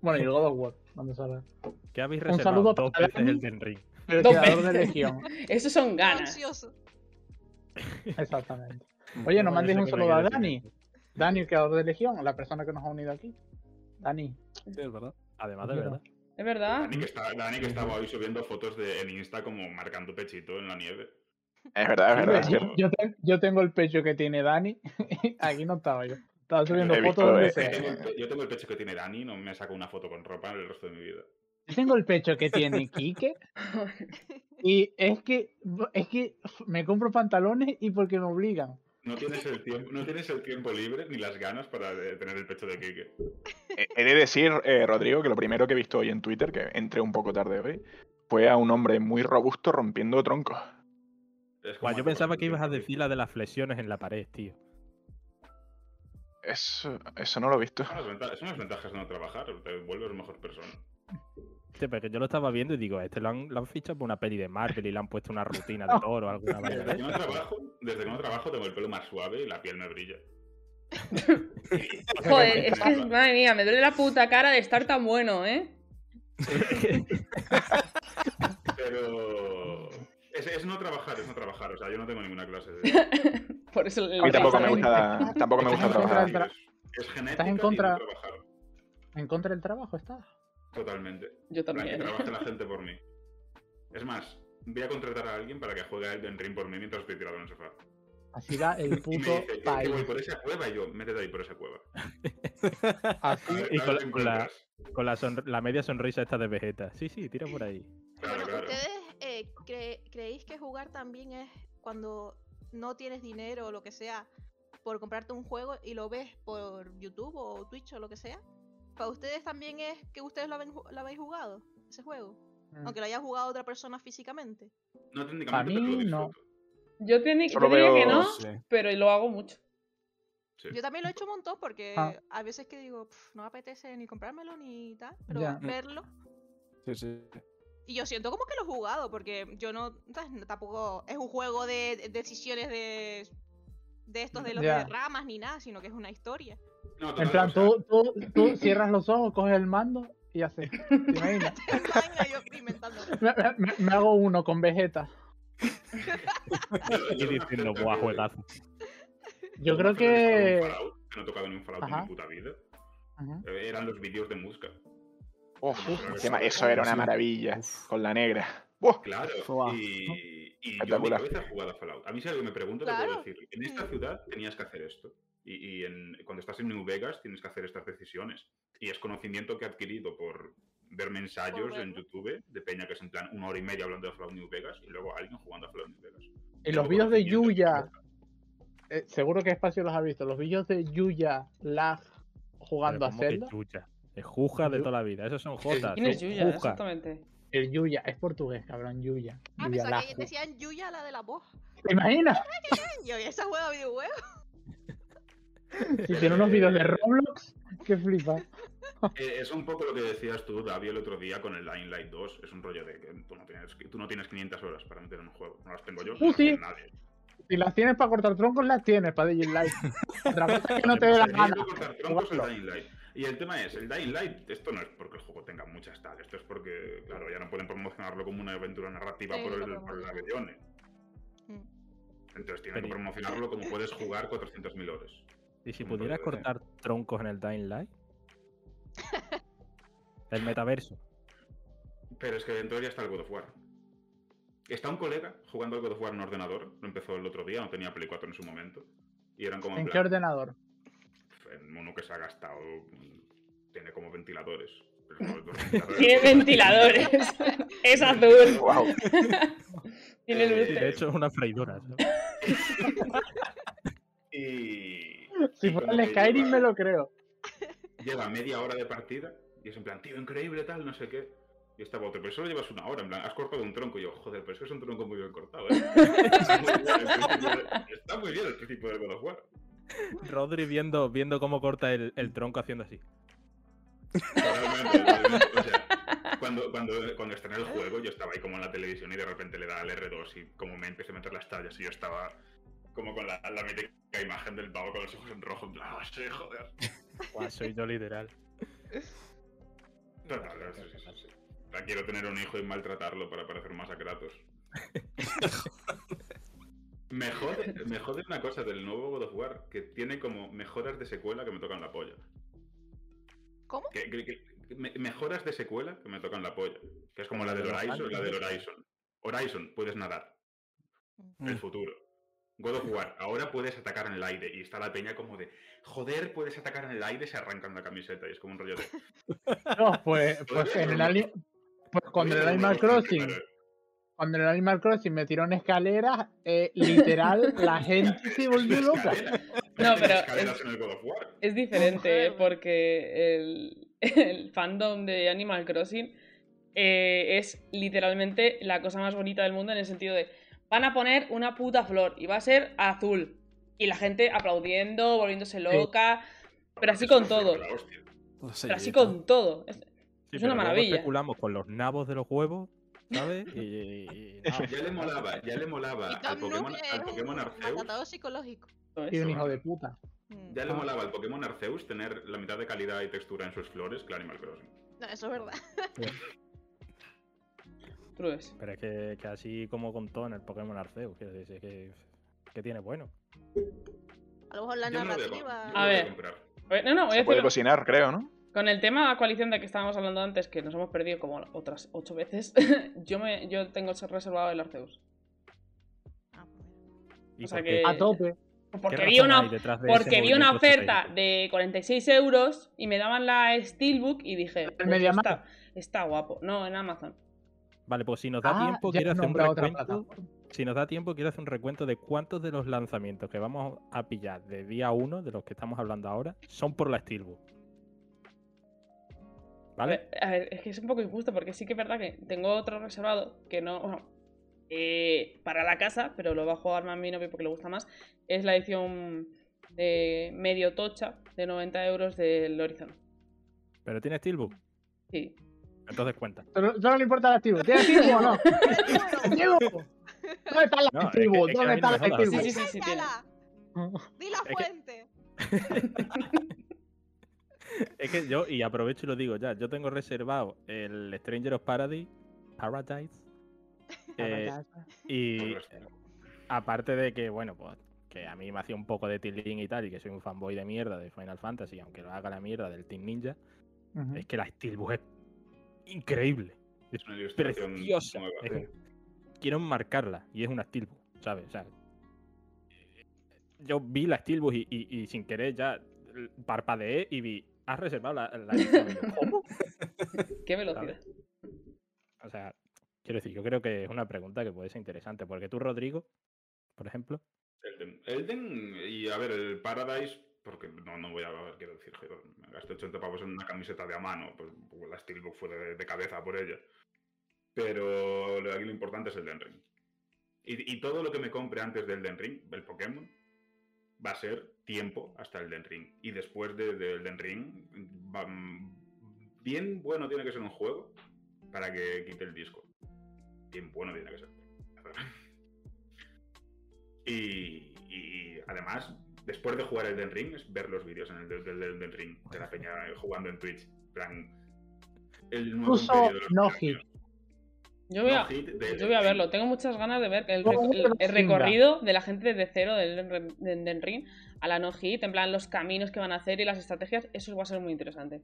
S3: Bueno, y el God of War, cuando salga.
S2: ¿Qué habéis
S3: Un
S2: reservado?
S3: saludo
S2: dos
S3: para
S2: veces
S3: Dani.
S2: el Den Ring.
S3: El
S1: Dos
S3: creador de
S1: veces.
S3: Legión,
S1: Eso son ganas.
S4: Ansioso.
S3: exactamente. Oye, no
S7: Mm,
S2: Bueno,
S3: mandéis
S2: sé
S3: un
S2: que
S3: saludo a
S2: quieres
S3: Dani.
S2: decir esto.
S3: Dani, el creador de Legión, la persona que nos ha unido aquí. Dani,
S7: Sí, es verdad.
S2: Además de
S3: Mira.
S2: verdad.
S1: Es verdad.
S5: Dani que, está- Dani que estaba hoy subiendo fotos de, en Insta como marcando pechito en la nieve.
S6: Es verdad, es verdad, es
S5: Sí,
S6: cierto.
S3: yo, te- yo tengo el pecho que tiene Dani. aquí no estaba yo. Estaba subiendo
S6: He visto,
S3: fotos donde
S6: eh,
S5: Yo
S3: sea.
S5: tengo, el, pe- yo tengo el pecho que tiene Dani, no me saco una foto con ropa en el resto de mi vida.
S3: Yo tengo el pecho que tiene Quique. Y es que, es que me compro pantalones y porque me obligan.
S5: No tienes el tiempo, no tienes el tiempo libre ni las ganas para eh, tener el pecho de Kike.
S6: Eh, He de decir, eh, Rodrigo, que lo primero que he visto hoy en Twitter, que entré un poco tarde hoy, fue a un hombre muy robusto rompiendo troncos.
S5: Es como
S2: Guau, yo
S5: hacer
S2: pensaba
S5: cosas
S2: que
S5: de
S2: ibas a
S5: tiempo
S2: decir la de las flexiones en la pared, tío.
S6: Eso, eso no lo he visto.
S5: libre. Son las venta- son las ventajas de no trabajar, te vuelves mejor persona.
S2: Sí, pero que yo lo estaba viendo y digo, este lo han, lo han fichado por una peli de Marvel y le han puesto una rutina de toro o alguna vaina de
S5: Desde que no
S2: esas.
S5: trabajo, desde que no trabajo tengo el pelo más suave y la piel me brilla.
S1: Joder, es que, madre mía, me duele la puta cara de estar tan bueno, ¿eh?
S5: Pero es, es no trabajar, es no trabajar. O sea, yo no tengo ninguna clase de.
S1: Por eso
S6: A mí
S1: le
S6: tampoco me
S3: Estás en
S6: gusta, tampoco me gusta
S3: estás en
S6: trabajar.
S3: contra del
S5: Es, es genética
S3: en
S5: y no
S3: contra?
S5: trabajar.
S3: En contra del trabajo está.
S5: Totalmente.
S1: Yo
S5: En plan, que
S1: también.
S5: trabaje la gente por mí. Es más, voy a contratar a alguien para que juegue a Elden Ring por mí mientras estoy tirado en el sofá.
S3: Así va el
S5: Y me
S3: puto
S5: dice, "Yo que
S3: país.
S5: voy por esa cueva y yo, métete ahí por esa cueva.
S3: Así,
S5: A ver,
S2: Y
S5: a ver
S2: con la- con
S5: si
S2: la-
S5: encuentras.
S2: Con la, sonr- la media sonrisa esta de Vegeta. Sí, sí, tira por ahí.
S5: Claro,
S4: bueno,
S5: claro.
S4: ¿ustedes eh, cre- creéis que jugar también es cuando no tienes dinero o lo que sea por comprarte un juego y lo ves por YouTube o Twitch o lo que sea? ¿Para ustedes también es que ustedes lo, haben ju- lo habéis jugado, ese juego?
S3: Mm.
S4: Aunque lo haya jugado otra persona físicamente.
S5: No
S3: Pa'
S5: técnicamente, pero lo
S3: mí no.
S5: disfruto.
S1: Yo, tiene- yo
S6: Solo
S1: diría que
S6: veo-
S1: no,
S7: Sí.
S1: pero lo hago mucho.
S5: Sí.
S4: Yo también lo he hecho un montón porque
S3: Ah.
S4: a veces que digo, "Pf, no me apetece ni comprármelo ni tal, pero
S3: Ya.
S5: Mm.
S4: verlo.
S7: Sí, sí.
S4: Y yo siento como que lo he jugado, porque yo no. ¿sabes? No, Tampoco es un juego de de decisiones de. De estos de los
S3: Ya.
S4: de ramas ni nada, sino que es una historia.
S5: No,
S3: En
S5: total,
S3: plan,
S5: o sea,
S3: tú, tú, tú cierras los ojos, coges el mando y haces. ¿Te imaginas?
S4: Venga, yo experimentando.
S3: Me, me- me hago uno con Vegeta.
S5: yo-
S2: Y
S5: yo me
S2: diciendo,
S5: acerco
S2: buah,
S5: y-
S2: juegazo.
S3: Yo
S5: me
S3: creo
S5: acerco y he jugado un
S3: que.
S5: Fallout, que no he tocado ni un Fallout en
S3: Ajá.
S5: mi puta vida.
S3: Ajá.
S5: Eh, Eran los vídeos de Musca.
S6: Uf,
S5: Uf,
S6: qué ma- eso era una
S7: sí.
S6: maravilla.
S7: Uf.
S6: Con la negra. Buah,
S5: Claro.
S7: Fua.
S5: Y, y yo en mi
S6: Espectacular.
S5: cabeza he jugado a Fallout. A mí si alguien me pregunta, te
S4: Claro.
S5: puedo decir, en esta
S4: Mm.
S5: ciudad tenías que hacer esto. Y, y en- cuando estás en New Vegas tienes que hacer estas decisiones. Y es conocimiento que he adquirido por verme ensayos en
S4: verlo.
S5: YouTube de Peña que es en plan una hora y media hablando de Fallout New Vegas y luego alguien jugando a Fallout New Vegas.
S3: Y
S5: Tengo
S3: los vídeos de
S5: conocimiento en mi
S3: Yuya.
S5: cabeza.
S3: eh, seguro que Espacio los ha visto. Los vídeos de Yuya Lag jugando
S2: Pero
S3: a
S2: ¿cómo que
S3: Zelda.
S2: Yuya? Es Juja de
S3: Yu-
S2: toda la vida. Esos son Jotas.
S1: ¿Quién es
S2: son
S1: Yuya?
S2: Juja.
S1: Exactamente.
S3: El Yuya, es portugués, cabrón, Yuya.
S4: Ah,
S3: Yuya
S4: pensaba
S3: Lag.
S4: que decían Yuya la de la voz.
S3: ¿Te imaginas?
S4: Yo, ¿y esa juega videojuego?
S3: Si tiene unos vídeos de Roblox, que flipa. Ah.
S5: Eh, es un poco lo que decías tú, David, el otro día con el Dying Light 2. Es un rollo de que tú no tienes, tú no tienes 500 horas para meter en un juego. No las tengo yo,
S4: Uh,
S5: no las
S3: sí.
S5: tiene nadie.
S3: Si las tienes para cortar troncos, las tienes para DJ Live. Otra cosa es que no te dé la
S5: Tenía
S3: gana.
S5: que cortar troncos el
S3: Jugarlo.
S5: Dying Light. Y el tema es, el Dying Light, esto no es porque el juego tenga muchas tal, esto es porque, claro, ya no pueden promocionarlo como una aventura narrativa
S4: Sí,
S5: por,
S4: lo
S5: el, por la
S4: promocionan.
S5: regiones.
S4: Mm.
S5: Entonces tienen que
S2: Pero-
S5: promocionarlo como puedes jugar 400.000 horas.
S2: Y si
S5: Un rollo
S2: pudieras
S5: de-
S2: cortar troncos en el Dying Light. El metaverso.
S5: Pero es que dentro ya está el God of War. Está un colega jugando al God of War en ordenador. Lo empezó el otro día, no tenía Play 4 en su momento. Y eran como en
S3: ¿En qué
S5: plan,
S3: ordenador?
S5: en uno que se ha gastado. mm, Tiene como ventiladores. pero no, los ventiladores-
S1: Tiene ventiladores. es azul.
S6: Wow.
S1: Tiene
S5: Eh,
S1: luces.
S2: De hecho, es una freidora. ¿no?
S5: Y.
S3: Si
S5: y
S3: fuera
S5: como
S3: el
S5: que
S3: Skyrim
S5: lleva-
S3: me lo creo.
S5: lleva media hora de partida y es en plan, tío, increíble, tal, no sé qué. Y estaba otro, pero solo llevas una hora, en plan, has cortado un tronco. Y yo, joder, pero es que es un tronco muy bien cortado, ¿eh? Está muy bien el principio de- Está muy bien el principio del God of War.
S2: Rodri viendo, viendo cómo corta el, el tronco haciendo así.
S5: Realmente, realmente, o sea, cuando, cuando, cuando estrené el juego, yo estaba ahí como en la televisión y de repente le da al R2 y como me empecé a meter las tallas y yo estaba como con la, la mítica imagen del pavo con los ojos en rojo, en plan, "Ah, sí, joder.
S2: Guau, soy yo literal.
S5: Total, sí, sí, sí, sí. O sea, Quiero tener un hijo y maltratarlo para parecer más a Kratos. me, jode, me jode una cosa del nuevo God of War, que tiene como mejoras de secuela que me tocan la polla.
S4: ¿Cómo?
S5: Que- que- que- me- mejoras de secuela que me tocan la polla. Que es como la del
S2: Pero
S5: Horizon, la
S2: antes-
S5: del Horizon. Horizon, puedes nadar.
S7: Mm.
S5: El futuro. God of War, ahora puedes atacar en el aire. Y está la peña como de, joder, puedes atacar en el aire, se arrancan la camiseta. Y es como un rollo de...
S3: No, pues, pues
S5: ser
S3: en el
S5: una
S3: Ali- pues cuando el
S5: "Oye, pero
S3: Animal
S5: no, pero-
S3: Crossing, cuando en el Animal Crossing me tiró en escaleras, eh, literal, la gente se volvió loca.
S1: No, pero
S5: No, pero. Escaleras en el God of War.
S1: Es diferente,
S4: Ojalá,
S1: ¿eh?
S4: güey.
S1: porque el, el fandom de Animal Crossing eh, es literalmente la cosa más bonita del mundo en el sentido de van a poner una puta flor y va a ser azul. Y la gente aplaudiendo, volviéndose loca, Pero así con
S5: Es una
S1: todo.
S5: la hostia.
S7: Lo sé,
S1: pero así
S7: Vito.
S1: con todo. Es-
S2: Sí,
S1: Es una
S2: pero luego
S1: maravilla.
S2: especulamos con los nabos de los huevos, ¿sabes? Y, y- y- y nada.
S5: Ya le molaba, ya le molaba
S4: Y
S5: Ah, al
S4: Cam Noob
S5: Pokémon, al
S4: es
S5: Pokémon
S4: un
S5: Arceus.
S4: maltratador psicológico.
S1: eso es.
S3: Y un hijo de puta.
S4: Mm.
S5: Ya le molaba al Pokémon Arceus tener la mitad de calidad y textura en sus flores que el Animal Crossing.
S4: No, eso es verdad.
S1: Trues.
S2: Pero es que, que así como contó en el Pokémon Arceus, quiero decir, es que, que tiene bueno.
S4: A lo mejor la
S5: Yo no lo voy a
S4: narrativa.
S5: com- yo no
S1: A
S5: lo voy
S1: ver.
S5: comprar.
S1: A ver, No, no, voy a
S6: Se puede
S1: decirlo.
S6: cocinar, creo, ¿no?
S1: Con el tema coalición de que estábamos hablando antes, que nos hemos perdido como otras ocho veces, yo me, yo tengo reservado el Arceus.
S4: Ah, bueno.
S2: ¿Y
S1: O sea
S2: por
S1: que-
S2: qué?
S3: A tope.
S1: Porque
S2: ¿Qué
S1: vi
S2: razón
S1: una
S2: hay detrás de ese
S1: Porque vi una
S2: movimiento
S1: oferta
S2: estratégico?
S1: de 46 euros y me daban la Steelbook y dije, "Pues
S3: MediaMarkt?
S1: está, está guapo. No, en Amazon.
S2: Vale, pues si nos da
S3: Ah,
S2: tiempo,
S3: ya
S2: quiero
S3: he
S2: hacer un
S3: nombrado otra
S2: recuento.
S3: plataforma.
S2: Si nos da tiempo, quiero hacer un recuento de cuántos de los lanzamientos que vamos a pillar de día 1, de los que estamos hablando ahora, son por la Steelbook. ¿Vale?
S1: A ver, es que es un poco injusto porque sí que es verdad que tengo otro reservado que no... bueno, eh, para la casa, pero lo va a jugar más mi novio porque le gusta más. Es la edición de medio tocha de 90 euros del Horizon.
S2: Pero tiene Steelbook,
S1: Sí.
S2: entonces cuenta.
S3: Solo, solo le importa la tribu. ¿Tiene tribu o no? Diego, ¿Dónde está la
S2: No, es que-
S3: tribu?
S2: es que a
S3: ¿Dónde
S2: mí no
S3: está
S2: me
S3: la
S2: jodas.
S3: tribu?
S1: Sí, sí, sí, sí, tiene.
S4: ¡Sácala! ¡Di la
S2: que-
S4: fuente!
S2: Es que yo, y aprovecho y lo digo ya, yo tengo reservado el Stranger of Paradise, Paradise, eh, y aparte de que, bueno, pues que a mí me hacía un poco de tilín y tal, y que soy un fanboy de mierda de Final Fantasy, aunque lo haga la mierda del Team Ninja,
S3: Ujú.
S2: es que la Steelbook es increíble.
S5: Es una ilustración
S2: preciosa.
S5: nueva.
S2: Es que Quiero enmarcarla y es una Steelbook, ¿sabes? O sea, yo vi la Steelbook y, y- y sin querer ya l- parpadeé y vi, has reservado la, la edición". Y yo, "¿Cómo?".
S1: Qué velocidad.
S2: O sea, quiero decir, yo creo que es una pregunta que puede ser interesante, porque tú, Rodrigo, por ejemplo,
S5: Elden. Elden, y a ver, el Paradise, porque no, no voy a quiero decir, joder, me gasté 80 pavos en una camiseta de a mano, pues pues la Steelbook fue de, de cabeza por ella. Pero lo, aquí lo importante es el Den Ring. Y, y todo lo que me compre antes del Den Ring, del Pokémon, va a ser tiempo hasta el Den Ring. Y después del de, del Den Ring, va- mm, bien bueno tiene que ser un juego para que quite el disco. Bien bueno tiene que ser. Y, y además, después de jugar el Den Ring, es ver los vídeos en el del del- del Den Ring de la peña jugando en Twitch. En plan, el nuevo
S3: Incluso
S5: imperio de los
S3: no
S5: pirañas.
S1: Yo voy,
S5: No
S1: a,
S5: hit de-
S1: yo voy a verlo, tengo muchas ganas de ver el,
S3: No,
S1: reco- el-
S3: no, no,
S1: el
S3: no.
S1: recorrido de la gente desde cero del, Elden Ring- del Elden Ring a la no hit, en plan los caminos que van a hacer y las estrategias, eso va a ser muy interesante.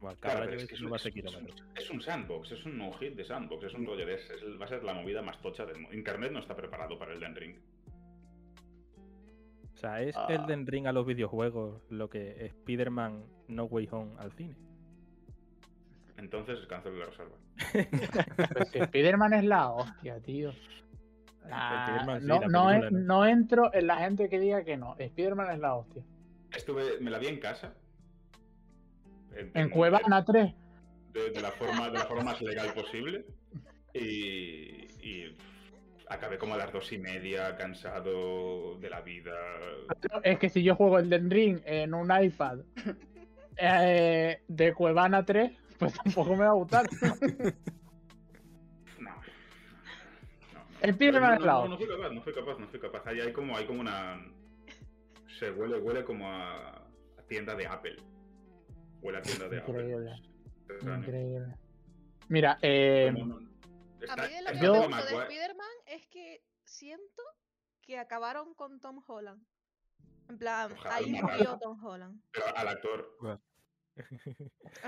S2: Valcabra
S5: pero
S2: lleva
S5: es que es un-
S2: 19
S5: es un-
S2: kilómetros.
S5: Es un sandbox, es un no-hit de sandbox, es un rollo de ese, es el- va a ser la movida más tocha del mundo. Internet no está preparado para el Den Ring.
S2: O sea, es
S3: Ah.
S2: Elden Ring a los videojuegos lo que Spider-Man No Way Home al cine.
S5: Entonces cancelo la reserva.
S3: Pero si Pues Spider-Man es la hostia, tío. Nah,
S2: Spider-Man sí,
S3: Ah, no,
S2: la
S3: no
S2: película
S3: en-
S2: no.
S3: no entro en la gente que diga que no. Spider-Man es la hostia.
S5: Estuve, me la vi en casa.
S2: Mm.
S3: En Cuevana 3.
S5: de, de la forma, de la forma más legal posible. Y, y acabé como a las dos y media, cansado de la vida.
S3: Es que si yo juego el Den Ring en un iPad eh, de Cuevana 3, pues tampoco me va a gustar.
S5: No. No, no.
S3: El pibe me ha
S5: no,
S3: hablado.
S5: no, no fui capaz, no fui capaz, no fui capaz. Ahí hay como, hay como una. Se huele, huele como a, a tienda de Apple. Huele a tienda de
S3: Increíble.
S5: Apple. Tres años.
S3: Increíble. Mira, eh,
S5: No, no, no.
S4: A
S5: Está-
S4: mí de lo que
S5: está
S4: me
S3: yo-
S5: de
S4: gustó de
S5: Macua-
S4: Spider-Man es que siento que acabaron con Tom Holland. En plan,
S5: Ojalá
S4: ahí
S5: lo mataran.
S4: murió Tom Holland.
S5: pero al actor.
S4: En plan,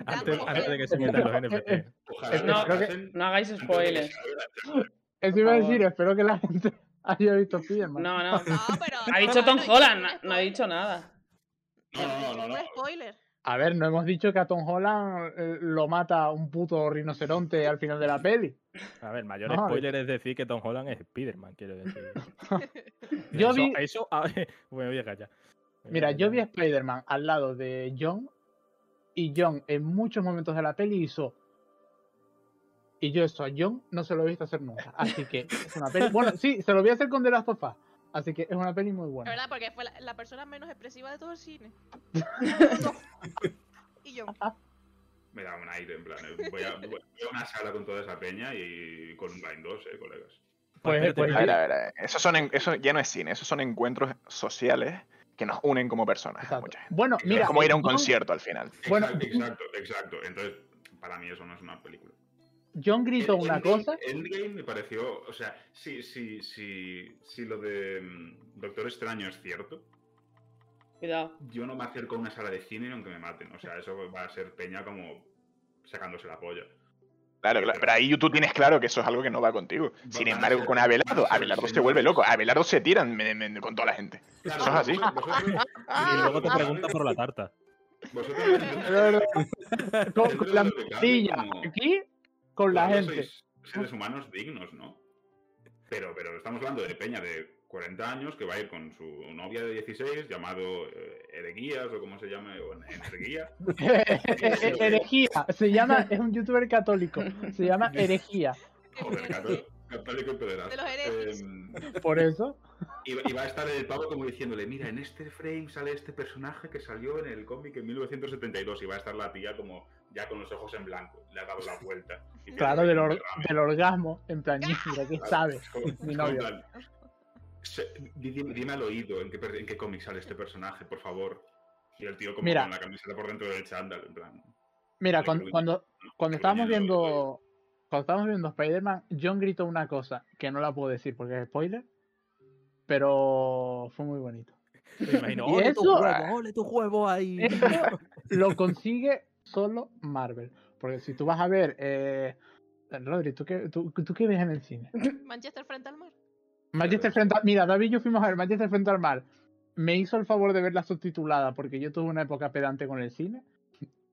S2: Antes,
S4: como
S2: antes
S4: que-
S2: de que se metan los NPC.
S5: Ojalá
S3: No,
S5: lo
S1: creo
S3: que-
S5: matasen
S1: No hagáis
S5: antes de que
S1: spoilers.
S5: salga.
S3: eso iba a
S1: favor.
S3: decir, espero que la gente haya visto Spider-Man.
S1: No, no.
S4: No, pero.
S1: Ha dicho Tom Holland, no, no ha dicho nada.
S5: No, no, no, no.
S4: Un
S5: no.
S4: spoiler.
S3: A ver, no hemos dicho que a Tom Holland eh, lo mata un puto rinoceronte al final de la peli.
S2: A ver, el mayor
S3: No,
S2: spoiler es decir que Tom Holland es Spider-Man, quiero decir.
S3: Yo
S2: eso,
S3: vi-
S2: Eso. a ver, me voy a callar. Eh, Me voy a
S3: Mira, yo vi a
S6: Eh.
S2: callar.
S3: Spider-Man al lado de John y John en muchos momentos de la peli hizo... Y yo eso a John no se lo he visto hacer nunca. Así que es una peli... Bueno, sí, se lo voy a hacer con The Last of Us. Así que es una peli muy
S4: La
S3: buena.
S4: verdad, porque fue la, la persona menos expresiva de todo el cine. y yo.
S5: Me da un aire, en plan. eh, Voy a, voy a una sala con toda esa peña y con un blind 2, eh, colegas.
S3: Pues,
S2: espérate,
S3: pues
S6: A
S2: espérate.
S6: ver, a ver, a ver. Esos son en- eso ya no es cine, esos son encuentros sociales que nos unen como personas. a
S3: exacto.
S6: mucha gente.
S3: Bueno, mira...
S6: es como ir a un
S3: John-
S6: concierto al final.
S3: Bueno.
S5: Exacto, exacto, exacto. Entonces, para mí eso no es una película.
S3: John gritó
S6: Eh,
S3: una
S5: Eh, Endgame-
S3: cosa.
S5: Endgame me pareció, o sea, si, si, si, si lo de mm, Doctor Extraño es cierto,
S1: Cuidado.
S5: yo no me acerco a una sala de cine aunque me maten. O sea, eso va a ser peña como sacándose la polla.
S6: Claro, claro, pero ahí tú tienes claro que eso es algo que no va contigo. Sin
S5: van a
S6: embargo,
S5: ser-
S6: con
S5: van
S6: Abelardo,
S5: a ser
S6: Abelardo se
S5: señores.
S6: vuelve loco. Abelardo se tiran me- me- con toda la gente.
S5: Claro,
S6: Eso es así.
S5: vosotros-
S3: Ah,
S2: Y
S4: "Ah,
S2: luego te preguntas por la tarta.
S5: Vosotros no
S3: No, no, no. Con, con la
S5: Yo creo que lo que
S3: mantilla
S5: cambia como-
S3: aquí, con la
S5: Vosotros
S3: gente.
S5: sois seres humanos dignos, ¿no? Pero, pero estamos hablando de Peña de 40 años que va a ir con su novia de 16, llamado eh, Ereguías o como se llame, o en- Energuía.
S3: Eh, herejía. Se llama, es un youtuber católico. Se llama herejía.
S5: Joder, cató- católico y pederasta.
S4: De los herejes.
S5: Eh,
S3: Por eso.
S5: y, y va a estar el pavo como diciéndole, mira, en este frame sale este personaje que salió en el cómic en 1972 y va a estar la tía como ya con los ojos en blanco, le ha dado la vuelta. Y te
S3: Claro,
S5: dice,
S3: del, or-
S5: "Derrame".
S3: del orgasmo. En plan, mira, ¿qué sabe?
S5: Es como- es como en
S3: novio.
S5: plan, se- di- di- dime, al oído en qué, per- en qué cómic sale este personaje, por favor. Y el tío como
S3: Mira.
S5: con la camiseta por dentro del chándal, en plan.
S3: Mira,
S5: Vale,
S3: cuando,
S5: que lo-
S3: cuando, cuando
S5: que lo
S3: estábamos
S5: llene de odio,
S3: viendo. Cuando estábamos viendo Spider-Man, John gritó una cosa que no la puedo decir porque es spoiler. Pero fue muy bonito.
S2: Me imagino, Oh,
S3: ¿Y
S2: ole tu
S3: eso? Eh.
S2: huevo, ole tu huevo ahí.
S3: Eso lo consigue solo Marvel. Porque si tú vas a ver. Eh, Rodri, ¿tú qué, tú, tú qué ves en el cine?
S4: Manchester frente al mar.
S3: Manchester frente al- Mira, David y yo fuimos a ver Manchester frente al mar. Me hizo el favor de verla subtitulada porque yo tuve una época pedante con el cine.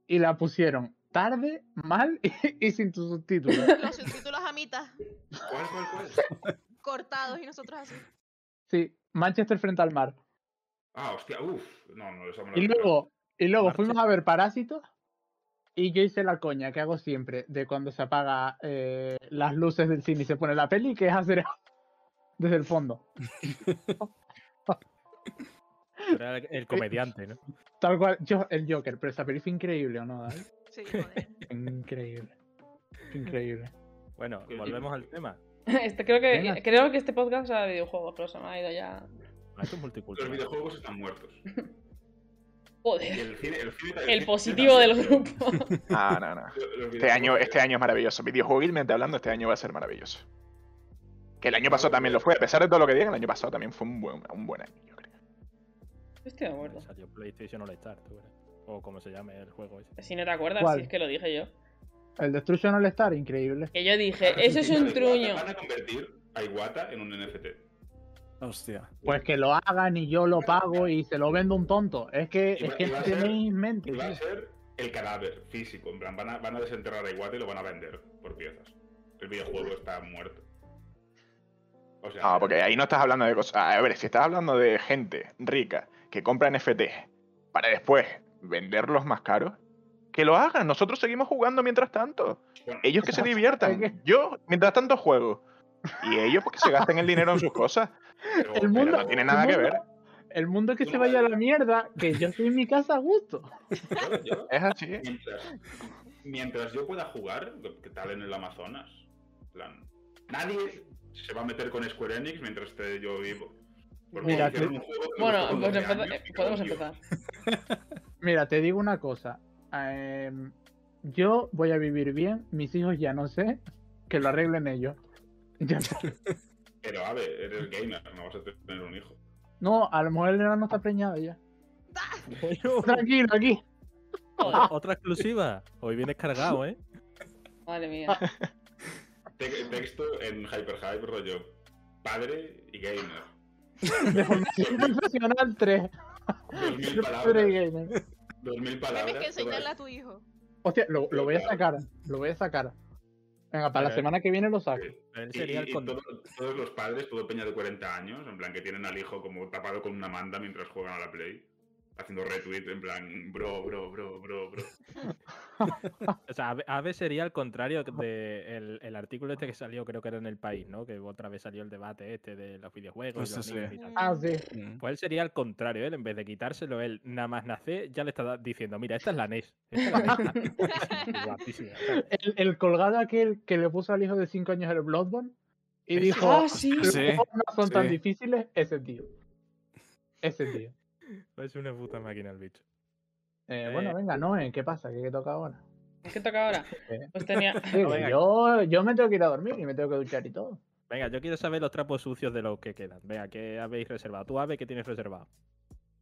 S3: Y la pusieron tarde, mal y, y sin tu subtítulo.
S4: Los subtítulos a mitad,
S5: ¿Cuál, cuál, cuál?
S4: cortados y nosotros así.
S3: Sí, Manchester frente al mar.
S5: Ah, hostia, uff. No, no, eso me lo
S3: Y
S5: he visto.
S3: luego, y luego
S2: Marcha.
S3: fuimos a ver Parásitos. Y yo hice la coña que hago siempre de cuando se apaga eh, las luces del cine y se pone la peli, que es hacer desde el fondo.
S2: Era el- el comediante, ¿no?
S3: Tal cual, yo, el Joker, pero esa peli fue increíble, ¿o no, David?
S4: Sí, joder.
S3: Increíble. Increíble.
S2: Bueno,
S5: Que-
S2: volvemos al tema.
S1: Este, creo, que,
S3: Venga.
S1: creo que este podcast era de videojuegos, pero se me ha ido ya.
S2: Ah, Esto es
S5: Los
S2: multicultural.
S5: videojuegos están muertos. Y
S1: Joder.
S5: el, cine- el cine- el
S1: El
S5: cine
S1: positivo
S5: también.
S1: del grupo.
S6: Ah, no, no.
S5: Los- los
S6: Este año,
S5: videojuegos-
S6: este año es maravilloso. Videojuegilmente hablando, este año va a ser maravilloso. Que el año pasado también lo fue. A pesar de todo lo que digan, el año pasado también fue un buen, un buen año, yo creo.
S1: Estoy de acuerdo.
S2: Salió PlayStation All Star, tú verás. O como se llame el juego ese.
S1: Si no te acuerdas,
S3: ¿Cuál?
S1: si es que lo dije yo.
S3: El Destruction All Star, increíble.
S1: Que yo
S5: Ah,
S1: dije, eso es un truño.
S5: Van a convertir a Iwata en un NFT.
S7: Hostia.
S3: Pues que lo hagan y yo lo pago y se lo vendo a un tonto. Es que,
S5: Y
S3: es
S5: va-
S3: que
S5: y va a
S3: tenéis mente.
S5: Y va a
S3: tío.
S5: ser el cadáver físico. En plan, van a, van a desenterrar a Iwata y lo van a vender por piezas. El videojuego está muerto. O sea,
S3: Ah,
S6: No, porque ahí no estás hablando de cosas. A ver, si estás hablando de gente rica que compra NFTs para después venderlos más caros, que lo hagan. Nosotros seguimos jugando mientras tanto.
S5: bueno,
S6: Ellos que se diviertan. Yo, mientras tanto, juego. Y ellos, porque se gastan el dinero en sus cosas.
S5: pero-
S3: El mundo.
S6: no tiene nada
S3: el
S6: que
S3: mundo-
S6: ver.
S3: El mundo que
S5: Tú
S3: se
S5: no
S3: vaya a
S5: vales.
S3: la mierda, que yo estoy en mi casa a gusto.
S5: Yo- yo-
S6: Es así.
S5: mientras, mientras yo pueda jugar, ¿qué tal en el Amazonas? En plan, nadie se va a meter con Square Enix mientras esté yo vivo. Porque
S3: Mira,
S5: hicieron
S3: te-
S5: un juego que
S1: Bueno,
S5: costó
S1: pues
S5: 12
S1: empeza-
S5: años,
S1: eh,
S5: y
S1: podemos
S5: tío,
S1: empezar.
S3: Mira, te digo una cosa. em, yo voy a vivir bien, mis hijos ya no sé, que lo arreglen ellos. Ya está.
S5: Pero, a ver, eres gamer, no vas a tener un hijo.
S3: No, a lo mejor Elena no está preñada ya.
S2: Bueno,
S3: Tranquilo, aquí.
S1: Joder,
S2: otra exclusiva. Hoy vienes cargado, ¿eh?
S1: madre
S3: Ah,
S1: mía. Ah,
S5: Te- texto en Hyperhype, rollo, padre y gamer.
S3: De formación profesional 3.
S5: Dos mil
S3: Pero
S5: palabras.
S3: gamer.
S5: Dos mil
S4: Tienes que
S5: palabras. todo
S4: enseñarle a
S5: eso.
S4: tu hijo.
S3: Hostia, lo, lo voy a sacar. Lo voy a sacar. Venga, para la
S2: Ok.
S3: semana que viene lo saco.
S2: Él
S5: Y-
S2: sería el
S5: y
S2: con-
S5: todo- todos los padres, todo peña de 40 años, en plan que tienen al hijo como tapado con una manda mientras juegan a la Play, haciendo retweet, en plan, bro, bro, bro, bro, bro.
S2: O sea, Ave, Ave sería al contrario del el artículo este que salió, creo que era en el país, ¿no? Que otra vez salió el debate este de los videojuegos. y
S7: Eso
S2: los
S7: sí.
S2: niños y tal.
S3: Ah, sí.
S7: Mm.
S2: Pues él sería al contrario, él en vez de quitárselo, él nada más nace, ya le está da- diciendo, mira, esta es la NES. Esta es la NES". Y guapísima, o sea,
S3: El, el colgado aquel que le puso al hijo de 5 años el Bloodborne y dijo:
S1: Ah, sí.
S3: Los
S7: Sí,
S3: juegos no son tan
S7: sí.
S3: difíciles, ese tío. Ese tío.
S2: Es una puta máquina el bicho.
S3: Eh,
S2: Eh,
S3: bueno, venga, no, ¿qué pasa? ¿Qué, qué toca ahora?
S1: ¿Qué toca ahora? Pues tenía.
S3: Digo,
S2: venga.
S3: yo, yo me tengo que ir a dormir y me tengo que duchar y todo.
S2: Venga, yo quiero saber los trapos sucios de los que quedan. Venga, ¿qué habéis reservado? ¿Tú, Ave, qué tienes reservado?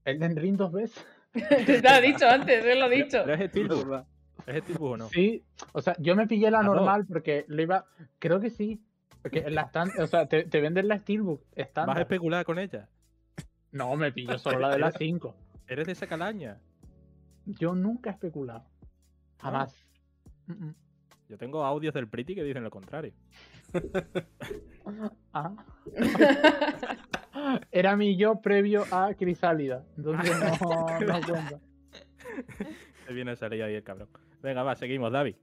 S3: ¿Elden Ring dos veces?
S1: Te lo he dicho antes, él lo ha
S2: Pero-
S1: dicho.
S2: pero ¿Es Steelbook? ¿Es Steelbook o no?
S3: Sí, o sea, yo me pillé la
S2: Ah, no.
S3: normal porque lo iba. Creo que sí. Porque en la estan- o sea, te, te venden la Steelbook.
S2: ¿Vas a
S3: Estándar.
S2: especular con ella?
S3: No, me pillo solo la de las 5.
S2: ¿Eres de esa calaña?
S3: Yo nunca he especulado. Jamás. Mm, mm.
S2: Yo tengo audios del Pretty que dicen lo contrario.
S3: Ah. Era mi yo previo a Crisálida. Entonces no, no cuenta.
S2: Se viene a salir ahí el cabrón. Venga, va, seguimos, David.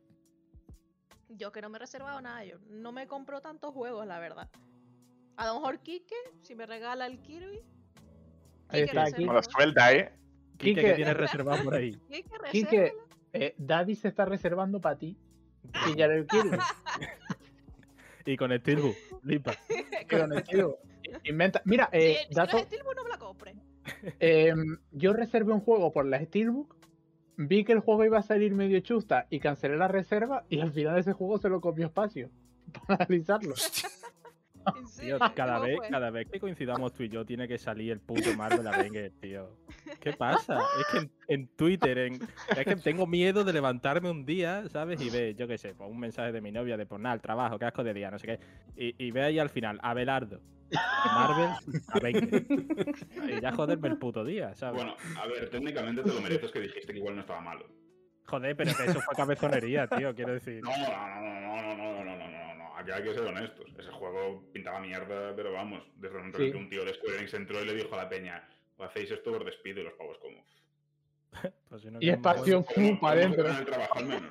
S4: Yo que no me he reservado nada, yo no me compro tantos juegos, la verdad. A lo mejor Kike, si me regala el Kirby.
S3: Ahí
S4: Kike
S3: está,
S4: reserva.
S6: No lo suelta, ¿eh?
S2: Quique, ¿qué
S3: Quique.
S2: tienes reservado por ahí?
S4: Kike
S3: Quique,
S4: reserva.
S3: eh, Daddy se está reservando para ti. Pillar el Kirby.
S2: Y con Steelbook, lipa.
S3: Pero no, tío, Inventa. Mira, eh,
S4: si, si
S3: dato-
S4: no es Steelbook, no me la compre.
S3: Em, yo reservé un juego por la Steelbook, vi que el juego iba a salir medio chusta y cancelé la reserva y al final ese juego se lo copió espacio para analizarlo.
S7: Hostia.
S4: En serio,
S2: Tío, cada
S4: ¿cómo
S2: vez,
S4: fue?
S2: cada vez que coincidamos tú y yo tiene que salir el puto Marvel Avenger, tío. ¿Qué pasa? Es que en, en Twitter, en- es que tengo miedo de levantarme un día, ¿sabes? Y ve, yo qué sé, pues un mensaje de mi novia de, pues nada, el trabajo, qué asco de día, no sé qué. Y, y ve ahí al final, Abelardo, Marvel Avenger. Y ya joderme el puto día, ¿sabes?
S5: Bueno, a ver, técnicamente te lo mereces que dijiste que igual no estaba malo.
S2: Joder, pero que eso fue cabezonería, tío, quiero decir.
S5: No, no, no, no, no, no, no, no, no, no, no. Aquí hay que ser honestos. Ese juego pintaba mierda, pero vamos, desde el momento en
S3: Sí.
S5: el que un tío de Square Enix entró y le dijo a la peña, o hacéis esto os despido y los pavos como.
S2: Pues si no queremos
S3: Y
S2: joder.
S3: espacio fu para
S5: Vamos a
S3: adentro.
S5: ganar el trabajo al menos.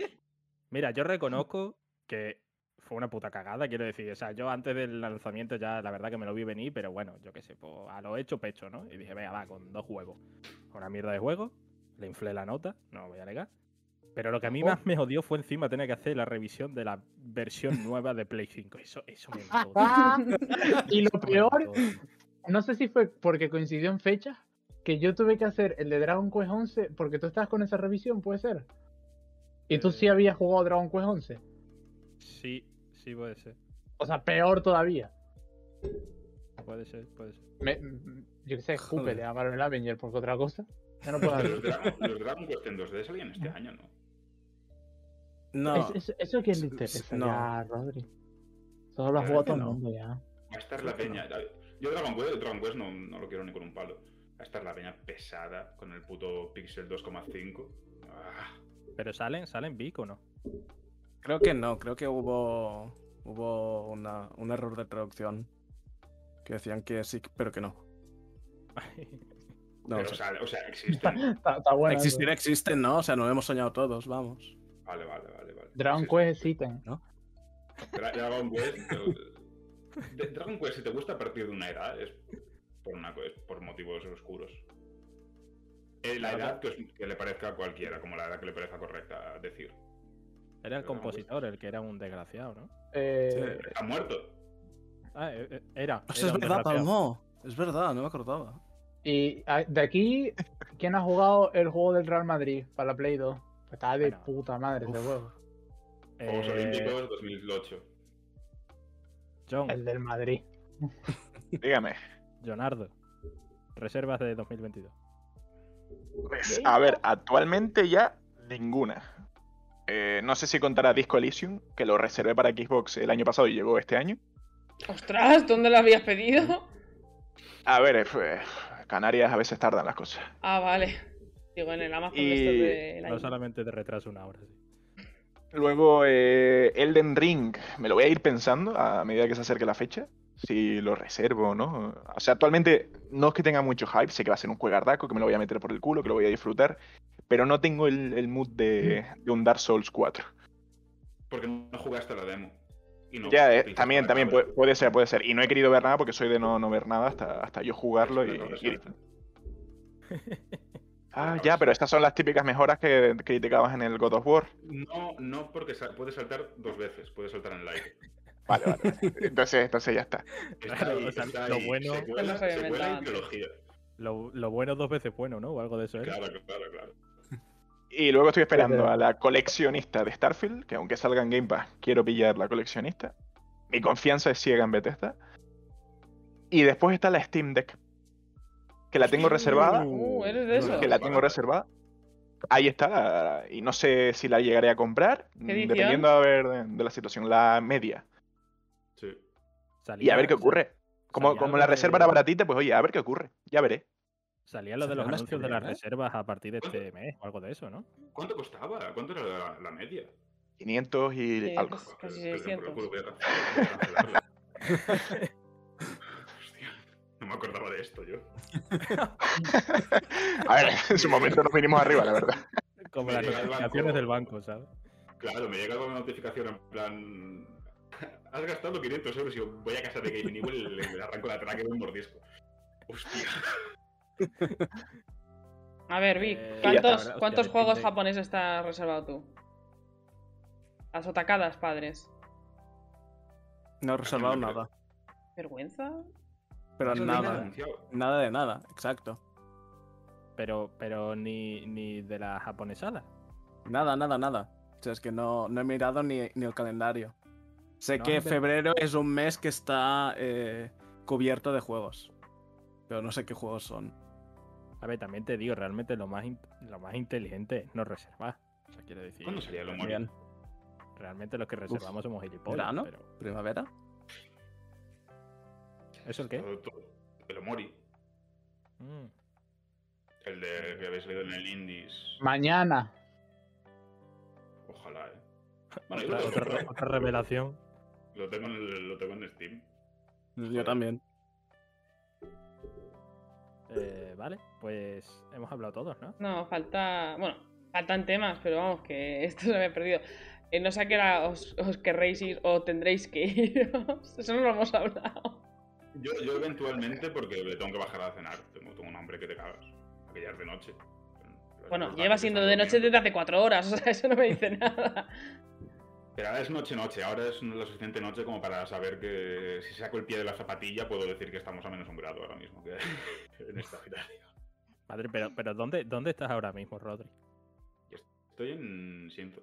S2: Mira, yo reconozco que fue una puta cagada, quiero decir. O sea, yo antes del lanzamiento ya la verdad que me lo vi venir, pero bueno, yo qué sé, pues, a lo hecho pecho, ¿no? Y dije, venga, va, con dos juegos. Una mierda de juego, le inflé la nota, no voy a negar. Pero lo que a mí
S3: Oh.
S2: más me odió fue encima tener que hacer la revisión de la versión nueva de Play 5. Eso, eso me mató. tío.
S3: Ah, y lo
S2: Eso me
S3: peor,
S2: mató, tío.
S3: no sé si fue porque coincidió en fechas, que yo tuve que hacer el de Dragon Quest 11 porque tú estabas con esa revisión, puede ser. Y tú
S2: Eh.
S3: sí habías jugado Dragon Quest 11.
S2: Sí, sí puede ser.
S3: O sea, peor todavía.
S2: Puede ser, puede ser.
S3: Me- yo qué sé,
S7: Joder.
S3: escúpele a Marvel Avenger por otra cosa. Ya no puedo abrir.
S5: Pero Los Dragon, los Dragon Quest en 2D salían este año, ¿no?
S7: No.
S3: Es- es- eso quién le interesa
S7: no.
S3: ya, Rodri. Solo lo ha
S5: Claro
S3: jugado
S5: que
S3: todo el
S5: no.
S3: mundo ya.
S5: Va a estar la peña. Yo Dragon Quest, Dragon Quest no, no lo quiero ni con un palo. Va a estar la peña pesada con el puto Pixel 2,5. Ah,
S2: Pero salen, salen Vic o no.
S7: Creo que no, creo que hubo, hubo una- un error de traducción. Que decían que sí, pero que no. No,
S5: pero
S7: o sea,
S5: sale- o sea, existen.
S3: Está, está bueno. eso.
S7: existir existen, ¿no? O sea, no lo hemos soñado todos, vamos.
S5: Vale, vale, vale. vale.
S3: Dragon
S5: Existen.
S3: Quest existen.
S5: Dra- Dragon Quest. eh, de- Dragon Quest, si te gusta a partir de una edad, es por, una, co- es por motivos oscuros. Eh, la edad que, os- que le parezca a cualquiera, como la edad que le parezca correcta decir.
S2: Era el
S5: Dragon Quest.
S2: compositor, el que era un desgraciado, ¿no?
S3: Eh,
S5: Está muerto.
S2: Ah, eh, eh, era.
S7: O sea,
S2: era
S7: es
S2: un
S7: verdad,
S2: desgraciado.
S7: Palmo. Es verdad, no me acordaba.
S3: Y a- de aquí, ¿quién ha jugado el juego del Real Madrid para la Play 2? Pues Está de
S2: Bueno.
S3: puta madre ese
S7: Uf.
S3: juego.
S5: Juegos
S2: Eh,
S5: Olímpicos 2008.
S2: John,
S3: El del Madrid.
S6: Dígame.
S2: Leonardo. Reservas de 2022.
S6: Pues, a ver, actualmente ya ninguna. Eh, no sé si contará Disco Elysium, que lo reservé para Xbox el año pasado y llegó este año.
S1: Ostras, ¿dónde lo habías pedido?
S6: A ver, eh, pues, Canarias a veces tardan las cosas.
S1: Ah, vale. Digo, en el Amazon
S6: Y-
S1: de estos de la
S2: No
S1: India.
S2: solamente de retraso una hora. sí.
S6: Luego, eh, Elden Ring, me lo voy a ir pensando a medida que se acerque la fecha, si lo reservo o no. O sea, actualmente no es que tenga mucho hype, sé que va a ser un juegardaco, que me lo voy a meter por el culo, que lo voy a disfrutar, pero no tengo el, el mood de, de un Dark Souls 4.
S5: Porque no jugaste a la demo. Y no
S6: ya, eh,
S5: pinchas
S6: también,
S5: para
S6: también
S5: acabar.
S6: puede, puede ser, puede ser. Y no he querido ver nada porque soy de no, no ver nada hasta, hasta yo jugarlo y,
S5: Exacto,
S6: y-
S5: exacto.
S6: Ah, ya, pero estas son las típicas mejoras que criticabas en el God of War.
S5: No, no, porque sa- puedes saltar dos veces, puedes saltar en el aire.
S6: Vale, vale. vale. Entonces, entonces ya está.
S5: Está
S2: Claro,
S5: ahí,
S2: o sea,
S5: está
S2: lo
S5: ahí.
S2: bueno- Pues
S5: Secuela,
S1: Eso se había
S5: secuela y
S1: inventado
S5: trilogía.
S2: Lo, lo bueno dos veces bueno, ¿no? O algo de eso ¿eh? era.
S5: Claro, claro, claro.
S6: Y luego estoy esperando
S3: Pero-
S6: a la coleccionista de Starfield, que aunque salga en Game Pass, quiero pillar la coleccionista. Mi confianza es ciega en Bethesda. Y después está la Steam Deck, que la tengo reservada.
S1: Uh, eres de eso.
S6: que la tengo reservada. Ahí está, y no sé si la llegaré a comprar, mm,
S1: edición?
S6: dependiendo a ver de, de la situación, la media.
S5: Sí.
S6: Y a ver qué ocurre. Como,
S2: salía
S6: como
S2: algo
S6: la
S2: de-
S6: reserva era baratita, pues oye, a ver qué ocurre, ya veré.
S2: Salía lo de los
S7: Salían las
S2: anuncios de las
S7: primeras.
S2: reservas a partir de este mes o algo de eso, ¿no?
S5: ¿Cuánto costaba? ¿Cuánto era la, la media?
S6: 500 y
S1: Sí,
S6: algo.
S1: pues- Casi
S5: Que- que se me
S1: 600.
S5: ocurre que era- cancelarla. Hostia, no me acordaba de esto yo.
S6: A ver, en su momento nos vinimos arriba, la verdad.
S2: Como las
S5: Mira, el
S2: notificaciones
S5: banco.
S2: del banco, ¿sabes?
S5: Claro, me llegaba una notificación en plan. Has gastado 500 euros y yo voy a casa de Gaming Evil y le, le arranco la traca de un mordisco. Hostia.
S1: A ver, Vic,
S2: Eh,
S6: Y ya está,
S1: ¿cuántos,
S2: ¿verdad?
S1: cuántos
S2: Hostia,
S1: juegos
S2: depende.
S1: japoneses está reservado tú? Las otacadas, padres.
S7: No he reservado nada.
S1: ¿Vergüenza?
S7: Pero
S5: Eso no hay
S7: nada.
S5: anunciado.
S7: Nada de nada, exacto.
S2: Pero, pero ni, ni de la japonesada.
S7: Nada, nada, nada. O sea, es que no, no he mirado ni, ni el calendario. Sé
S2: No,
S7: que
S2: hombre.
S7: febrero es un mes que está eh, cubierto de juegos. Pero no sé qué juegos son.
S2: A ver, también te digo, realmente lo más, in- lo más inteligente es no reservar. O sea, quiero decir,
S5: ¿Cuándo salía lo
S7: Bien.
S5: móvil?
S2: realmente los que reservamos somos gilipollas.
S7: ¿Verano?
S2: Pero...
S7: ¿Primavera?
S2: ¿Eso el qué?
S5: Todo- todo. El Omori.
S2: Mm.
S5: El de que habéis salido en el Indies.
S3: Mañana.
S5: Ojalá, eh. Bueno, yo
S2: Otra,
S5: lo, tengo,
S2: otra-
S5: ¿eh?
S2: otra revelación.
S5: Lo tengo en el- lo tengo en Steam.
S7: Yo también.
S2: Eh, vale, pues hemos hablado todos, ¿no?
S1: No, falta. Bueno, faltan temas, pero vamos, que esto se me ha perdido. Eh, no sé a qué hora os, os querréis ir o tendréis que iros. Eso no lo hemos hablado.
S5: Yo, yo eventualmente, porque le tengo que bajar a cenar. Tengo, tengo un hambre que te cagas. Porque ya es de noche.
S1: Bueno,
S5: Los
S1: lleva
S5: gatos
S1: siendo
S5: están
S1: de noche desde
S5: durmiendo.
S1: hace cuatro horas, o sea, eso no me dice nada.
S5: Pero ahora es noche-noche. Ahora es lo suficiente noche como para saber que si saco el pie de la zapatilla, puedo decir que estamos a menos un grado ahora mismo. Que en esta final.
S2: Madre, pero, pero ¿dónde, ¿dónde estás ahora mismo, Rodri?
S5: Estoy en. Siento.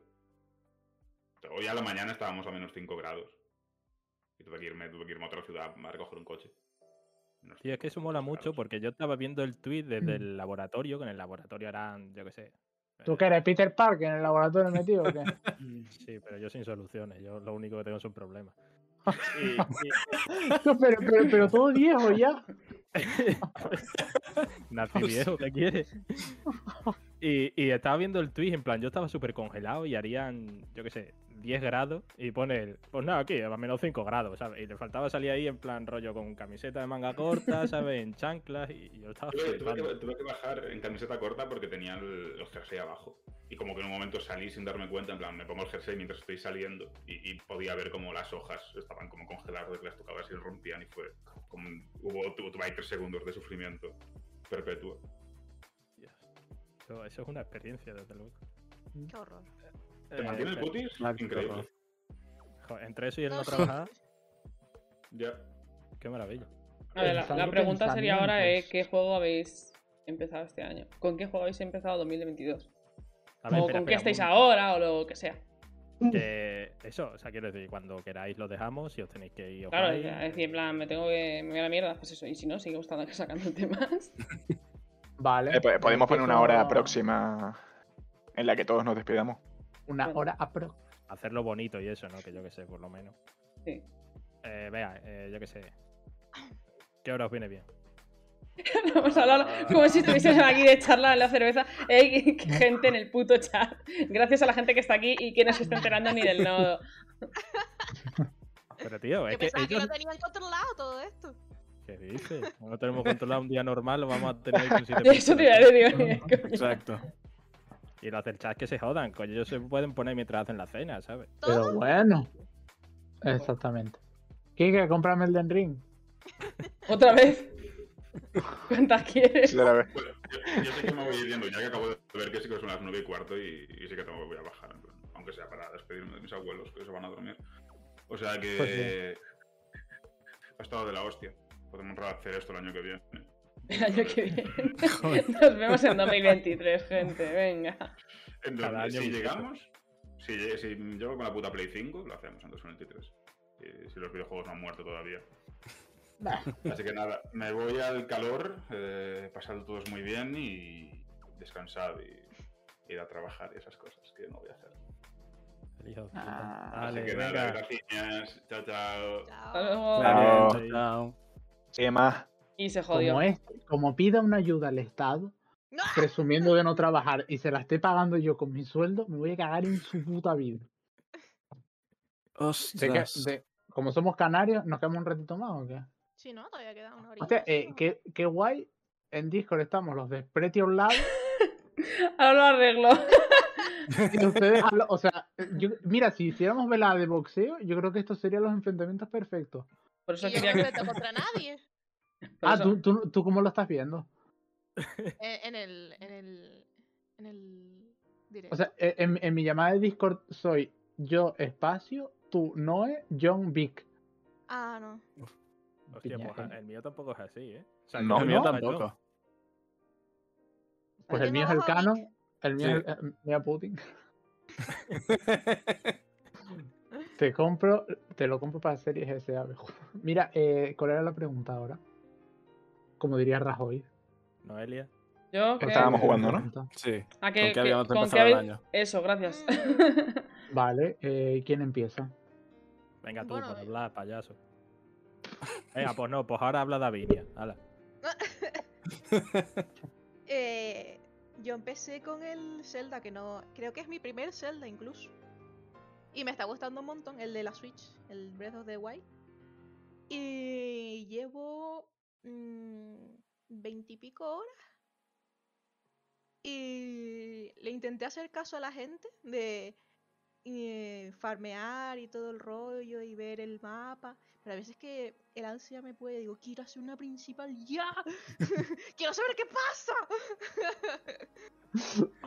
S5: Hoy a la mañana estábamos a menos 5 grados. Y tuve que irme, tuve que irme a otra ciudad a recoger un coche. Menos
S2: Tío, es que eso mola mucho porque yo estaba viendo el tweet desde el laboratorio, que en el laboratorio harán, yo qué sé.
S3: ¿Tú qué eres, Peter Parker en el laboratorio metido o qué?
S2: eh, Sí, pero yo sin soluciones, yo lo único que tengo son problemas.
S3: No, pero, pero, pero todo viejo ya.
S2: Nazi viejo, ¿qué quieres? Y, y estaba viendo el tweet, en plan, yo estaba súper congelado y harían, yo qué sé, 10 grados y pone, el, pues nada, aquí, a menos 5 grados, ¿sabes? Y le faltaba salir ahí en plan rollo con camiseta de manga corta, ¿sabes? En chanclas y y yo estaba
S5: Tuve, tuve que,
S2: flipando.
S5: tuve que bajar en camiseta corta porque tenía el, el jersey abajo. Y como que en un momento salí sin darme cuenta, en plan, me pongo el jersey mientras estoy saliendo y, y podía ver como las hojas estaban como congeladas, que las tocabas y rompían y fue como... un- Hubo, tu- tuve ahí tres segundos de sufrimiento perpetuo.
S2: Dios. Eso, eso es una experiencia, desde luego.
S1: Eh,
S4: Qué horror.
S5: ¿Te
S2: Eh,
S5: mantiene el
S2: eh,
S5: putis?
S7: la que
S5: Increíble.
S7: horror.
S2: joder, entre eso y el no
S4: No, sí.
S2: trabajar,
S5: Ya.
S2: qué maravilla.
S1: A ver, la, la
S3: Pensando
S1: pregunta sería ahora eh,
S3: pensamientos.
S1: qué juego habéis empezado este año. ¿Con qué juego habéis empezado 2022?
S2: A ver,
S1: o
S2: espera,
S1: con qué
S2: espera, un
S1: estáis
S2: momento.
S1: ahora o lo que sea.
S2: Que eso, o sea, quiero decir, cuando queráis lo dejamos, si os tenéis que ir. eh, os
S1: Claro,
S2: vais.
S1: es decir, en plan, me tengo que. Me voy a la mierda, pues eso. Y si no, sigue gustando que sacando temas.
S3: Vale.
S6: Eh, po- podemos poner una hora
S3: Empiezo-
S6: próxima en la que todos nos despidamos.
S3: Una hora aprox.
S2: Hacerlo bonito y eso, ¿no? Que yo que sé, por lo menos.
S1: Sí.
S2: Eh, vea, eh, yo que sé. ¿Qué hora os viene bien?
S1: Vamos a
S2: Ah.
S1: hablar como si estuviésemos aquí de charla en la cerveza. ¡Ey, qué gente en el puto chat! Gracias a la gente que está aquí y que no se está enterando ni del nodo.
S2: Pero tío,
S4: Yo
S2: es que
S4: pensaba que
S2: ellos-
S4: lo tenían controlado todo esto.
S2: ¿Qué dices? Como No tenemos controlado un día normal, lo vamos a tener ahí con siete
S1: Eso te iba a
S2: personas.
S1: decir, digo, coño.
S7: Exacto.
S2: Y los del chat que se jodan, coño, ellos se pueden poner mientras hacen la cena, ¿sabes?
S4: Todo.
S3: Pero bueno. Exactamente. Kika, cómprame el Den Ring.
S1: ¿Otra vez? ¿Cuántas quieres?
S6: Sí, de la vez.
S5: Bueno, yo, yo sé que me voy yendo, ya que acabo de ver que sí que son las 9 y cuarto y, y sí que tengo, voy a bajar, en plan, aunque sea para despedirme de mis abuelos que se van a dormir. O sea que
S3: Pues
S5: ha estado de la hostia. Podemos rehacer esto el año que viene.
S1: El año que viene. Nos vemos en 2023, gente. Venga.
S5: Entonces,
S2: Cada año
S5: si
S2: mi
S5: llegamos, si, lle- si llego con la puta Play 5, lo hacemos en 2023. Eh, si los videojuegos no han muerto todavía. Así que nada, me voy al calor, eh, pasad todos muy bien y descansad y ir a trabajar y esas cosas que no voy a hacer.
S2: El hijo de puta.
S6: Ah,
S5: Así
S2: Vale,
S5: que
S2: venga.
S5: nada, gracias. Chao, chao.
S1: Hasta
S4: Chao.
S1: luego.
S6: Claro.
S7: Chao, chao.
S6: Sí, más.
S1: Y se jodió.
S3: Como, este, como pida una ayuda al Estado,
S4: No.
S3: presumiendo de no trabajar y se la esté pagando yo con mi sueldo, me voy a cagar en su puta vida. De que-
S7: Ostras.
S3: de- como somos canarios, ¿nos quedamos un ratito más o qué?
S4: Si no, todavía queda una horita.
S3: Hostia, eh,
S4: ¿no?
S3: qué, qué guay. En Discord estamos los de Pretty Online
S1: Ahora lo arreglo.
S3: y ustedes hablan- O sea, eh, yo- mira, si hiciéramos velada de boxeo, yo creo que estos serían los enfrentamientos perfectos.
S1: Por
S4: Y
S1: eso
S4: yo
S1: quería
S4: no
S1: que.
S4: enfrento contra nadie.
S1: por
S3: ah,
S1: eso-
S3: ¿tú, tú, ¿tú cómo lo estás viendo?
S4: En, en el. En el. En el. Directo.
S3: O sea, e- en, en mi llamada de Discord soy yo, espacio, tú, Noé, John, Vic.
S4: ah, no.
S2: Hostia, pues,
S3: Piña, ¿eh?
S2: el mío tampoco es así, ¿eh? O
S6: No,
S7: El mío
S2: no,
S7: tampoco.
S3: Pues
S4: Yo
S3: el
S4: no
S3: mío es el
S4: bajo a Vic.
S3: canon, el mío
S7: Sí.
S3: es el- eh, mira, Putin. Te compro, te lo compro para series S. ave. Mira, eh, ¿cuál era la pregunta ahora? Como diría Rajoy.
S2: Noelia.
S1: Yo que.
S6: Estábamos
S3: Eh,
S6: jugando, ¿no?
S3: pregunta.
S7: Sí.
S1: ¿A
S7: ¿Con qué habíamos
S1: con
S7: empezado el
S1: habéis-
S7: año?
S1: Eso, gracias.
S3: Vale, eh, ¿quién empieza?
S2: Venga tú,
S4: Bueno,
S2: por
S4: eh.
S2: hablar, payaso. Venga, pues no, pues ahora habla Davinia. Hala.
S4: Eh, yo empecé con el Zelda, que no. Creo que es mi primer Zelda incluso. Y me está gustando un montón el de la Switch, el Breath of the Wild. Y llevo mm, veintipico horas. Y le intenté hacer caso a la gente de eh, farmear y todo el rollo y ver el mapa. Pero a veces que el ansia me puede, digo, quiero hacer una principal ya. quiero saber qué pasa.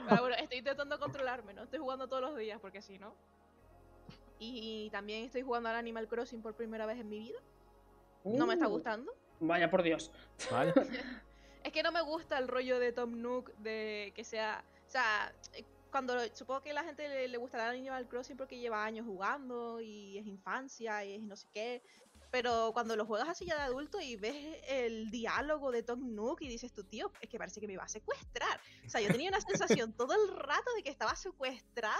S4: Pero bueno, estoy intentando controlarme, ¿no? Estoy jugando todos los días porque si no. Y también estoy jugando al Animal Crossing por primera vez en mi vida. No me está
S1: Uh,
S4: gustando.
S1: Vaya por Dios.
S7: Vale.
S4: Es que no me gusta el rollo de Tom Nook de que sea. O sea, eh, cuando supongo que la gente le, le gustará el Animal Crossing porque lleva años jugando y es infancia y es no sé qué. Pero cuando lo juegas así ya de adulto y ves el diálogo de Tom Nook y dices tú, tío, es que parece que me va a secuestrar. O sea, yo tenía una sensación todo el rato de que estaba secuestrada,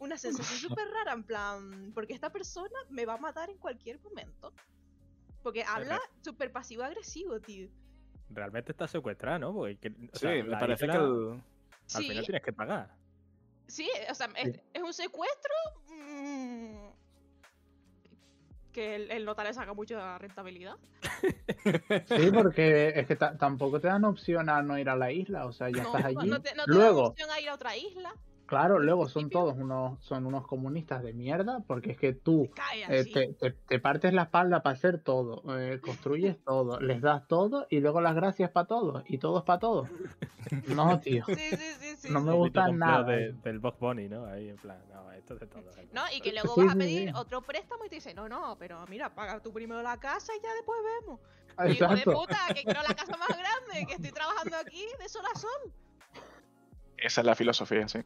S4: una sensación súper rara, en plan, porque esta persona me va a matar en cualquier momento. Porque habla súper pasivo-agresivo, tío.
S2: Realmente está secuestrada, ¿no? Porque, que- o
S7: Sí,
S2: sea,
S7: me
S2: la
S7: parece
S2: isla,
S7: que el...
S2: al
S4: Sí,
S2: final tienes que pagar.
S4: sí, o sea, es, es un secuestro mm, que el, el notario saca mucha rentabilidad.
S3: Sí, porque es que ta- tampoco te dan opción a no ir a la isla, o sea, ya
S4: No,
S3: estás allí.
S4: no te, no te dan
S3: luego,
S4: opción a ir a otra isla.
S3: claro,
S4: al
S3: luego son
S4: principio.
S3: todos unos, son unos comunistas de mierda, porque es que tú
S4: Cae
S3: eh,
S4: así.
S3: te, te- te partes la espalda para hacer todo, eh, construyes todo, les das todo y luego las gracias para todos, y todos para todos. No, tío.
S4: Sí, sí, sí, sí.
S3: No me
S4: sí.
S2: Un
S3: gusta
S2: poquito complot
S3: nada.
S2: de- del Box Bunny, ¿no? Ahí en plan, no, esto es de todo.
S4: No, y que luego
S3: Sí,
S4: vas a
S3: sí,
S4: pedir
S3: sí.
S4: otro préstamo y te dice, no, no, pero mira, paga tú primero la casa y ya después vemos. Y hijo de
S3: Exacto.
S4: puta, que quiero la casa más grande, que estoy trabajando aquí de sol a sol.
S6: Esa es la filosofía, sí.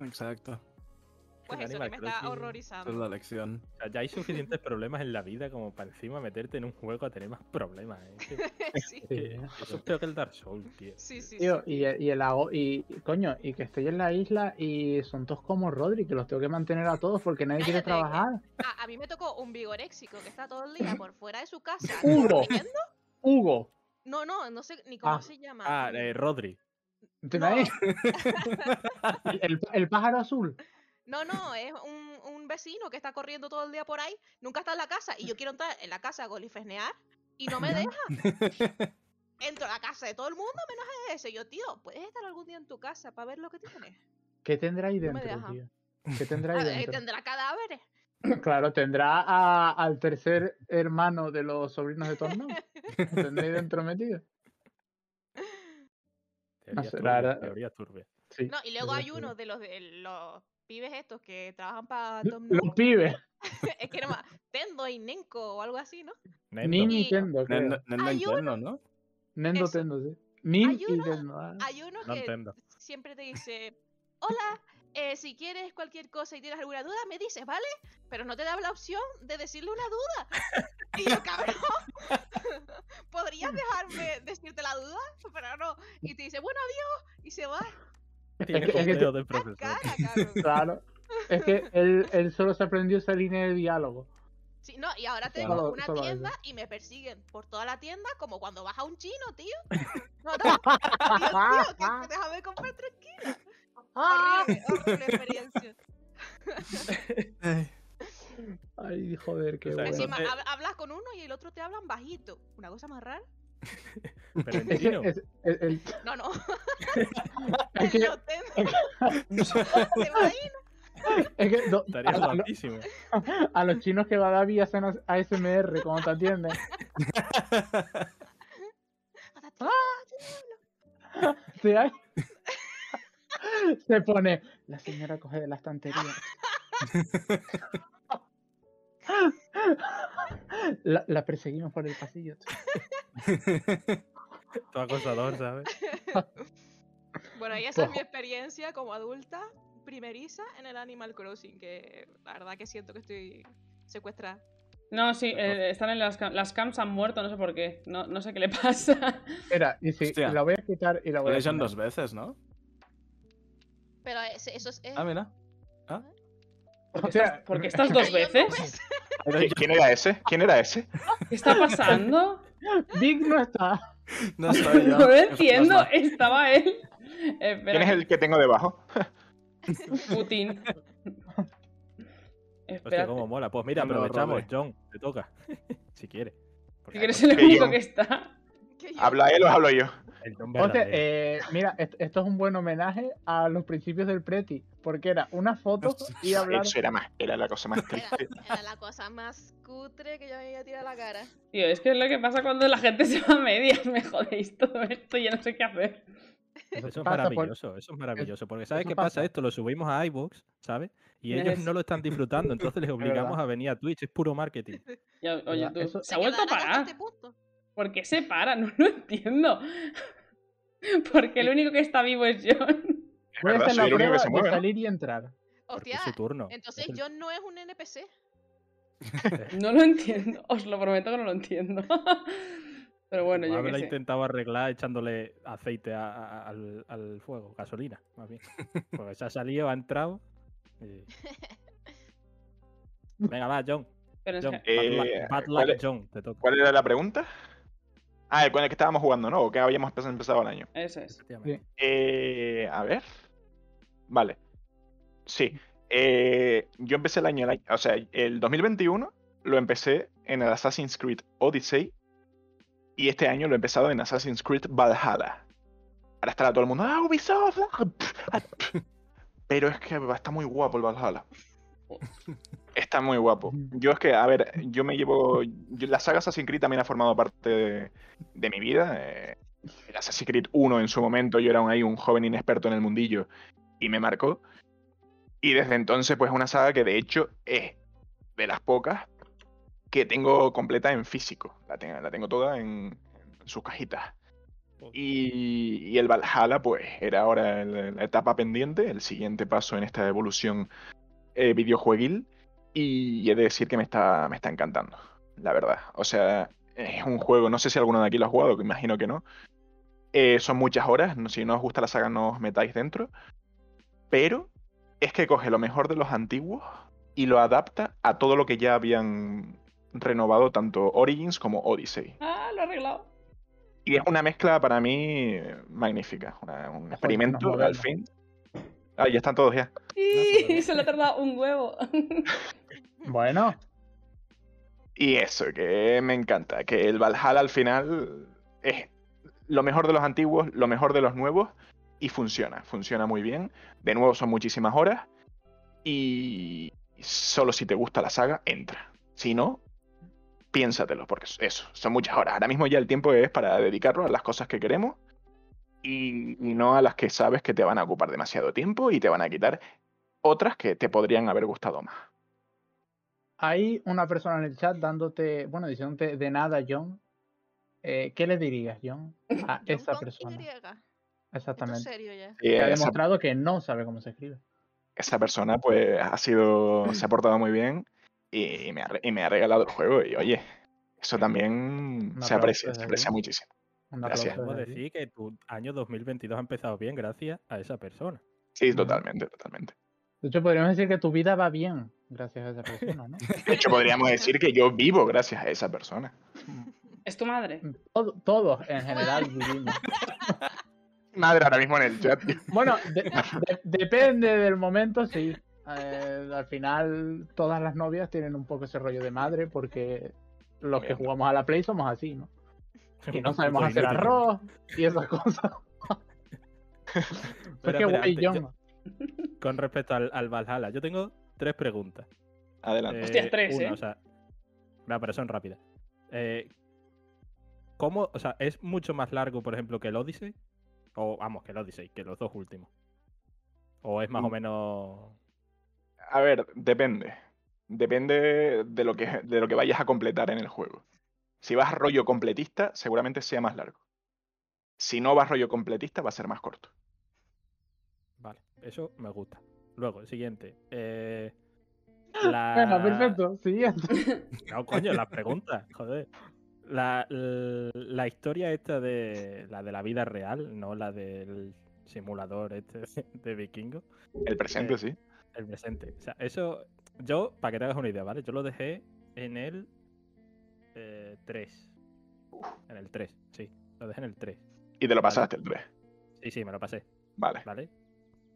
S7: Exacto.
S4: Pues
S2: El
S4: eso que
S2: Animal
S4: me está
S2: Crossing.
S7: Esa es
S4: horrorizando.
S7: la lección.
S2: O sea, ya hay suficientes problemas en la vida como para encima meterte en un juego a tener más problemas. ¿eh? Es que-
S4: sí,
S3: Sí,
S2: que-
S3: eh.
S2: Eso es peor que el Dark Souls, tío.
S4: sí, sí. sí.
S3: Tío, y, y el ago- y coño, y que estoy en la isla y son todos como Rodri, que los tengo que mantener a todos porque nadie quiere
S4: Cállate,
S3: trabajar.
S4: Ah, A, a mí me tocó un vigoréxico que está todo el día por fuera de su casa.
S3: Hugo.
S4: corriendo.
S3: Hugo,
S4: No, no, no sé ni cómo
S3: Ah.
S4: se llama. mm,
S2: Ah, eh, Rodri.
S3: ¿te
S4: No.
S3: veis? el, el pájaro azul.
S4: No, no, es un, un vecino que está corriendo todo el día por ahí, nunca está en la casa y yo quiero entrar en la casa a golifesnear y no me deja. Entro a la casa de todo el mundo menos a ese. Yo, tío, puedes estar algún día en tu casa para ver lo que tienes.
S3: ¿Qué tendrá ahí
S4: No me
S3: dentro,
S4: deja.
S3: tío? ¿Qué tendrá
S4: Ah,
S3: ahí
S4: eh,
S3: dentro?
S4: Tendrá cadáveres.
S3: Claro, tendrá a- al tercer hermano de los sobrinos de Torno. Tendrá ahí dentro metido.
S2: Teorías
S3: sé, la
S2: turbias,
S3: verdad-
S2: teorías turbias.
S3: Sí,
S4: No, y luego
S3: tendrá
S4: hay
S3: que-
S4: uno de los, de los pibes estos que trabajan para
S3: L-
S4: Tom
S3: Los
S4: Nook.
S3: pibes.
S4: es que no me- Tendo y Nenko o algo así, ¿no?
S2: Nendo.
S3: Ni
S4: Ni-
S3: Nintendo, creo.
S7: Nendo, Nendo
S4: Hay uno-
S7: interno, ¿no?
S3: Nendo
S4: Eso.
S3: Tendo, sí. Nin
S4: Hay
S3: y
S4: uno-
S3: Tendo, ah.
S4: Hay uno
S2: No
S4: que
S2: entiendo.
S4: siempre te dice, hola, eh, si quieres cualquier cosa y tienes alguna duda, me dices, ¿vale? Pero no te da la opción de decirle una duda. Y yo, cabrón, ¿podrías dejarme decirte la duda? Pero no. Y te dice, bueno, adiós. Y se va.
S2: Tiene
S3: es que- es que-
S2: conteo de
S4: ¡Ah,
S2: profesor.
S4: cara, cabrón.
S3: Claro. Es que él, él solo se aprendió esa línea de diálogo.
S4: Sí, no, y ahora tengo
S3: Solo-
S4: una
S3: solo
S4: tienda y me persiguen por toda la tienda como cuando vas a un chino, tío. No, no, tío, tío, que- que déjame comprar tranquila. Horrible, horrible experiencia.
S3: Ay, joder, qué
S2: O sea,
S3: bueno.
S4: Encima,
S2: Entonces-
S4: hab- hablas con uno y el otro te hablan bajito. Una cosa más rara.
S2: Pero en
S3: Es que,
S2: chino.
S3: es, es- el-
S4: No, no.
S3: es que-
S4: Yo te- te va a ir.
S3: es que no-
S2: Estaría
S3: a, a lo-
S2: guapísimo.
S3: a los chinos que va David hacen as- ASMR cuando te atienden.
S4: O sea, tío,
S3: ¿Sí hay? Se pone, la señora coge de la estantería. La, la perseguimos por el pasillo.
S2: Todo acosador, ¿sabes?
S4: Bueno, y esa es mi
S3: Ojo.
S4: experiencia como adulta primeriza en el Animal Crossing, que la verdad que siento que estoy secuestrada.
S1: No, sí, eh, están en las camps. Las camps han muerto, no sé por qué. No, no sé qué le pasa.
S3: Espera, y si
S7: Hostia.
S3: la voy a quitar y la
S7: Lo
S3: voy a
S7: echan
S3: poner.
S7: dos veces, ¿no?
S4: Pero ese- eso es... es-
S7: Ah, mira.
S3: O sea,
S1: ¿Por qué estás dos
S4: Cayó en
S1: veces?
S4: nubes.
S6: ¿Qui- ¿Quién era ese? ¿Quién era ese?
S1: ¿Qué está pasando?
S3: Vic no está.
S7: No estoy yo.
S1: No lo
S7: Qué
S1: entiendo.
S7: fantasma.
S1: Estaba él.
S6: ¿Quién
S1: Espera,
S6: es el que tengo debajo?
S1: Putin.
S2: Hostia,
S1: Espera.
S2: cómo mola. Pues mira,
S7: No me lo
S2: aprovechamos,
S7: robe.
S2: John. Te toca. si quieres. Porque
S1: Que eres el
S6: Que
S1: único
S6: yo-
S1: que está.
S4: que yo-
S6: ¿Habla él o hablo yo?
S2: el John
S3: Hostia,
S2: verdadero.
S3: eh, mira, est- esto es un buen homenaje a los principios del Preti, porque era una foto y hablar.
S6: Eso era más, era la cosa más
S4: Era,
S6: triste.
S4: era la cosa más cutre que yo me iba a tirar a la cara.
S1: Tío, es que es lo que pasa cuando la gente se va a medias. Me jodéis todo esto. Ya no sé qué hacer.
S2: Eso es
S3: pasa por-
S2: maravilloso, eso es maravilloso. Porque ¿sabes
S3: eso
S2: qué pasa?
S3: pasa.
S2: Esto lo subimos a iVoox, ¿sabes? Y ellos
S1: Es-
S2: no lo están disfrutando, entonces les obligamos
S3: verdad.
S2: a venir a Twitch, es puro marketing.
S1: Ya, oye,
S3: Ya,
S1: tú,
S3: eso-
S1: Se ha vuelto a
S4: quedará con
S1: parar.
S4: este punto.
S1: ¿Por qué se para? No lo entiendo. Porque el único que está vivo es John.
S3: Voy a
S6: ¿Verdad?
S3: hacer
S6: Soy
S3: la
S6: el único
S3: prueba
S6: que se
S3: de
S6: mueve. ¿no?
S3: salir y entrar.
S2: Porque
S4: Hostia,
S2: es su turno.
S4: entonces
S2: es el-
S4: John no es un NPC.
S1: No lo entiendo. Os lo prometo que no lo entiendo. Pero bueno, yo
S2: Haberla
S1: qué sé.
S2: intentado arreglar echándole aceite a- a- al, al fuego, gasolina, más bien. Porque se ha salido, ha entrado. y- Venga, va, John.
S1: Pero es
S2: John,
S1: que-
S2: bad luck-
S6: Eh,
S2: bad
S6: ¿cuál
S2: luck,
S6: es?
S2: John, te toca.
S6: ¿Cuál era la pregunta? Ah, el con el que estábamos jugando, ¿no? ¿O que habíamos empe- empezado el año?
S1: Eso es.
S2: Efectivamente.
S6: Eh, a ver. Vale. Sí. Eh, yo empecé el año, el año- o sea, el 2021 lo empecé en el Assassin's Creed Odyssey y este año lo he empezado en Assassin's Creed Valhalla. Ahora estará todo el mundo, ah, Ubisoft. ah, pf, ah, pf". Pero es que va- está muy guapo el Valhalla. Está muy guapo. Yo es que, a ver, yo me llevo... yo- la saga Assassin's Creed también ha formado parte de, de mi vida. eh, el Assassin's Creed 1 en su momento, yo era un, ahí un joven inexperto en el mundillo y me marcó. Y desde entonces, pues es una saga que de hecho es de las pocas que tengo completa en físico. La tengo, la tengo toda en, en sus cajitas. Y, y el Valhalla, pues, era ahora el- la etapa pendiente, el siguiente paso en esta evolución eh, videojueguil. Y he de decir que me está, me está encantando, la verdad. O sea, es un juego, no sé si alguno de aquí lo ha jugado, que imagino que no. Eh, son muchas horas, no- si no os gusta la saga no os metáis dentro. Pero es que coge lo mejor de los antiguos y lo adapta a todo lo que ya habían renovado tanto Origins como Odyssey.
S1: Ah, lo he arreglado.
S6: Y es una mezcla para mí magnífica. una- un
S3: nos
S6: experimento al
S3: movemos.
S6: fin. Ah, ya están todos ya.
S1: Y se le ha tardado un huevo.
S3: Bueno,
S6: Y eso, que me encanta. Que el Valhalla al final es lo mejor de los antiguos, lo mejor de los nuevos. Y funciona, funciona muy bien. De nuevo son muchísimas horas. Y solo si te gusta la saga, entra. Si no, piénsatelo, porque es- eso, son muchas horas. Ahora mismo ya el tiempo es para dedicarlo a las cosas que queremos. Y, y no a las que sabes que te van a ocupar demasiado tiempo y te van a quitar otras que te podrían haber gustado más.
S3: hay una persona en el chat dándote, bueno, diciéndote de nada, John. Eh, ¿Qué le dirías, John? A esa persona.
S4: Esto es
S3: Exactamente.
S4: serio ya.
S6: Y
S3: Que ha
S6: Eh, esa-
S3: demostrado que no sabe cómo se escribe.
S6: esa persona pues ha sido, se ha portado muy bien y me ha, re- y me ha regalado el juego y oye, eso también
S3: Un
S6: se
S3: aplauso
S6: aprecia, se
S3: desde
S6: aprecia
S3: aquí.
S6: muchísimo.
S3: Un
S6: Gracias.
S3: aplauso
S2: Podemos
S3: desde aquí.
S2: decir que tu año 2022 ha empezado bien gracias a esa persona.
S6: Sí,
S3: Ujú.
S6: totalmente, totalmente.
S3: De hecho, podríamos decir que tu vida va bien gracias a esa persona, ¿no?
S6: De hecho, podríamos decir que yo vivo gracias a esa persona.
S1: Es tu madre.
S3: Todo- todos en general vivimos.
S6: Madre, ahora mismo en el chat. tío.
S3: Bueno, de- de- depende del momento, sí. Eh, al final, todas las novias tienen un poco ese rollo de madre porque los que
S6: Obviamente.
S3: jugamos a la Play somos así, ¿no? Y no sabemos hacer
S2: Inútil.
S3: arroz y esas cosas. Pero
S2: Espera,
S3: qué
S2: espera,
S3: guay,
S2: antes,
S3: John.
S2: yo- con respecto al, al Valhalla, yo tengo tres preguntas.
S6: Adelante.
S1: Hostias, tres, ¿eh?
S2: O sea, no, pero son rápidas. Eh, ¿Cómo, o sea, es mucho más largo, por ejemplo, que el Odyssey? O vamos, que el Odyssey, que los dos últimos. O es más o
S6: Mm.
S2: menos.
S6: A ver, depende. Depende de lo, que, de lo que vayas a completar en el juego. Si vas rollo completista, seguramente sea más largo. Si no vas rollo completista, va a ser más corto.
S2: Vale, eso me gusta. Luego, el siguiente. eh,
S3: Bueno,
S1: Ah,
S2: la-
S3: Ah, perfecto. Siguiente.
S2: No, coño, las preguntas, joder. La, l- la historia esta de la de la vida real, no la del simulador este de vikingo,
S6: El presente,
S2: Eh,
S6: sí.
S2: el presente. O sea, eso, yo, para que te hagas una idea, ¿vale? Yo lo dejé en el eh, 3. En el 3, sí. Lo dejé en el 3.
S6: Y te lo pasaste el 3.
S2: Sí, sí, me lo pasé.
S6: Vale.
S2: ¿vale?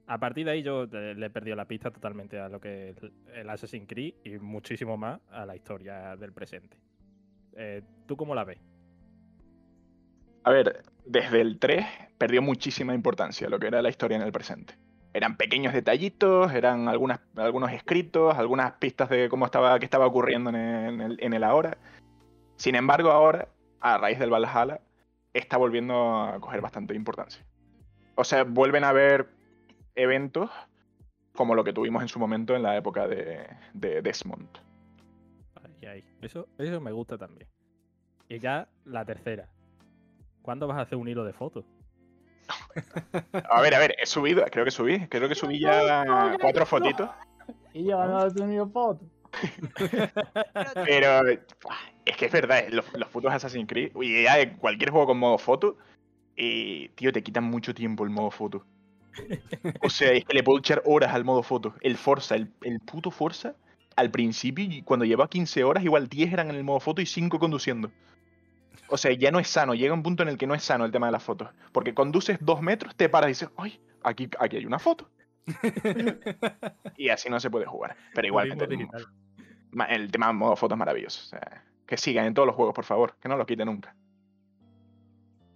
S2: A partir de ahí yo eh, le he perdido la pista totalmente a lo que es el Assassin's Creed y muchísimo más a la historia del presente. Eh, ¿Tú cómo la ves?
S6: A ver, desde el 3 perdió muchísima importancia lo que era la historia en el presente. Eran pequeños detallitos, eran algunas, algunos escritos, algunas pistas de cómo estaba, qué estaba ocurriendo en el, en el ahora. Sin embargo, ahora, a raíz del Valhalla, está volviendo a coger bastante importancia. O sea, vuelven a haber eventos como lo que tuvimos en su momento en la época de, de Desmond.
S2: Ahí, ahí. Eso, eso me gusta también. Y ya la tercera. ¿Cuándo vas a hacer un hilo de fotos?
S6: A ver, a ver, he subido, creo que subí, creo que subí ya cuatro fotitos.
S3: Y yo no he tenido foto.
S4: Pero-
S6: Pero buah, es que es verdad, eh, los, los putos Assassin's Creed, y ya de cualquier juego con modo foto, eh, tío, te quitan mucho tiempo el modo foto. O sea, es que le puedo echar horas al modo foto. El Forza, el, el puto Forza, al principio, y cuando llevaba 15 horas, igual 10 eran en el modo foto y 5 conduciendo. O sea, ya no es sano, llega un punto en el que no es sano el tema de las fotos. Porque conduces dos metros, te paras y dices, ¡ay! Aquí, aquí hay una foto. y así no se puede jugar. Pero igualmente,
S2: Turismo digital.
S6: Ma- El tema de modo fotos maravilloso. O sea, que sigan en todos los juegos, por favor. Que no lo quiten nunca.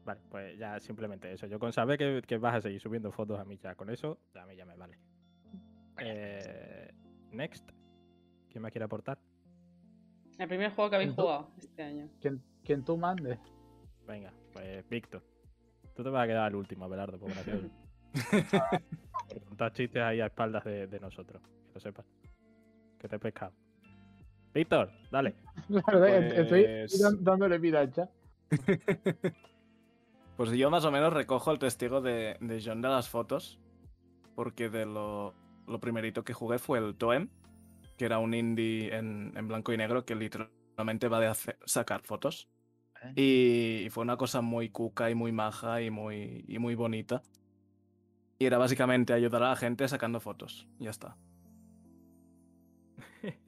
S2: Vale, pues ya simplemente eso. Yo con saber que, que vas a seguir subiendo fotos a mí ya con eso, ya a mí ya me vale. Eh, next. ¿Quién más quiere aportar?
S1: El primer juego que habéis
S3: Ujú.
S1: jugado este año.
S3: Quien, quien tú mandes.
S2: Venga, pues Víctor. Tú te vas a quedar el último, Belardo, por gracioso. Por contar chistes ahí a espaldas de, de nosotros. Que lo sepas. Que te he pescado. Víctor, dale.
S3: La verdad, que estoy
S7: Pues-
S3: dan- dándole vida al chat.
S7: Pues yo más o menos recojo el testigo de, de John de las fotos, porque de lo, lo primerito que jugué fue el Toem, que era un indie en, en blanco y negro que literalmente va de hacer- sacar fotos. Y, y fue una cosa muy cuca y muy maja y muy, y muy bonita. Y era básicamente ayudar a la gente sacando fotos. Ya está.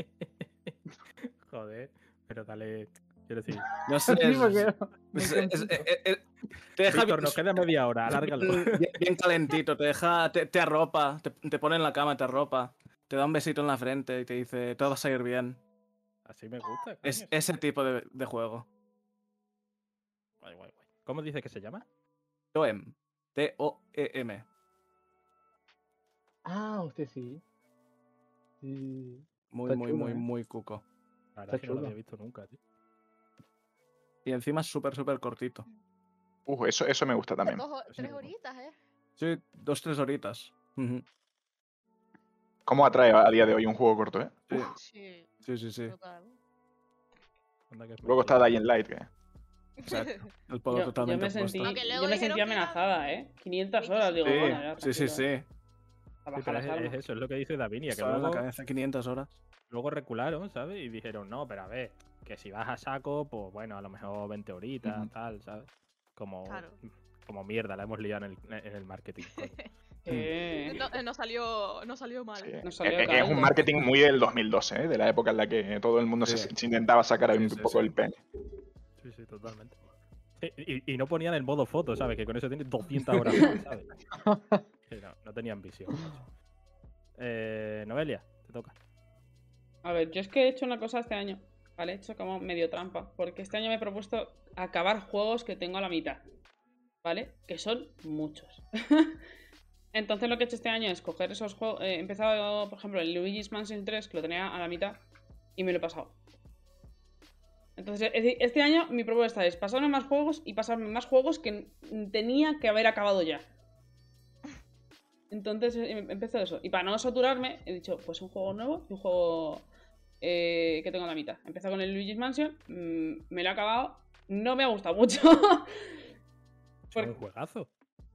S2: Joder, pero dale. Quiero decir.
S7: No sé,
S3: Sí,
S7: es-
S3: porque-
S7: es- es- es- es- te deja
S2: Víctor,
S7: bien-
S2: nos queda media hora, alárgalo.
S7: Bien, bien calentito, te deja, te, te arropa, te, te pone en la cama, te arropa, te da un besito en la frente y te dice, todo va a ir bien.
S2: Así me gusta. coño.
S7: Es ese tipo de, de juego.
S2: Guay, guay, guay. ¿Cómo dices que se llama?
S7: Toem. T-O-E-M.
S3: Ah, usted sí. Sí.
S7: Muy,
S3: Está
S7: muy,
S3: chulo,
S7: muy,
S3: ¿eh?
S7: muy cuco.
S2: La verdad es que no lo
S3: chulo.
S2: había visto nunca, tío.
S7: Y encima es súper, súper cortito.
S6: Uh, eso, eso me gusta también.
S4: Dos o-
S2: sí,
S4: tres
S2: bueno.
S4: horitas, ¿eh?
S7: Sí, dos, tres horitas. Ujú.
S6: ¿Cómo atrae a día de hoy un juego corto, eh?
S7: Sí,
S4: Sí,
S7: sí, sí, sí.
S4: total.
S2: Anda que es
S6: Luego
S2: mentira.
S6: está Dying Light, que
S7: Exacto. El
S1: Yo,
S7: polo
S1: yo
S7: totalmente
S1: me
S7: opuesto.
S1: sentí,
S4: Aunque luego
S1: yo me
S4: dijeron
S1: sentí
S4: que era
S1: amenazada, ¿eh? 500 horas, digo,
S7: Sí,
S1: bueno, ya,
S7: sí, sí,
S1: tranquilo,
S7: sí.
S1: a
S2: Sí,
S1: bajar
S2: pero
S1: las
S2: es, es
S1: armas.
S2: eso, es lo que dice Davinia, que
S7: Estaba en la
S2: luego,
S7: cabeza 500 horas.
S2: luego recularon, ¿sabes? Y dijeron, no, pero a ver, que si vas a saco, pues bueno, a lo mejor 20 horitas,
S7: Ujú.
S2: tal, ¿sabes? Como,
S4: Claro.
S2: como mierda, la hemos liado en el, en el marketing. coño.
S1: Eh,
S4: No, eh, no salió, no salió mal.
S6: sí.
S1: No
S6: Es,
S1: salió
S6: es- es
S1: caldo.
S6: un marketing muy del 2012, ¿eh? de la época en la que todo el mundo se,
S7: Sí.
S6: se intentaba sacar ahí
S7: Sí,
S6: un
S7: sí, sí.
S6: poco el pene.
S2: sí, sí, totalmente. Y, y- y no ponían el modo foto, ¿sabes? Que con eso tienes 200 horas, más, ¿sabes? Sí, no, no tenían visión. macho. Eh, Noelia, te toca.
S1: A ver, yo es que he hecho una cosa este año, ¿vale? He hecho como medio trampa, porque este año me he propuesto acabar juegos que tengo a la mitad, ¿vale? Que son muchos. Entonces lo que he hecho este año es coger esos juegos, eh, he empezado, por ejemplo, el Luigi's Mansion 3, que lo tenía a la mitad, y me lo he pasado. Entonces, es decir, este año mi propuesta es pasarme más juegos y pasarme más juegos que n- tenía que haber acabado ya. Entonces eh, em- empezó eso. Y para no saturarme, he dicho, pues un juego nuevo y un juego eh, que tengo a la mitad. He empezado con el Luigi's Mansion, mm, me lo he acabado, no me ha gustado mucho.
S2: Es
S1: Por-
S2: un juegazo.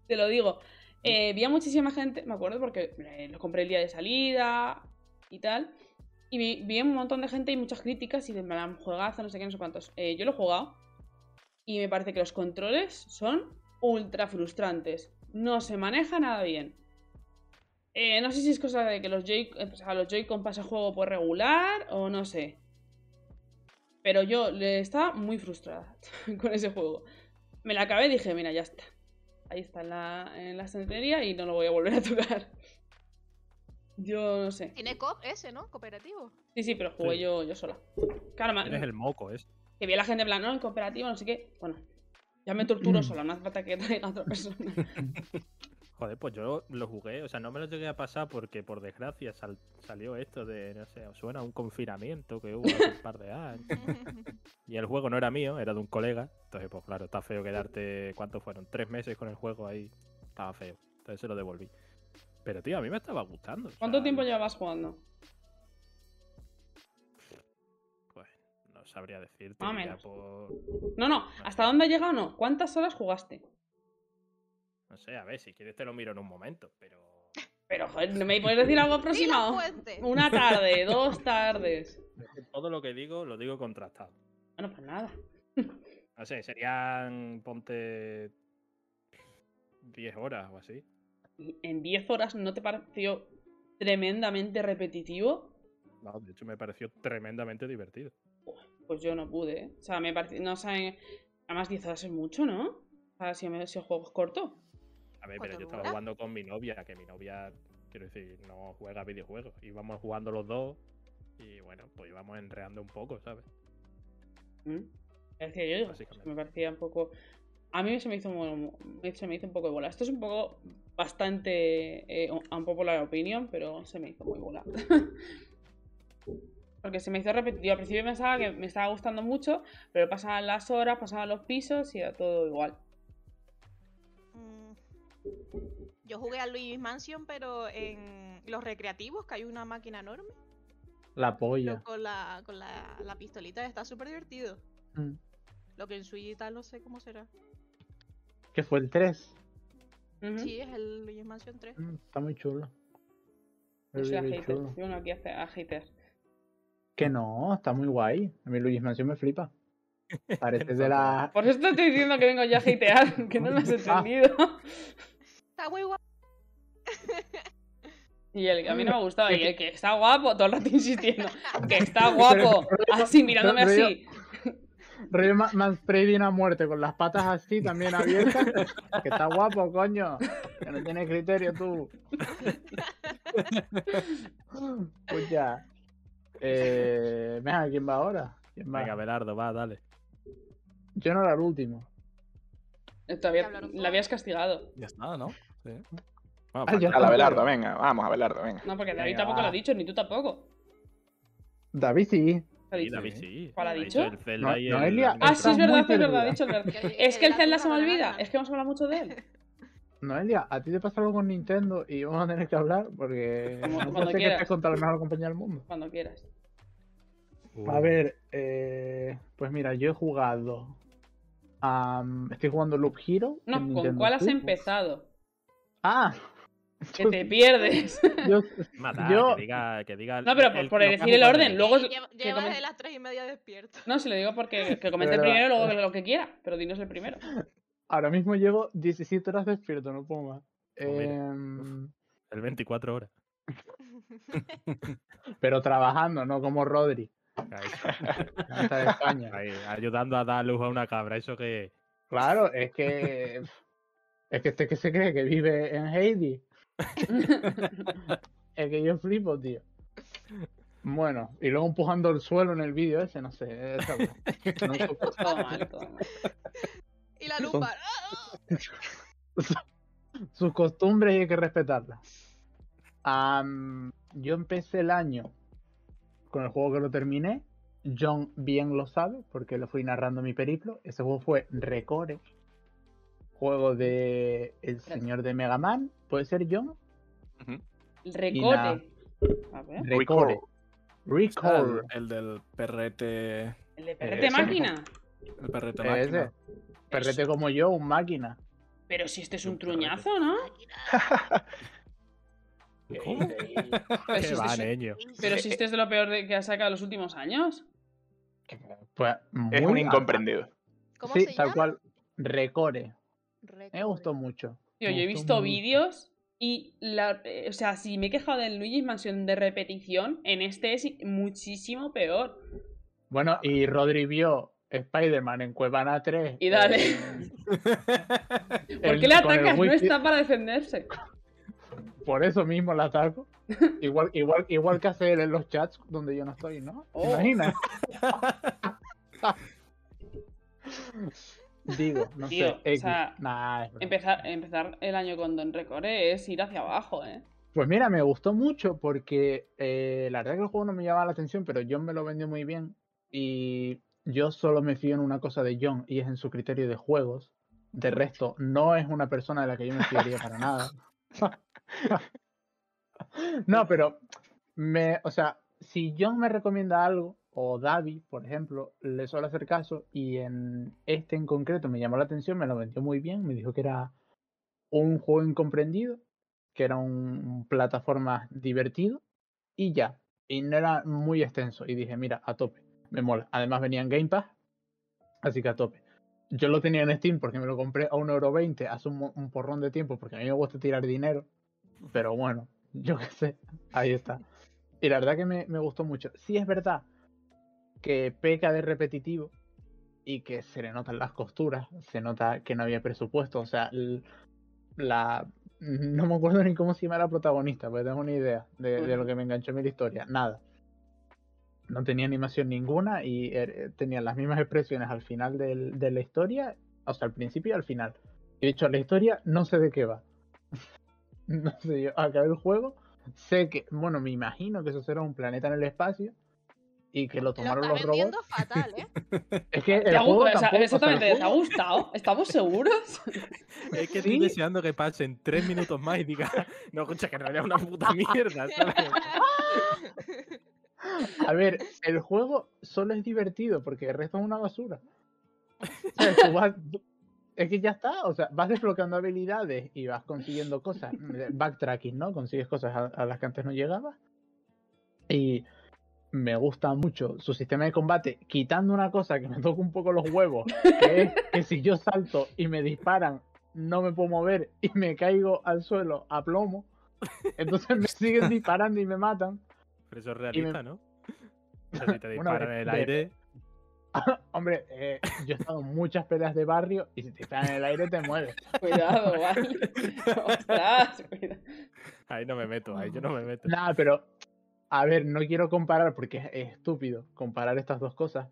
S1: te lo digo. Eh, vi a muchísima gente, me acuerdo porque eh, lo compré el día de salida y tal. Y vi, vi a un montón de gente y muchas críticas y de plan, juegazo, no sé qué, no sé cuántos. Eh, yo lo he jugado y me parece que los controles son ultra frustrantes. No se maneja nada bien. Eh, no sé si es cosa de que los Joy, eh, pues, a los Joy-Con pasa juego por regular o no sé. Pero yo le estaba muy frustrada con ese juego. Me la acabé y dije, mira, ya está ahí está en la, en la estantería y no lo voy a volver a tocar. Yo no sé.
S4: Tiene cop ese, ¿no? Cooperativo.
S1: Sí, sí, pero jugué
S2: Sí.
S1: yo, yo sola. Claro, ma-
S2: Eres el moco, ¿es?
S1: que vi a la gente en plan, no, en cooperativo, no sé qué. Bueno, ya me torturo sola, no hace falta que traiga a otra persona.
S2: Joder, pues yo lo jugué, o sea, no me lo llegué a pasar porque por desgracia sal- salió esto de, no sé, os suena un confinamiento que hubo hace un par de años. Y el juego no era mío, era de un colega. Entonces, pues claro, está feo quedarte, ¿cuántos fueron? Tres meses con el juego ahí. Estaba feo. Entonces se lo devolví. Pero tío, a mí me estaba gustando. o sea,
S1: ¿Cuánto tiempo llevabas jugando?
S2: Pues no sabría decirte.
S1: Más o
S2: ya
S1: menos.
S2: por-
S1: No, no, ¿hasta dónde ha llegado no? ¿Cuántas horas jugaste?
S2: No sé, a ver, si quieres te lo miro en un momento, pero...
S1: Pero, joder, ¿no me puedes decir algo
S4: ¡Di la
S1: aproximado?
S4: fuente!
S1: Una tarde, dos tardes.
S2: Todo lo que digo, lo digo contrastado.
S1: Bueno, pues nada.
S2: No sé, serían, ponte, 10 horas o así.
S1: ¿Y ¿En 10 horas no te pareció tremendamente repetitivo?
S2: No, de hecho, me pareció tremendamente divertido.
S1: Pues yo no pude, ¿eh? O sea, me pareció. No, o sea, en- Además, 10 horas es mucho, ¿no? O sea, si, me- si el juego es corto.
S2: A ver, pero
S4: ¿Cuánto
S2: yo estaba
S4: dura?
S2: jugando con mi novia, que mi novia, quiero decir, no juega videojuegos. Íbamos jugando los dos y bueno, pues íbamos enreando un poco, ¿sabes?
S1: ¿Mm? Decía yo, digo,
S2: Básicamente.
S1: me parecía un poco. A mí se me hizo, mo- se me hizo un poco de bola. Esto es un poco bastante eh, unpopular opinion, pero se me hizo muy bola. Porque se me hizo repetido. Al principio pensaba que me estaba gustando mucho, pero pasaban las horas, pasaban los pisos y era todo igual.
S4: Mm. Yo jugué a Luigi's Mansion, pero en los recreativos, que hay una máquina enorme,
S3: La
S4: pero
S3: polla.
S4: con la, con la, la pistolita está súper divertido.
S3: Mm.
S4: Lo que en Switch y tal, no sé cómo será.
S3: Que fue el 3.
S1: Ujú.
S4: Sí, es el Luigi's Mansion 3.
S3: Mm, Está muy chulo.
S1: Yo
S3: Muy,
S1: soy a
S3: muy
S1: hater.
S3: chulo.
S1: Yo no aquí hace a hater.
S3: Que no, está muy guay. A mí Luis Mansion me flipa. Parece de la.
S1: Por eso te estoy diciendo que vengo yo a hatear, que no me has entendido.
S4: Está muy guapo.
S1: Y el que a mí no me ha gustado, y el que está guapo, todo el rato insistiendo, que está guapo, así, mirándome
S3: pero-
S1: así.
S3: Rey Ma- Manfredi a muerte, con las patas así también abiertas. que está guapo, coño. Que no tienes criterio tú. Escucha. Pues Eh, venga, ¿quién va ahora? ¿Quién va?
S2: Venga, Belardo, va, dale.
S3: Yo no era el último.
S1: Todavía
S4: hablaron todos.
S1: la habías castigado.
S7: Ya está, ¿no?
S2: Bueno,
S3: Ay, Ah, ya
S2: falta-
S6: A la
S3: Claro.
S6: Belardo, venga, vamos a Belardo, venga.
S1: No, porque David
S3: Venga,
S1: tampoco lo ha
S3: va.
S1: dicho, ni tú tampoco.
S3: David sí.
S1: Lo ha
S2: Sí,
S1: dicho.
S2: David, sí.
S1: ¿Cuál ha
S2: Ha
S1: dicho?
S2: El Zelda
S3: ¿eh? No-
S2: y el...
S3: Noelia,
S1: Ah,
S2: Animal
S1: sí, es
S3: Estás
S2: Crossing.
S1: verdad,
S3: muy
S1: es verdad,
S3: perdida.
S1: ha dicho el verdad.
S4: Que-
S1: Es que el
S4: la
S1: Zelda se me
S4: turba de la
S1: olvida,
S4: naranja.
S1: es que hemos hablado mucho de él.
S3: Noelia, a ti te pasa algo con Nintendo y vamos a tener que hablar porque
S1: Como-
S3: no
S1: cuando
S3: sé que
S1: quieras.
S3: estás contra la mejor compañía del mundo.
S1: Cuando quieras.
S2: Uh.
S3: A ver, eh, pues mira, yo he jugado. am, estoy jugando Loop Hero.
S1: No,
S3: en
S1: ¿con
S3: Nintendo
S1: cuál has
S3: Switch.
S1: empezado?
S3: Ah,
S1: Que te pierdes.
S3: yo-
S2: Más da,
S3: Yo-
S2: que diga, que diga
S1: No, pero por- por
S2: lo que
S1: decir
S2: ha
S1: el
S2: jugado
S1: orden,
S2: él.
S1: lo- Luego-
S4: Lle- lle-
S1: que
S4: Lleva
S1: comen-
S4: desde las 3 y media despierto.
S1: No, se lo digo porque que comente el
S3: verdad.
S1: primero, luego lo que quiera, pero dinos el primero.
S3: ahora mismo llevo 17 horas despierto, no puedo más.
S2: Oh, mira.
S3: Em,
S2: El 24 horas.
S3: pero trabajando, no como Rodri,
S2: Ahí,
S3: canta de España.
S2: ahí, ayudando a dar luz a una cabra, eso que...
S3: Claro, es que. Es que este que se cree que vive en Heidi. Es que yo flipo, tío. Bueno, y luego empujando el suelo en el vídeo ese, no sé. esa wea. No supo-
S1: Todo mal, todo mal.
S4: Y la lupa. ¡ah!
S3: sus costumbres y hay que respetarlas. Am, yo empecé el año con el juego que lo terminé. John bien lo sabe porque lo fui narrando mi periplo. Ese juego fue Recore, juego de El Señor de Mega Man. ¿Puede ser John? nada.
S1: Recorre. A ver.
S3: Recore. Recore.
S7: Ah,
S6: Ah,
S7: El, el del perrete.
S1: El
S3: Eh,
S1: de perrete
S3: Ese.
S1: máquina.
S7: El perrete
S3: Ese.
S7: máquina.
S3: Perrete como yo, un máquina.
S1: Pero si este es
S2: Un
S1: un
S2: perrete.
S1: truñazo, ¿no?
S2: ¿Cómo?
S1: Pero si
S2: Que
S1: este
S2: va,
S1: es un-
S2: niño.
S1: Pero si este es de lo peor de- que ha sacado los últimos años.
S3: Pues
S6: Es un
S3: muy a-
S6: incomprendido.
S4: ¿Cómo
S3: Sí,
S4: se
S3: tal
S4: llama?
S3: cual. Recore.
S4: Record.
S3: Me gustó mucho.
S1: Tío,
S3: Me
S1: yo he
S3: gustó
S1: visto
S3: mucho.
S1: vídeos y la, eh, o sea, si me he quejado del Luigi's Mansion de repetición, en este es muchísimo peor.
S3: Bueno, y Rodri vio Spider-Man en Cuevana 3.
S1: Y dale.
S3: eh,
S1: ¿Por
S3: el-
S1: qué le
S3: con el
S1: atacas? No
S3: wifi-
S1: está para defenderse.
S3: Por eso mismo la ataco. Igual, igual, igual que hacer en los chats donde yo no estoy, ¿no? ¿Te
S1: Oh.
S3: imaginas? Digo, no
S1: Tío,
S3: sé.
S1: o
S3: X.
S1: sea,
S3: Nah, es broma.
S1: Empezar, empezar el año con Don Recore es ir hacia abajo, ¿eh?
S3: Pues mira, me gustó mucho porque eh, la verdad que el juego no me llamaba la atención, pero John me lo vendió muy bien y yo solo me fío en una cosa de John y es en su criterio de juegos. De resto, no es una persona de la que yo me fiaría para nada. no, pero me, o sea, si John me recomienda algo o David, por ejemplo, le suelo hacer caso y en este en concreto me llamó la atención, me lo vendió muy bien, me dijo que era un juego incomprendido que era un plataforma divertido y ya. Y no era muy extenso. Y dije, mira, a tope. Me mola. Además venía en Game Pass. Así que a tope. Yo lo tenía en Steam porque me lo compré a 1,20€ hace un, mo- un porrón de tiempo porque a mí me gusta tirar dinero. Pero bueno, yo qué sé. Ahí está. Y la verdad que me, me gustó mucho. Sí es verdad que peca de repetitivo y que se le notan las costuras, se nota que no había presupuesto. O sea, l- la... No me acuerdo ni cómo se llama la protagonista, pero tengo una idea de, de lo que me enganchó en la historia. Nada. No tenía animación ninguna y er- tenía las mismas expresiones al final del- de la historia, o sea, al principio y al final. Y dicho, la historia no sé de qué va. no sé, yo acabé el juego, sé que, bueno, me imagino que eso será un planeta en el espacio y que lo
S4: Lo
S3: tomaron
S4: está
S3: los robots.
S4: vendiendo fatal, ¿eh?
S3: Es que el
S1: ¿Te ha
S3: juego
S1: gustado? O sea,
S3: tampoco- o sea, el
S1: exactamente,
S3: juego-
S1: ¿te ha gustado? ¿Estamos seguros?
S2: Es que
S3: Sí.
S2: estoy deseando que pasen tres minutos más y diga, no, escucha, que en realidad es una puta mierda. ¿sabes?
S3: A ver, el juego solo es divertido porque el resto es una basura. O sea, tú vas- es que ya está, o sea, vas desbloqueando habilidades y vas consiguiendo cosas, eh, backtracking, ¿no? Consigues cosas a, a las que antes no llegabas. Y me gusta mucho su sistema de combate, quitando una cosa que me toca un poco los huevos, que es que si yo salto y me disparan, no me puedo mover y me caigo al suelo a plomo. Entonces me siguen disparando y me matan.
S2: Pero eso es realista, ¿no? O sea, si te
S3: Bueno,
S2: disparan en el
S3: de-
S2: aire,
S3: Hombre, eh, yo he estado en muchas peleas de barrio y si te están en el aire te mueves.
S1: Cuidado, guay. Ostras, cuidado.
S2: ahí no me meto, ahí yo no me meto.
S3: Nada, pero a ver, no quiero comparar porque es- es estúpido comparar estas dos cosas.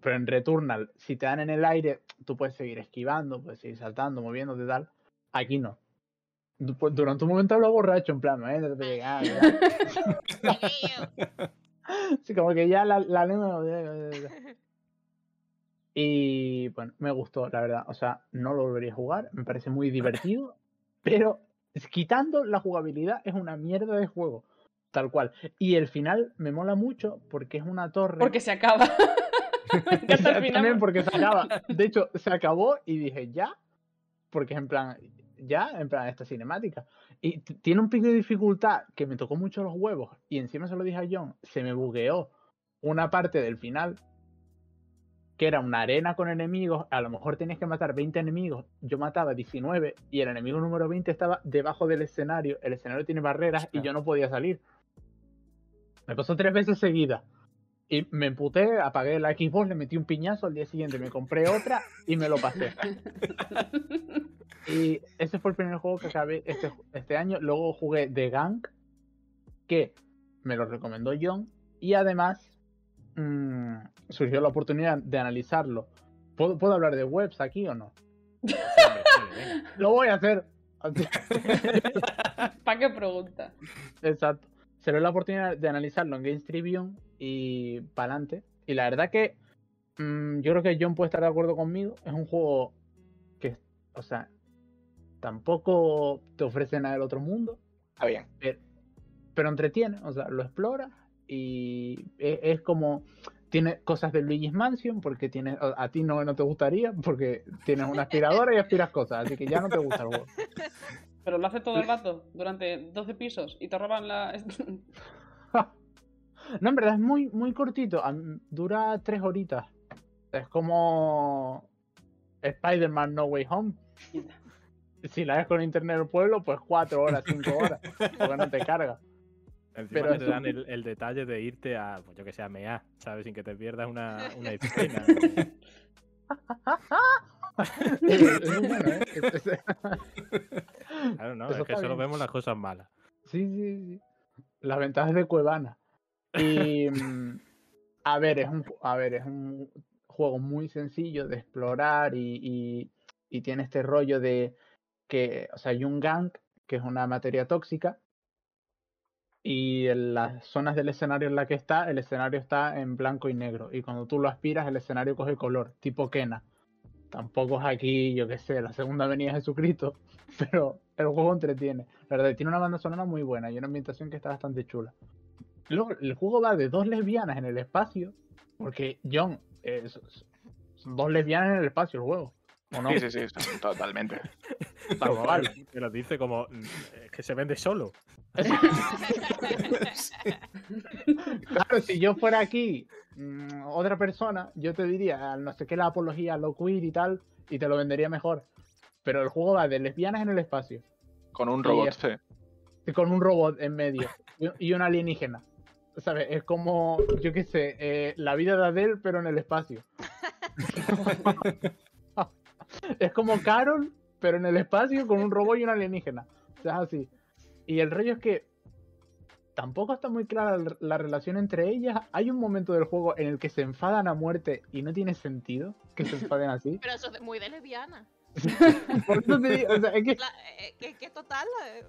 S3: Pero en Returnal, si te dan en el aire, tú puedes seguir esquivando, puedes seguir saltando, moviéndote tal. Aquí no. Du- pues, Durante un momento hablo borracho, en plan, ¿eh? de repente, ah, ya. Sí, como que ya la, la lengua. Y bueno, me gustó, la verdad. O sea, no lo volvería a jugar. Me parece muy divertido. Pero es- quitando la jugabilidad, es una mierda de juego. Tal cual. Y el final me mola mucho porque es una torre.
S1: Porque se acaba. Me
S3: O
S1: encanta
S3: sea,
S1: el
S3: también
S1: final.
S3: porque se acaba. De hecho, se acabó y dije ya. Porque es en plan, ya, en plan, esta cinemática. Y t- tiene un pico de dificultad que me tocó mucho los huevos. Y encima se lo dije a John, se me bugueó una parte del final. Que era una arena con enemigos. A lo mejor tenías que matar 20 enemigos. Yo mataba 19 y el enemigo número 20 estaba debajo del escenario. El escenario tiene barreras y yo no podía salir. Me pasó tres veces seguidas. Y me emputé, apagué la Xbox, le metí un piñazo al día siguiente, me compré otra y me lo pasé. Y ese fue el primer juego que acabé este, ju- este año. Luego jugué The Gang, que me lo recomendó John. Y además mm, surgió la oportunidad de analizarlo. ¿Puedo, ¿Puedo hablar de webs aquí o no?
S2: Hombre, vale, venga.
S3: Lo voy a hacer.
S1: ¿Para qué pregunta?
S3: Exacto. Se le dio la oportunidad de analizarlo en Games Tribune y para adelante. Y la verdad que mm, yo creo que John puede estar de acuerdo conmigo. Es un juego que, o sea, tampoco te ofrece nada del otro mundo,
S6: Está bien.
S3: pero entretiene, o sea, lo explora y e- es, como... Tiene cosas de Luigi's Mansion porque tiene, a a ti no, no te gustaría porque tienes una aspiradora y aspiras cosas, así que ya no te gusta el juego.
S1: Pero lo hace todo el rato, durante 12 pisos, y te roban la...
S3: No, en verdad es muy, muy cortito. a mí- Dura tres horitas. Es como Spider-Man No Way Home. Si la ves con internet del pueblo, pues cuatro horas, cinco horas. Porque no te carga.
S2: Encima
S3: Pero
S2: que te
S3: eso-
S2: dan el, el detalle de irte a, pues yo que sé, a MEA, ¿sabes? Sin que te pierdas una, una escena.
S3: Es muy bueno, ¿eh? Es- es-
S2: Claro, no,
S3: Eso
S2: es que
S3: está
S2: solo
S3: bien.
S2: vemos las cosas malas.
S3: Sí, sí, sí. Las ventajas de Cuevana. Y mm, a ver, es un, ju- a ver, es un juego muy sencillo de explorar y, y- y tiene este rollo de que, o sea, hay un gang que es una materia tóxica y en las zonas del escenario en la que está, el escenario está en blanco y negro y cuando tú lo aspiras el escenario coge color, tipo Kena. Tampoco es aquí, yo qué sé, la segunda venida de Jesucristo, pero el juego entretiene. La verdad, tiene una banda sonora muy buena y una ambientación que está bastante chula. Luego, el juego va de dos lesbianas en el espacio, porque John, eh, so- so- son dos lesbianas en el espacio el juego. ¿O no?
S6: Sí, sí, sí, totalmente.
S2: Como, vale, que nos dice como mm, es que se vende solo.
S3: Claro, si yo fuera aquí mm, otra persona, yo te diría, "Ah, no sé qué, la apología, lo queer y tal, y te lo vendería mejor. Pero el juego va de lesbianas en el espacio,
S6: Con un
S3: Sí,
S6: robot,
S3: es-
S6: sí.
S3: y con un robot en medio y, y un alienígena. ¿Sabes? Es como, yo qué sé, eh, la vida de Adele, pero en el espacio. es como Carol, pero en el espacio con un robot y un alienígena. O sea, es así. Y el rollo es que tampoco está muy clara la- la relación entre ellas. Hay un momento del juego en el que se enfadan a muerte y no tiene sentido que se enfaden así.
S4: Pero eso es de- muy de lesbiana.
S3: Por eso te digo, o sea, es que
S4: La- eh, que, que total eh,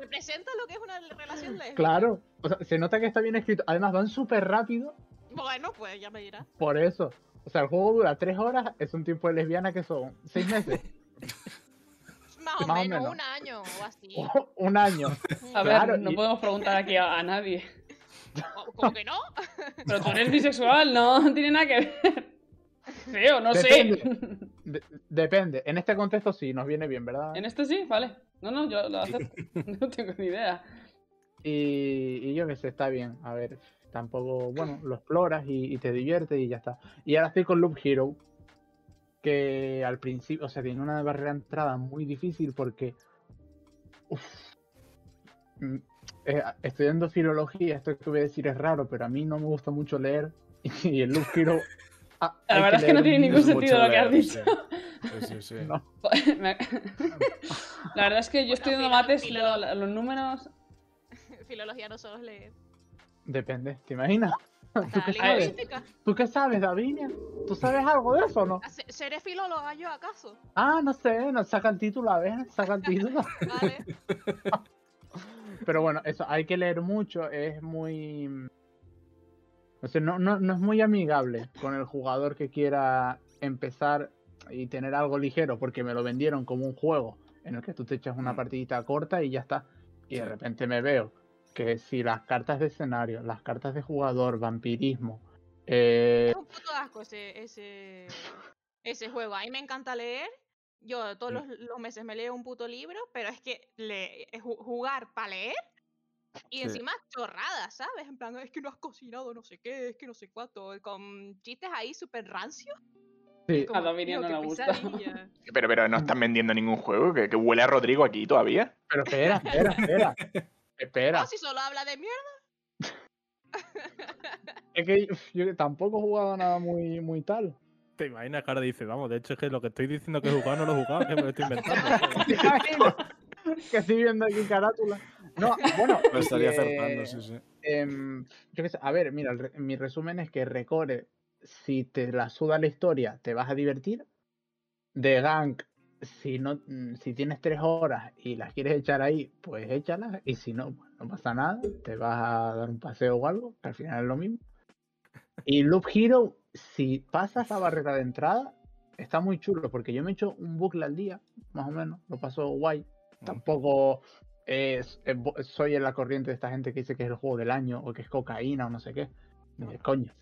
S4: representa lo que es una relación lesbiana.
S3: Claro, o sea, se nota que está bien escrito. Además, van súper rápido
S4: Bueno, pues ya me dirás.
S3: por eso. O sea, el juego dura tres horas, es un tiempo de lesbiana que son seis meses,
S4: Más o,
S3: Más o
S4: menos,
S3: menos.
S4: un año o así. Mm,
S3: o un año.
S1: A ver,
S3: Claro,
S1: no
S3: y-
S1: podemos preguntar aquí a, a nadie.
S4: O- ¿Cómo que no?
S1: Pero tú eres bisexual, no, no tiene nada que ver. Creo, no sé.
S3: Depende. De- depende, en este contexto sí, nos viene bien, ¿verdad?
S1: En este sí, vale. No, no, yo lo acepto. No tengo ni idea.
S3: Y, y yo que sé, está bien. A ver, tampoco, bueno, lo exploras y, y te diviertes y ya está. Y ahora estoy con Loop Hero, que al principio, o sea, tiene una barrera de entrada muy difícil porque... uf, mm, eh, estudiando filología, esto que voy a decir es raro, pero a mí no me gusta mucho leer. Y el Loop Hero... ah,
S1: La
S3: hay
S1: verdad es que no
S3: leer
S1: tiene ningún
S3: mucho.
S1: sentido lo que has dicho.
S7: Sí, sí, sí.
S3: No.
S1: Me- La verdad es que yo estoy dando mates, leo la- los números.
S4: Filología no solo es leer.
S3: Depende, ¿te imaginas? ¿Tú
S4: Está
S3: qué sabes?
S4: lingüística.
S3: ¿Tú qué sabes, Davinia? ¿Tú sabes algo de eso o no?
S4: Se- ¿Seré filóloga yo acaso?
S3: Ah, no sé, nos sacan título a ver, sacan título.
S4: Vale.
S3: Pero bueno, eso hay que leer mucho, es muy... O sea, no, no, no es muy amigable con el jugador que quiera empezar y tener algo ligero, porque me lo vendieron como un juego en el que tú te echas una partidita corta y ya está. Y de
S7: Sí.
S3: repente me veo que si las cartas de escenario, las cartas de jugador, vampirismo, eh,
S4: Es un puto asco ese, ese, ese juego. A mí me encanta leer. Yo
S1: Mm.
S4: todos los, los meses me leo un puto libro, pero es que le, es ju- jugar para leer y
S7: Sí.
S4: encima chorradas, ¿sabes? En plan, es que no has cocinado no sé qué, es que no sé cuánto, y con chistes ahí súper rancios.
S3: sí,
S1: A Dominio no
S4: qué
S1: le gusta.
S4: pesadilla.
S6: Pero, pero no están vendiendo ningún juego, que, que huele a Rodrigo aquí todavía.
S3: pero espera, espera, espera. Espera.
S4: No, si solo habla de mierda.
S3: Es que yo, yo tampoco he jugado nada muy, muy tal.
S2: ¿Te imaginas que ahora dice, vamos, de hecho es que lo que estoy diciendo que he jugado no lo he jugado, que me lo estoy inventando?
S3: ¿Te imaginas? que estoy viendo aquí carátula. No, bueno.
S7: Lo
S3: eh,
S7: estaría acertando, sí, sí.
S3: em, yo qué sé, a ver, mira, el re- mi resumen es que Recore, si te la suda la historia, te vas a divertir. De Gank, si, no, mm, si tienes tres horas y las quieres echar ahí, pues échalas. Y si no, pues no pasa nada, te vas a dar un paseo o algo, que al final es lo mismo. Y Loop Hero, si pasas la barrera de entrada, está muy chulo, porque yo me echo un bucle al día, más o menos, lo paso guay. Tampoco es- es bo- soy en la corriente de esta gente que dice que es el juego del año o que es cocaína o no sé qué. Ni de coña,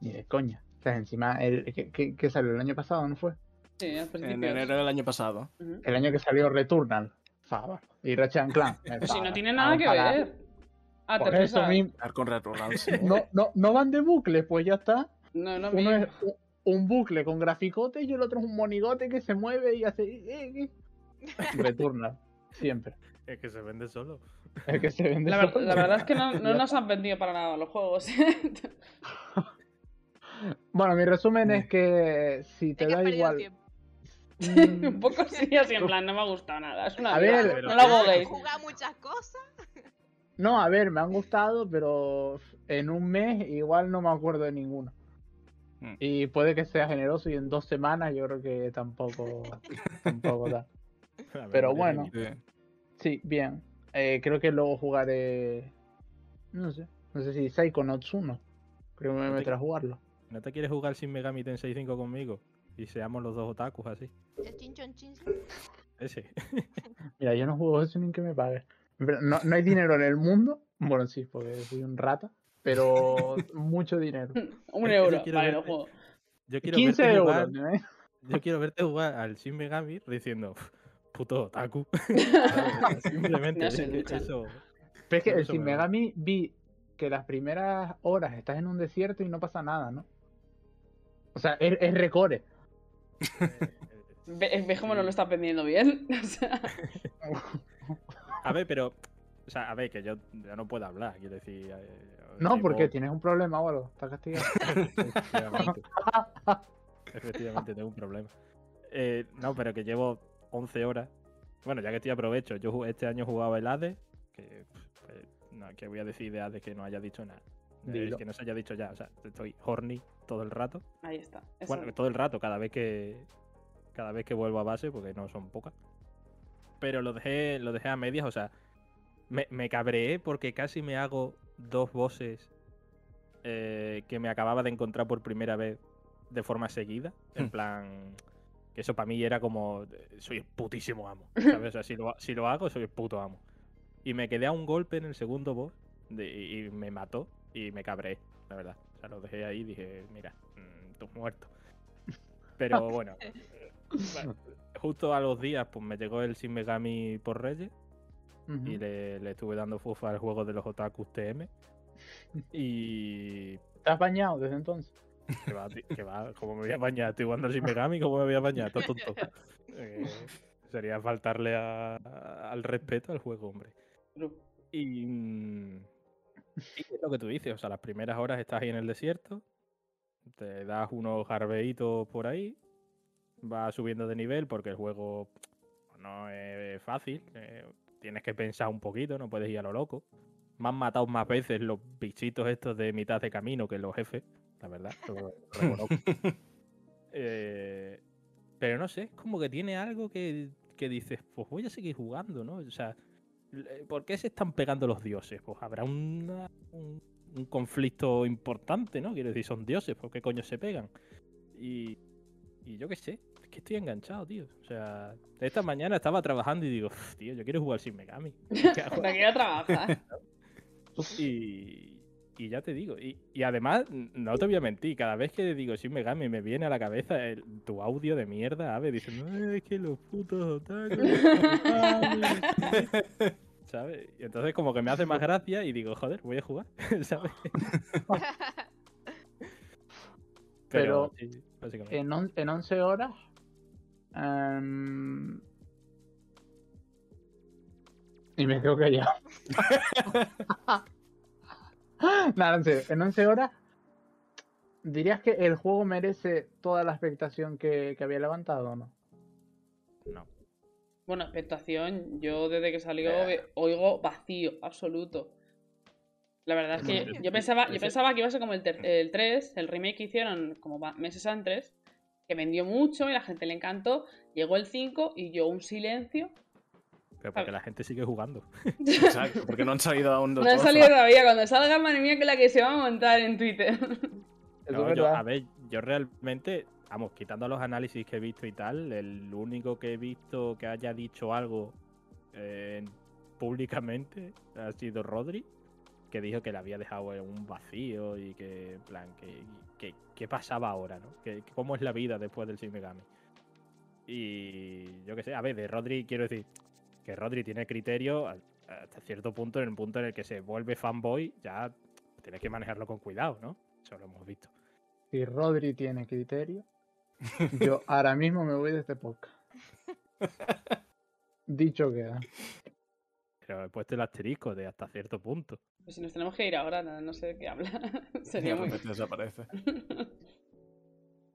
S3: ni de coña. O sea, encima, el, que, que- que salió el año pasado, ¿no fue?
S1: Sí, al principio.
S7: En enero del año pasado.
S1: Ujú.
S3: El año que salió Returnal, Fava, y Ratchet and Clank.
S1: Pero Pues si no
S3: Fava,
S1: tiene nada
S3: vamos
S1: que
S3: para-
S1: ver. Ah, te
S3: Por eso
S1: pensas.
S3: mismo,
S7: Con Returnal, sí.
S3: no, no, no van de bucle, pues ya está.
S1: No, no,
S3: Uno
S1: mira.
S3: es u- un bucle con graficote y el otro es un monigote que se mueve y hace. eh, eh. Returnal, siempre.
S2: es que se vende solo.
S3: El que se vende.
S1: La, ver-
S3: solo.
S1: la verdad es que no, no
S3: Ya
S1: nos han vendido para nada los juegos.
S3: Bueno, mi resumen es que si te
S4: Es que has
S3: da
S4: perdido el
S3: igual.
S4: tiempo.
S3: mm,
S1: un poco sí, así en plan, no me ha gustado nada. Es una
S3: A
S1: mierda.
S3: ver,
S1: no lo aboguéis.
S4: Jugar muchas cosas.
S3: No, a ver, me han gustado, pero en un mes igual no me acuerdo de ninguno.
S7: Mm.
S3: Y puede que sea generoso y en dos semanas yo creo que tampoco, tampoco da.
S2: A ver,
S3: Pero
S2: no tiene
S3: bueno.
S2: ni-
S7: Sí.
S3: Sí, bien. Eh, creo que luego jugaré. No sé. No sé si Psychonauts 1. Creo que me
S2: te-
S3: meteré a jugarlo.
S2: ¿No te quieres jugar sin Megami Tensei 5 conmigo? Y seamos los dos otakus así.
S4: El chinchón chin.
S2: Ese.
S3: Mira, yo no juego eso ni que me pague. Pero No, no hay dinero en el mundo. Bueno, sí, porque soy un rata. Pero mucho dinero.
S1: Un
S2: Es que
S1: euro
S2: yo quiero
S1: para
S2: ver-
S1: los juegos.
S2: Yo quiero
S3: 15
S2: verte
S3: euros.
S2: jugar,
S3: ¿no, eh?
S2: yo quiero verte jugar al Shin Megami diciendo, puto otaku. ¿sabes? Simplemente
S1: No se
S2: es que
S1: luchan.
S2: eso-
S3: Pero es que
S2: Por
S3: el
S2: eso
S3: Sin
S2: me-
S3: Megami vi que las primeras horas estás en un desierto y no pasa nada, ¿no? O sea, es, es recore.
S1: ¿Ves, ves
S2: Mm.
S1: cómo no lo está aprendiendo bien? O sea,
S2: A ver, pero. O sea, a ver, que yo, yo no puedo hablar, quiero decir. eh,
S3: No,
S2: mi
S3: porque
S2: voz-
S3: tienes un problema o algo. Estás castigado.
S2: Efectivamente. Efectivamente, tengo un problema. Eh, no, pero que llevo 11 horas. Bueno, ya que estoy aprovecho. Yo ju- este año jugaba el Hades, que pff, eh, no, que voy a decir de Hades que no haya dicho nada. Eh,
S3: Dilo.
S2: que no se haya dicho ya, o sea, estoy horny todo el rato.
S1: ahí está. Eso.
S2: Bueno, todo el rato, cada vez que cada vez que vuelvo a base, porque no son pocas. Pero lo dejé, lo dejé a medias, o sea, me, me cabreé porque casi me hago dos bosses eh, que me acababa de encontrar por primera vez de forma seguida. En
S7: Hmm.
S2: plan, que eso para mí era como, eh, soy el putísimo amo. ¿sabes? O sea, si lo, ha- si lo hago, soy el puto amo. Y me quedé a un golpe en el segundo boss de- y, y me mató y me cabreé, la verdad. O sea, lo dejé ahí y dije, mira, mm, tú muerto. Pero bueno, eh, bueno, justo a los días pues me llegó el Shin Megami por Reyes
S3: Ujú.
S2: y le, le estuve dando fufa al juego de los otakus TM. Y.
S3: ¿Estás bañado desde entonces?
S2: Que va, tío, que va, ¿cómo me voy a bañar? Estoy jugando al Shin Megami, ¿cómo me voy a bañar? Estás tonto. Eh, sería faltarle a- a- al respeto al juego, hombre. Y, mm, y es lo que tú dices, o sea, las primeras horas estás ahí en el desierto, te das unos arbeitos por ahí, vas subiendo de nivel porque el juego no es fácil, eh, tienes que pensar un poquito, no puedes ir a lo loco. Me han matado más veces los bichitos estos de mitad de camino que los jefes, la verdad, lo reconozco. Eh, pero no sé, es como que tiene algo que, que dices, pues voy a seguir jugando, ¿no? O sea, eh, ¿Por qué se están pegando los dioses? Pues habrá una- un, un conflicto importante, ¿no? Quiero decir, son dioses, ¿por qué coño se pegan? Y, y yo qué sé, es que estoy enganchado, tío. O sea, esta mañana estaba trabajando y digo, "Uf, tío, yo quiero jugar sin Megami. ¿Qué hago?
S1: De aquí a trabajar.
S2: Y, y ya te digo, y, y además, n- no te voy a mentir, cada vez que digo Shin Megami me viene a la cabeza el- tu audio de mierda, Ave, diciendo, "Ay, es que los putos otakus, Megami", ¿sabes? Y entonces como que me hace más gracia y digo, joder, voy a jugar, ¿sabes?
S3: Pero,
S2: sí, sí, básicamente.
S3: En, on- en 11 horas. em, Y me quedo callado. Nada, en serio, en 11 horas. ¿Dirías que el juego merece toda la expectación que, que había levantado o no?
S2: No.
S1: Bueno, expectación, yo desde que salió ve- oigo vacío, absoluto. La verdad es que yo pensaba, yo pensaba que iba a ser como el, ter- el 3, el remake que hicieron como va- meses antes, que vendió mucho y la gente le encantó. Llegó el 5 y yo un silencio.
S2: Pero porque la gente sigue jugando.
S7: Exacto, porque no han salido aún los
S1: No ha
S7: dos,
S1: salido todavía. Cuando salga, madre mía, que la que se va a montar en Twitter.
S3: Eso
S2: No,
S3: es
S2: yo-
S3: verdad.
S2: a ver, yo realmente, vamos, quitando los análisis que he visto y tal, el único que he visto que haya dicho algo eh, públicamente ha sido Rodri, que dijo que le había dejado en un vacío y que, en plan, que, que- qué pasaba ahora, ¿no? Que, que ¿Cómo es la vida después del Shin Megami? Y yo qué sé, a ver, de Rodri quiero decir que Rodri tiene criterio al- hasta cierto punto, en el punto en el que se vuelve fanboy, ya tienes que manejarlo con cuidado, ¿no? Eso lo hemos visto.
S3: Si Rodri tiene criterio, yo ahora mismo me voy de este podcast. Dicho queda.
S2: Pero he puesto el asterisco de hasta cierto punto.
S1: Pues si nos tenemos que ir ahora, no, no sé de qué hablar. Sería
S7: de
S1: muy.
S7: repente pues desaparece.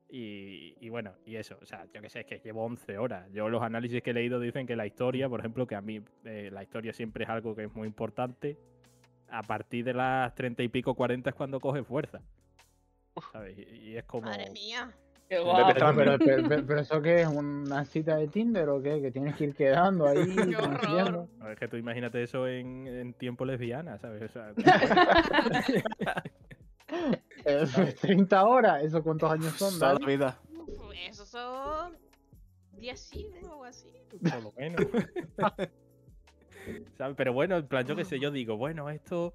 S2: Y, y bueno, y eso, o sea, yo que sé, es que llevo 11 horas. Yo los análisis que he leído dicen que la historia, por ejemplo, que a mí eh, la historia siempre es algo que es muy importante, a partir de las 30 y pico, 40 es cuando coge fuerza. ¿Sabes? Y, y es como...
S4: Madre mía.
S1: Qué
S6: Vete
S1: guapo.
S3: Pero, pero, pero- pero- pero eso qué es una cita de Tinder o qué? Que tienes que ir quedando ahí. conociendo.
S2: No, Es que tú imagínate eso en, en tiempo lesbiana, ¿sabes? O sea,
S3: Eh, 30 horas, ¿eso cuántos años son?
S7: Toda
S3: Dani?
S7: la vida.
S4: Uf, esos son 10 siglos o algo así.
S2: por lo menos. ¿Sabes? Pero bueno, en plan, yo qué sé, yo digo, bueno, esto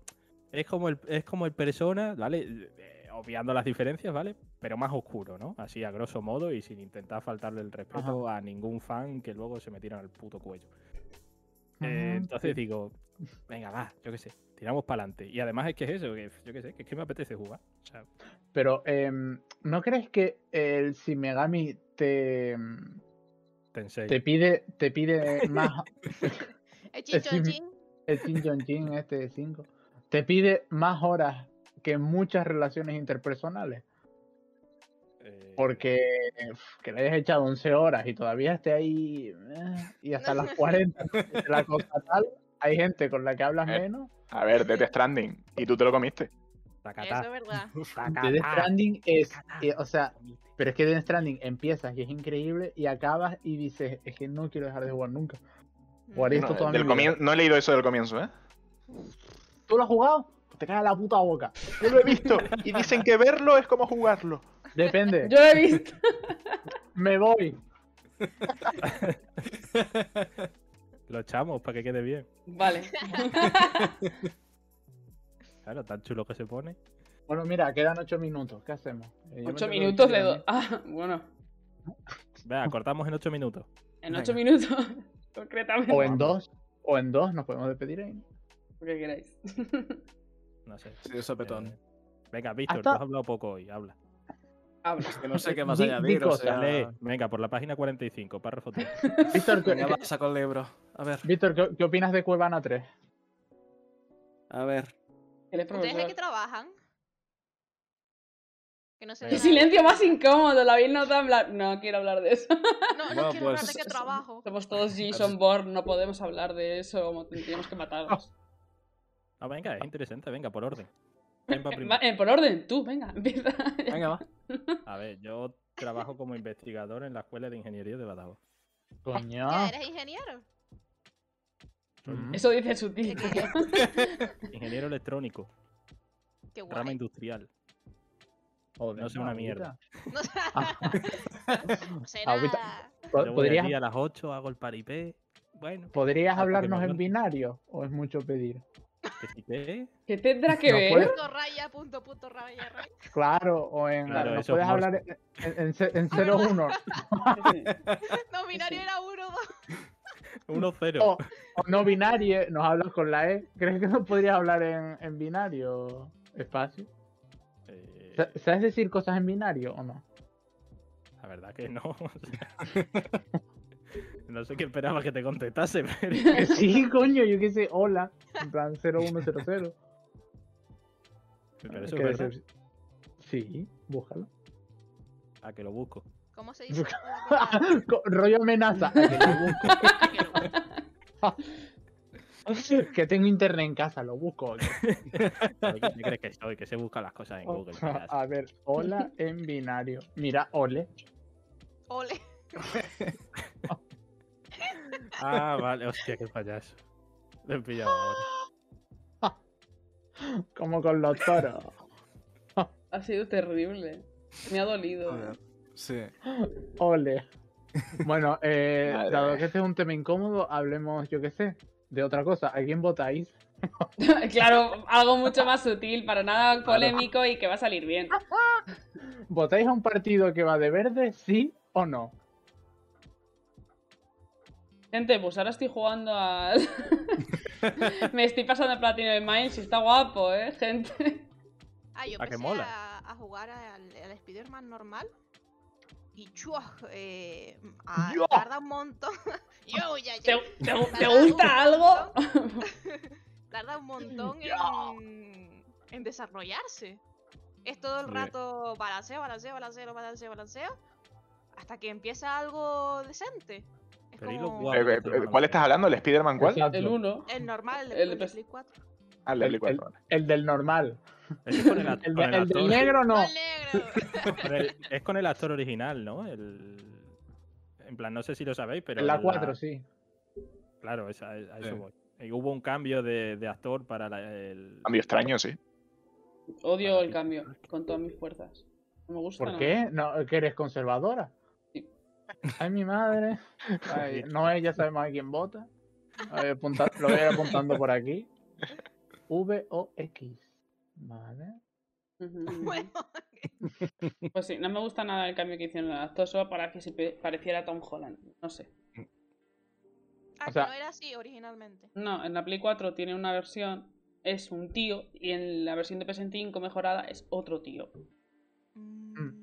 S2: es como el, es como el persona, ¿vale? Eh, obviando las diferencias, ¿vale? Pero más oscuro, ¿no? Así a grosso modo y sin intentar faltarle el respeto a ningún fan que luego se me tiran al puto cuello. Eh,
S3: Ujú,
S2: entonces digo, venga, va, yo qué sé, tiramos para adelante. Y además es que es eso, que yo qué sé, que es que me apetece jugar. O sea,
S3: Pero, em, ¿no crees que el Simegami te, em,
S2: Tensei.
S3: te pide te pide más
S4: El chincho,
S3: sí,
S4: el
S3: mi-
S4: chin.
S3: el Shin Jong Jin este de 5? ¿Te pide más horas que muchas relaciones interpersonales?
S2: eh,
S3: Porque uf, que le hayas echado 11 horas y todavía esté ahí eh, y hasta las 40 de la cosa tal, hay gente con la que hablas
S6: Eh,
S3: menos.
S6: A ver, Death Stranding. Y tú te lo comiste.
S2: tacatá,
S4: Eso es verdad.
S2: tacatá.
S3: De Death Stranding es, eh, o sea, pero es que Death Stranding empiezas y es increíble y acabas y dices, es que no quiero dejar de jugar nunca. Jugaré
S6: No,
S3: esto toda mi
S6: del
S3: vida.
S6: comien- no he leído eso del comienzo, ¿eh?
S3: ¿Tú lo has jugado? Te cae la puta boca.
S6: Yo lo he visto. Y dicen que verlo es como jugarlo.
S3: Depende.
S1: Yo lo he visto.
S3: Me voy.
S2: Lo echamos para que quede bien.
S1: Vale.
S2: Claro, tan chulo que se pone.
S3: Bueno, mira, quedan 8 minutos. ¿Qué hacemos? Eh, yo me
S1: Ocho
S3: tengo que ir
S1: minutos
S3: a
S1: de dos.
S3: dormir.
S1: Ah, bueno.
S2: Vea, cortamos en ocho minutos.
S1: En ocho minutos, concretamente.
S3: O en dos. O en dos nos podemos despedir ahí.
S1: Lo que queráis.
S2: No sé.
S7: Sí, sopetón.
S2: Eh, venga, Víctor,
S3: Hasta-
S2: tú has hablado poco hoy, habla.
S1: Habla.
S7: Que no sé qué más
S3: Di- di
S7: añadir. o
S3: cosas,
S7: sea,
S2: Dale, venga, por la página 45, párrafo 3.
S3: Víctor, ¿qué,
S7: venga,
S3: qué-
S7: va, saco el libro. A ver,
S3: Víctor, ¿qué, qué opinas de Cuevana 3?
S7: a ver.
S1: Que les
S4: ¿Ustedes de qué
S1: prometo.
S4: trabajan? Que no se
S1: Qué
S4: diga-
S1: silencio más incómodo, lo habéis notado hablar. No quiero hablar de eso.
S4: No, no
S7: Bueno,
S4: quiero hablar de
S7: pues-
S4: qué trabajo.
S1: Somos todos Jason Bourne, no podemos hablar de eso, como tendríamos que matarnos.
S2: No, venga, es interesante, venga, por orden. ¿Quién va primero?
S1: Va- eh, por orden, tú, venga, empieza.
S7: Venga, va.
S2: A ver, yo trabajo como investigador en la Escuela de Ingeniería de Badajoz.
S3: Coño.
S4: Ya eres ingeniero.
S2: Soy
S3: Mm.
S1: Eso dice su tío.
S2: ingeniero electrónico,
S4: Qué
S2: rama
S4: guay.
S2: industrial.
S3: Joder,
S2: no sé una mierda.
S4: No sé- no sé
S3: Ah, ahorita-
S4: nada.
S3: Po-
S2: Yo voy
S3: ¿Podrías,
S2: allí a las 8, hago el paripé. Bueno,
S3: ¿podrías
S2: Ah, porque
S3: hablarnos
S2: me
S3: en
S2: hablan.
S3: binario? ¿O es mucho pedir?
S2: que si qué.
S1: ¿Qué tendrá que
S3: No
S1: ver?
S3: puedo-
S4: Punto raya, punto, punto raya, raya.
S3: Claro, o en.
S2: Claro,
S3: ¿nos
S2: eso es
S3: puedes
S2: morse.
S3: hablar en, en, en ce- en 01?
S4: No, binario era uno, dos.
S2: 1-0.
S3: O, o no binario, nos hablas con la E. ¿Crees que no podrías hablar en, en binario? Espacio.
S2: Eh,
S3: Sa- ¿Sabes decir cosas en binario o no?
S2: la verdad que no. o sea. no sé qué esperaba que te contestase, pero.
S3: Que sí, coño, yo qué sé, hola. En plan 0100.
S2: pero eso
S3: Qué
S2: es verdad.
S3: decep- Sí, búscalo.
S2: Ah, que lo busco.
S4: ¿Cómo se dice?
S3: Co- Rollo amenaza. a que lo busco. que tengo internet en casa, lo busco.
S2: ¿Sabes ¿Qué crees que soy? Que se busca las cosas en
S3: Oh.
S2: Google. verás.
S3: A ver, hola en binario. Mira, ole.
S4: Ole.
S2: Ah, vale, hostia, qué payaso. Lo he pillado ahora.
S3: Como con los toros.
S1: Ha sido terrible. Me ha dolido.
S7: Sí.
S3: Ole. Bueno, eh,
S6: Madre
S3: dado
S6: mía.
S3: que este es un tema incómodo, hablemos, yo qué sé, de otra cosa. ¿A quién votáis?
S1: claro, algo mucho más sutil, para nada polémico y que va a salir bien.
S3: ¿Votáis a un partido que va de verde, sí o no?
S1: Gente, pues ahora estoy jugando a. Me estoy pasando platino de Minds y está guapo, eh, gente.
S4: Ah, yo
S2: ¿A qué
S4: empecé
S2: mola?
S4: a, a jugar al, al Spider-Man normal. Y chuah, eh, ah,
S6: Yo.
S4: tarda un montón. yo, ya,
S1: ¿Te,
S4: ya.
S1: te- te gusta algo?
S4: tarda un montón
S3: Ya.
S4: en, en desarrollarse. Es todo el
S7: Bien.
S4: rato balanceo, balanceo, balanceo, balanceo, balanceo. Hasta que empieza algo decente. Es
S2: Pero ¿y lo
S4: como
S2: guapo?
S6: Eh, eh, eh, ¿Cuál estás hablando? ¿El Spider-Man cuál?
S3: Exacto.
S1: El uno.
S4: el normal,
S1: El
S4: el, de
S1: de
S4: Play 4.
S6: Ah, el de Play 4, vale.
S3: El del normal.
S2: Es que con el, act-
S3: El, de-
S2: con el
S3: el del
S2: actor,
S3: negro no.
S4: ¡Gol negro!
S2: con el- es con el actor original, ¿no? El, en plan, no sé si lo sabéis, pero.
S3: El
S2: en
S3: A4, sí.
S2: Claro, esa- a eso
S7: Sí.
S2: voy. Y hubo un cambio de, de actor para la- el.
S6: Cambio extraño, sí.
S1: Odio el cambio, con todas mis fuerzas. No me gusta.
S3: ¿Por
S1: nada.
S3: qué? No, que eres conservadora.
S1: Sí.
S3: Ay, mi madre. Ay, no, ella sabemos a quién vota. A ver, apunta- lo voy a ir apuntando por aquí. V-O-X. Vale.
S1: Ujú, ujú.
S4: Bueno,
S1: Pues sí, no me gusta nada el cambio que hicieron al actor solo para que se pe- pareciera Tom Holland. No sé.
S4: ah,
S3: O sea-
S4: que no era así originalmente.
S1: No, en la Play 4 tiene una versión, es un tío, y en la versión de PS5 mejorada es otro tío.
S4: Mm.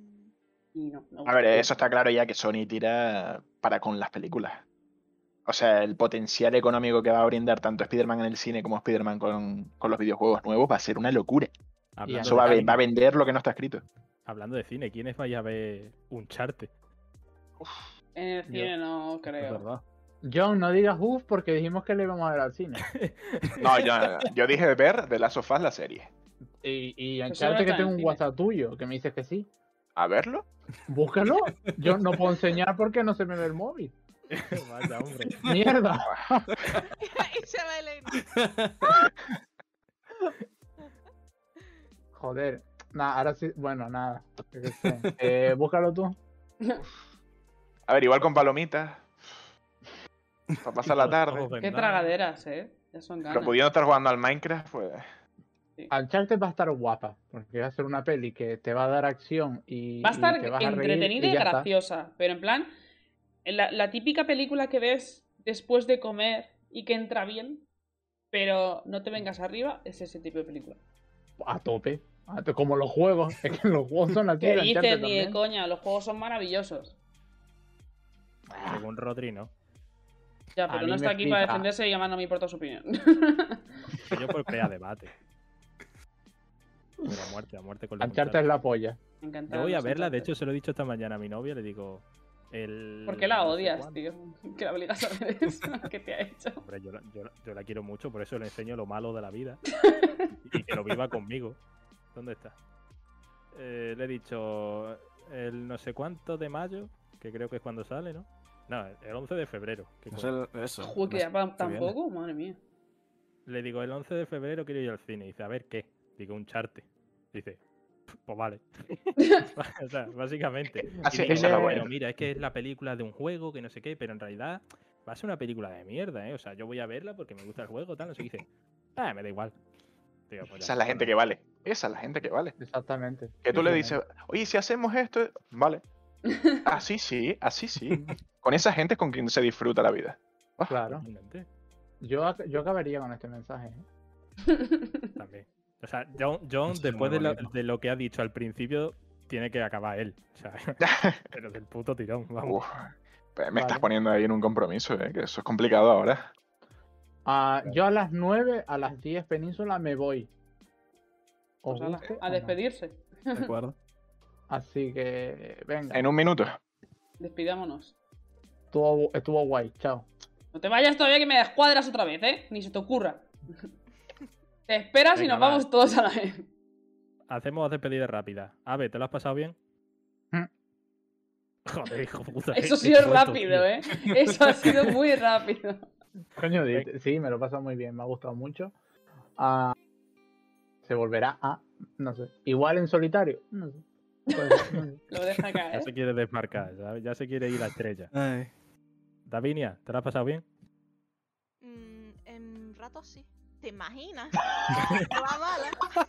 S1: Y no, no
S6: A ver, eso está claro ya que Sony tira para con las películas. O sea, el potencial económico que va a brindar tanto Spider-Man en el cine como Spider-Man con, con los videojuegos nuevos va a ser una locura.
S2: Hablando,
S6: Eso va a,
S2: de
S6: ve- va a
S2: cine,
S6: vender lo que no está escrito.
S2: hablando de cine, ¿quiénes vaya a ver un charte?
S1: En el cine no creo.
S2: verdad.
S3: John, no digas uff porque dijimos que le íbamos a ver al cine.
S6: No, yo, yo dije ver de Last of Us la serie.
S3: Y, y
S1: Pues ahora
S3: Uncharted que
S1: está en
S3: tengo un
S1: cine.
S3: WhatsApp tuyo que me dices que sí.
S6: ¿A verlo?
S3: Búscalo. Yo no puedo enseñar porque no se me ve el móvil.
S2: Vaya, hombre.
S3: Mierda.
S4: y se va Elena.
S3: Joder. Nada, ahora sí. Bueno, nada. Yo qué sé. Eh, búscalo tú.
S6: A ver, igual con palomitas. Para pasar la tarde.
S1: Qué tragaderas, eh. Ya son
S6: Pero
S1: ganas.
S6: pudiendo estar jugando al Minecraft, pues.
S3: Uncharted va a estar guapa. Porque va a ser una peli que te va a dar acción y.
S1: Va a estar
S3: y te vas a reír
S1: entretenida y,
S3: ya está.
S1: graciosa, pero en plan, la, la típica película que ves después de comer y que entra bien, pero no te vengas arriba, es ese tipo de película.
S3: A tope. A to- Como los juegos. Es que los juegos son así.
S1: ¿Qué
S3: el
S1: dices,
S3: Uncharted
S1: ni de
S3: también.
S1: coña? Los juegos son maravillosos.
S2: Según Rodri, ¿no?
S1: Ya,
S3: A
S1: pero
S3: mí
S1: no
S3: me
S1: está aquí para
S3: flipa.
S1: defenderse y llamar no me importa su opinión.
S2: Que Yo por a debate. Pero a muerte, a muerte con los
S3: Uncharted es
S2: contratos.
S3: la polla.
S1: Me encanta.
S2: Yo voy a verla, de hecho se lo he dicho esta mañana a mi novia, le digo... El...
S1: ¿Por qué la
S2: no sé
S1: odias,
S2: cuándo.
S1: tío? Que la obligas a ver eso que te ha hecho.
S2: Hombre, yo, la- yo la- yo la quiero mucho, por eso le enseño lo malo de la vida. y que lo viva conmigo. ¿Dónde está? Eh, le he dicho el no sé cuánto de mayo, que creo que es cuando sale, ¿no? No, el 11 de febrero. que
S7: No
S2: coño.
S7: sé el- eso.
S1: Joder, que
S7: no
S1: ya
S7: sé
S1: pa-
S7: qué viene.
S1: tampoco, madre mía.
S2: Le digo, el 11 de febrero quiero ir al cine. Dice, a ver, ¿qué? Digo, un charte. Dice, pues vale. o sea, básicamente. Y
S6: Así,
S2: digo,
S6: esa es la
S2: "Pero
S6: buena.
S2: mira, es que es la película de un juego, que no sé qué, pero en realidad va a ser una película de mierda, ¿eh? O sea, yo voy a verla porque me gusta el juego, tal, no sé qué. Dice, ah, me da igual. Digo, "Pues ya
S6: Esa es la
S2: está,
S6: gente
S2: ¿no?".
S6: que vale. Esa es la gente que vale.
S3: Exactamente.
S6: Que tú le
S3: Simplemente.
S6: dices, oye, si hacemos esto, vale. Así sí, así sí. Con esa gente es con quien se disfruta la vida.
S3: Claro.
S2: Totalmente,
S3: Yo, ac- yo acabaría con este mensaje. ¿eh?
S2: También. O sea, John, John,
S7: Eso es
S2: después
S7: muy
S2: de lo,
S7: bonito.
S2: de lo que ha dicho al principio, tiene que acabar él. O sea, pero del puto tirón, vamos.
S6: Uf, pues me estás
S3: Vale.
S6: poniendo ahí en un compromiso, ¿eh? que eso es complicado ahora.
S3: Ah, yo a las 9, a las 10 península me voy. ¿Os
S1: Pues ala,
S3: guste o
S1: a
S3: no?
S1: despedirse.
S7: De acuerdo.
S3: Así que, venga.
S6: En un minuto.
S1: Despidámonos.
S3: Estuvo, estuvo guay, chao.
S1: No te vayas todavía que me descuadras otra vez, ¿eh? Ni se te ocurra. Te esperas y
S2: Venga,
S1: nos
S2: va.
S1: vamos todos a la vez.
S2: Hacemos despedida rápida. A ver, ¿te lo has pasado bien?
S3: Mm.
S2: Joder, hijo de puta.
S1: Eso
S2: qué-
S1: ha
S2: qué
S1: sido
S2: corto, tío.
S1: rápido, ¿eh? Eso ha sido muy rápido.
S3: Coño, di- sí, me lo he pasado muy bien, me ha gustado mucho. Ah, se volverá a, no sé, igual en solitario. No sé. Puede ser, no sé.
S1: Lo deja
S2: Ya
S1: caer.
S2: se quiere desmarcar, ¿sabes? ya se quiere ir a estrella.
S7: Ay.
S2: Davinia, ¿te lo has pasado bien?
S4: Mm, en ratos sí. ¿Te imaginas? La mala.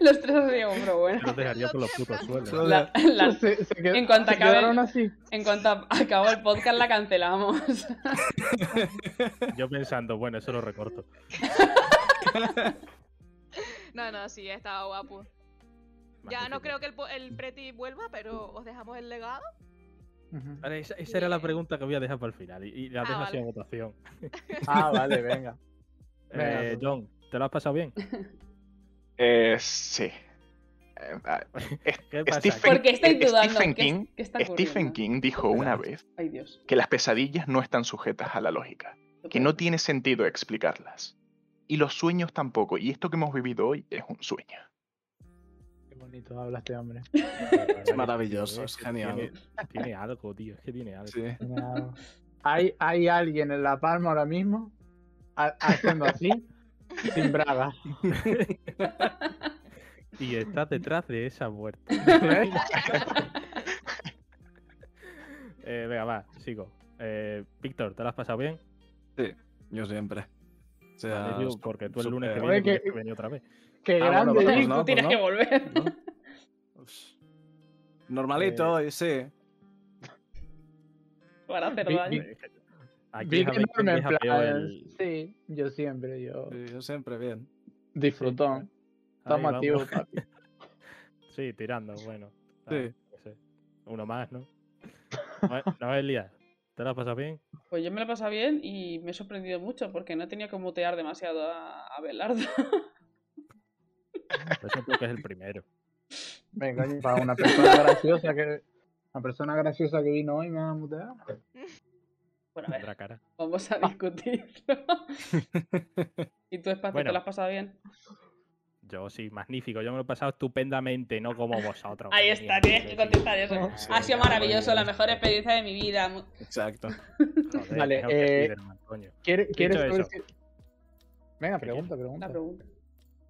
S1: Los tres así como, pero
S2: Yo
S1: bueno.
S2: los dejaría por los putos suelos. ¿eh?
S1: La- la-
S3: Se- se qued-
S1: en cuanto
S3: se
S1: acabe-
S3: quedaron así.
S1: en cuanto a- acabó el podcast la cancelamos.
S2: Yo pensando, bueno, eso lo recorto.
S4: No, no, sí, estaba guapo. Ya no
S2: Magnífico.
S4: creo que el, po- el Preti vuelva, pero os dejamos el legado.
S3: Ujú.
S2: Vale, esa, esa era la pregunta que voy a dejar para el final y, y la
S4: Ah,
S2: dejo así
S4: vale.
S2: a votación.
S3: Ah, vale, venga. Venga,
S2: Eh,
S3: tú.
S2: John, ¿te lo has pasado bien?
S6: Eh, sí. Eh, ah,
S2: ¿Qué pasa?
S6: Stephen-
S1: Porque estáis
S6: Eh,
S1: dudando.
S6: Stephen
S1: ¿Qué,
S6: King-
S1: qué está ocurriendo?
S6: Stephen King dijo una vez
S1: Ay, Dios.
S6: que las pesadillas no están sujetas a la lógica, que no tiene sentido explicarlas. Y los sueños tampoco, y esto que hemos vivido hoy es un sueño.
S3: Qué bonito habla este hombre.
S7: Es maravilloso, es
S2: Tiene,
S7: genial.
S2: tiene algo, tío, es que tiene algo.
S7: Sí.
S3: Nada. ¿Hay, hay alguien en La Palma ahora mismo ha- haciendo así, sin braga.
S2: Y estás detrás de esa muerte.
S3: ¿Eh?
S2: Eh, venga, va, sigo. Eh, Víctor, ¿te lo has pasado bien?
S7: Yo siempre. O sea,
S2: Valerio, porque tú el lunes que
S7: súper-
S2: viene
S3: Oye, que-
S2: tienes que venir otra vez.
S3: Qué
S7: Ah, bueno,
S3: grande.
S7: vamos,
S3: Vic.
S1: Tú
S7: no,
S1: tienes
S7: pues
S1: que
S7: no.
S1: volver.
S7: Normalito, y sí.
S1: Para hacer
S3: Vi-
S1: daño.
S3: vi-
S2: Aquí
S3: Vic
S2: sabéis quién
S3: enorme, en
S2: deja peor
S3: plan,
S2: el-
S3: Sí, yo siempre, yo.
S7: sí, Yo siempre bien.
S3: Disfrutón.
S2: Ahí
S3: Estamos
S2: vamos.
S3: activos, papi.
S2: Sí, tirando, bueno. Ah,
S7: Sí.
S2: no sé. Uno más, ¿no? Bueno, a ver, Lía, ¿te la has pasado bien?
S1: Pues yo me lo he pasado bien y me he sorprendido mucho porque no he tenido que mutear demasiado a, a Belardo.
S2: Eso porque es el primero.
S3: Venga, coño, para una persona graciosa que. Una persona graciosa que vino hoy me va a mutear.
S1: Bueno, a ver,
S2: Otra cara.
S1: vamos
S2: Ah.
S1: a discutirlo. ¿Y tú, Espacio, te
S2: Bueno.
S1: lo has pasado bien?
S2: Yo sí, magnífico. Yo me lo he pasado estupendamente, no como vosotros.
S1: Ahí
S2: madre mía,
S1: está, tienes que
S2: sí,
S1: contestar eso.
S2: sí,
S1: Ha sido
S2: madre
S1: maravilloso,
S2: mía.
S1: la mejor experiencia de mi vida. Mu-
S7: Exacto.
S2: Joder,
S3: Vale,
S2: mejor que
S3: eh,
S2: Spiderman, coño.
S3: ¿Quieres, quieres
S2: eso.
S3: saber si- Venga,
S2: ¿Qué
S3: pregunta,
S1: Una
S3: pregunta.
S1: pregunta.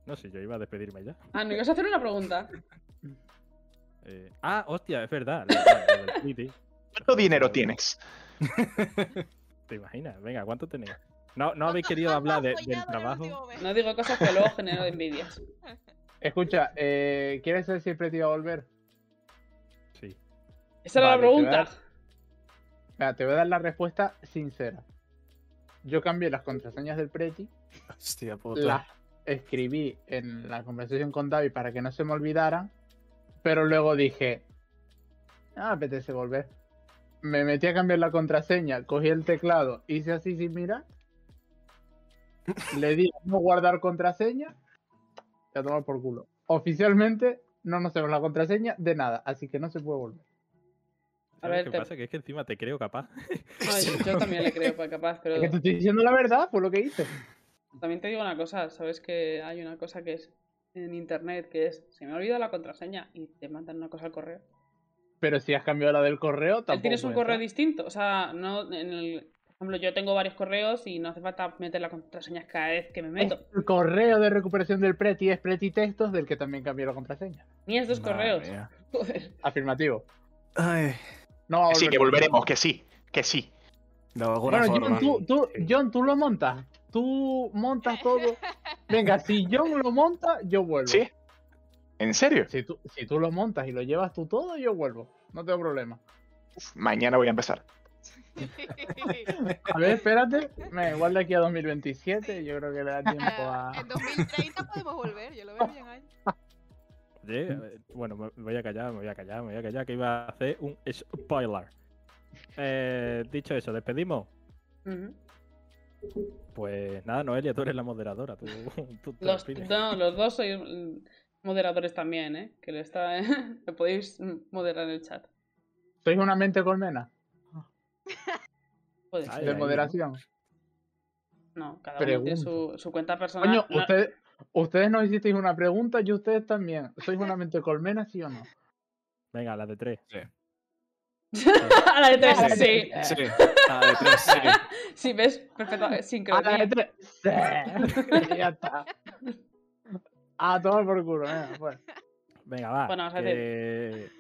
S2: No sé, yo iba a despedirme ya.
S1: Ah, ¿no ibas a hacer una pregunta?
S2: Eh, ah, hostia, es verdad. lo- lo del Twitter.
S6: ¿Cuánto dinero tienes?
S2: ¿Te imaginas? Venga, ¿cuánto tenéis? No, no habéis querido hablar de- del trabajo.
S1: No digo cosas que luego genero envidias.
S3: Escucha, eh, ¿quieres saber si el preti va a volver?
S2: Sí.
S1: Esa era la
S3: Vale, te voy
S1: pregunta.
S3: a dar- Mira, te voy a dar la respuesta sincera. Yo cambié las contraseñas del preti,
S7: Hostia puta.
S3: las escribí en la conversación con David para que no se me olvidaran, pero luego dije, ah, apetece volver. Me metí a cambiar la contraseña, cogí el teclado, hice así sin mirar, le di no guardar contraseña y a tomar por culo. Oficialmente no nos sabemos la contraseña de nada, así que no se puede volver.
S2: ¿Sabes
S1: ver,
S2: qué
S1: te-
S2: pasa? Que es que encima te creo capaz.
S1: Ay, yo también le creo, pa- capaz, pero
S3: Es que te estoy diciendo la verdad por lo que hice.
S1: también te digo una cosa. Sabes que hay una cosa que es en internet, que es, se me ha olvidado la contraseña y te mandan una cosa al correo.
S3: Pero si has cambiado la del correo, tampoco.
S1: Él tienes un
S3: puede
S1: correo
S3: ser.
S1: distinto. O sea, no en el. Por ejemplo, yo tengo varios correos y no hace falta meter las contraseñas cada vez que me meto.
S3: El correo de recuperación del Preti es Preti Textos, del que también cambió la contraseña.
S1: Ni es dos
S7: Madre
S1: correos.
S7: mía.
S1: Joder.
S3: Afirmativo.
S7: Ay,
S3: No va a
S6: Que sí,
S3: volver.
S6: que volveremos, que sí, que sí.
S7: de alguna
S3: Bueno,
S7: forma.
S3: John tú, tú-
S2: Sí.
S3: John, tú lo montas. Tú montas todo. Venga, si John lo monta, yo vuelvo.
S6: ¿Sí? ¿En serio?
S3: Si, tú, si tú lo montas y lo llevas tú todo, yo vuelvo. No tengo problema.
S6: Mañana voy a empezar.
S3: A ver, espérate. Me, igual de aquí a 2027, yo creo que le da tiempo a.
S4: Ah, en 2030 podemos volver, yo lo veo bien ahí.
S2: Oye, a ver, eh, bueno, me me voy a callar, me voy a callar, me voy a callar, que iba a hacer un spoiler. Eh, dicho eso, ¿despedimos?
S1: Ujú.
S2: Pues nada, Noelia, tú eres la moderadora. Tú, tú te
S1: Los,
S2: despides.
S1: no, los dos sois mm, moderadores también, ¿eh? Que lo está, me podéis mm, moderar el chat.
S3: Sois una mente colmena
S1: Puede
S2: Ay,
S1: ser.
S3: de
S2: ay,
S3: moderación.
S1: No, cada uno tiene su,
S3: Pregunto.
S1: su cuenta personal.
S3: Coño,
S1: No-
S3: ustedes, ustedes nos hicisteis una pregunta y ustedes también. ¿Sois una mente colmena, sí o no?
S2: Venga, la de tres.
S1: a la de tres,
S3: Ah,
S1: sí.
S7: Sí, a la de tres, sí.
S1: Sí, ves, perfecto, eh,
S3: A la
S1: sincronía.
S3: de tres. Ah, este- Sí. ya está. A tomar por culo, venga, pues.
S2: Venga, va.
S1: Bueno, vamos a
S2: que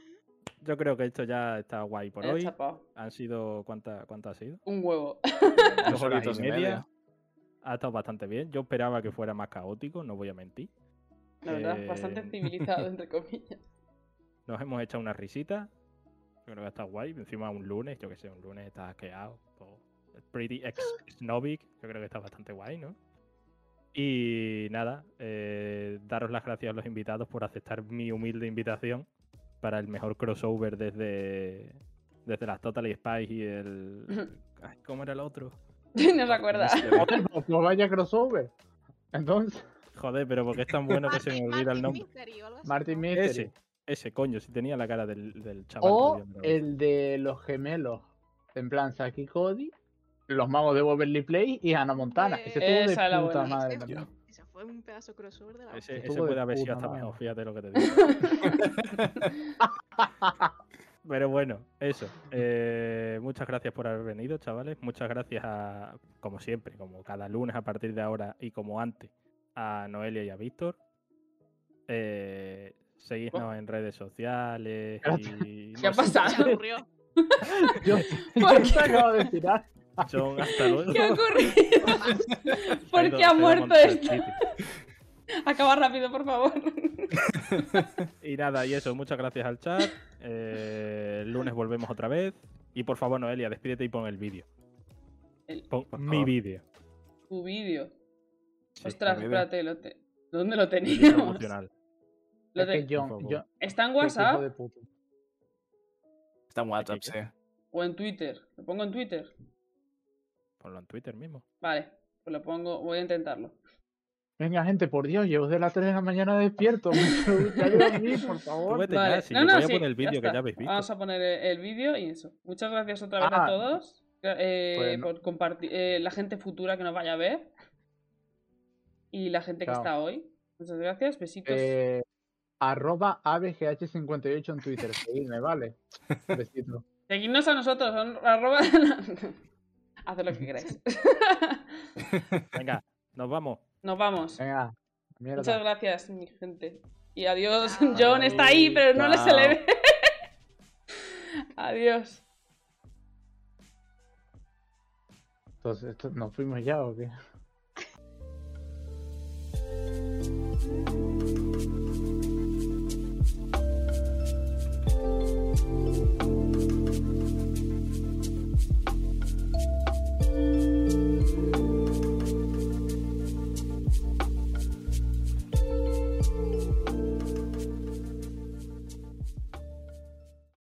S2: Yo creo que esto ya está guay por
S1: Me he
S2: hoy.
S1: chapado.
S2: Han sido. ¿Cuánta, cuánta ha sido?
S1: Un huevo.
S2: Dos horas
S7: horitas
S2: y media. Ha estado bastante bien. Yo esperaba que fuera más caótico, no voy a mentir.
S1: La verdad,
S2: Eh,
S1: bastante civilizado, entre comillas.
S2: Nos hemos echado una risita. Yo creo que ha estado guay. Encima un lunes, yo que sé, un lunes está asqueado. todo. Pretty ex Snobic. Yo creo que está bastante guay, ¿no? Y nada, eh, daros las gracias a los invitados por aceptar mi humilde invitación para el mejor crossover desde, desde las Total Spies y el... Ay, ¿Cómo era el otro?
S1: no se acuerda.
S3: Joder, pues, pues vaya crossover. Entonces,
S2: Joder, pero porque es tan bueno que se me olvida el nombre.
S3: Martin Mystery.
S2: Ese, ese, coño, si tenía la cara del, del chaval.
S3: O
S2: que había mirado.
S3: el de los gemelos. En plan, Saki Cody, los magos de Waverly Place y Hannah Montana. Ese tuvo
S1: Esa es la
S3: de puta
S1: buena.
S3: madre
S4: Ese-
S3: también.
S4: Ese fue un pedazo de crossover de la
S2: Ese,
S4: hostia.
S2: ese
S3: estuvo de
S2: puede haber sido
S3: puta
S2: hasta
S3: madre.
S2: mejor, fíjate lo que te digo. Pero bueno, eso. Eh, muchas gracias por haber venido, chavales. Muchas gracias a, como siempre, como cada lunes a partir de ahora y como antes, a Noelia y a Víctor. Eh, seguidnos en redes sociales y...
S1: Oh. ¿Qué ha
S2: no sé,
S1: pasado?
S4: Se aburrió.
S3: Yo, yo te acabo de tirar.
S2: John, hasta luego.
S1: ¿Qué ha ocurrido?
S2: Ahí
S1: ¿Por
S2: lo
S1: qué ha
S2: tenemos
S1: muerto
S2: al
S1: esto?
S2: Kitty.
S1: Acaba rápido, por favor.
S2: Y nada, y eso, muchas gracias al chat. Eh, el lunes volvemos otra vez. Y por favor, Noelia, despídete y pon el vídeo.
S1: El-
S2: Pon
S6: Por
S2: mi
S6: favor.
S2: vídeo.
S1: Tu vídeo.
S2: Sí,
S1: Ostras,
S2: mi vídeo.
S1: espérate, lo te- ¿dónde lo
S2: Mi vídeo
S1: teníamos?
S2: promocional.
S1: Lo
S3: Es que
S1: te-
S2: Por
S3: John,
S2: favor.
S3: John-
S1: ¿Está en
S3: qué hijo
S1: WhatsApp
S3: de puta.
S7: Está en WhatsApp,
S2: Aquí,
S7: sí.
S1: o en Twitter? ¿Lo pongo en Twitter?
S2: Ponlo en Twitter mismo.
S1: Vale, pues lo pongo, voy a intentarlo.
S3: Venga, gente, por Dios, llevo de las 3 de la mañana despierto. me quiero buscar dormir, por
S2: Tú
S3: favor.
S2: vete ya, si yo voy a poner el vídeo que
S1: está.
S2: ya habéis visto.
S1: Vamos a poner el el vídeo y eso. Muchas gracias otra vez a
S3: Ah.
S1: todos. eh,
S3: Pues no.
S1: Por compartir eh, la gente futura que nos vaya a ver. Y la gente
S3: Chao.
S1: que está hoy. Muchas gracias, besitos.
S3: Eh, arroba abgh58 en Twitter. Seguidme, vale. Besito.
S1: Seguidnos a nosotros, son arroba. Haced lo que queráis.
S2: Venga, nos vamos.
S1: Nos vamos.
S3: Venga, mierda.
S1: Muchas gracias, mi gente. Y adiós. John está ahí, pero no le se
S7: Chao.
S1: le ve. adiós.
S3: Entonces, ¿esto- ¿nos fuimos ya o qué?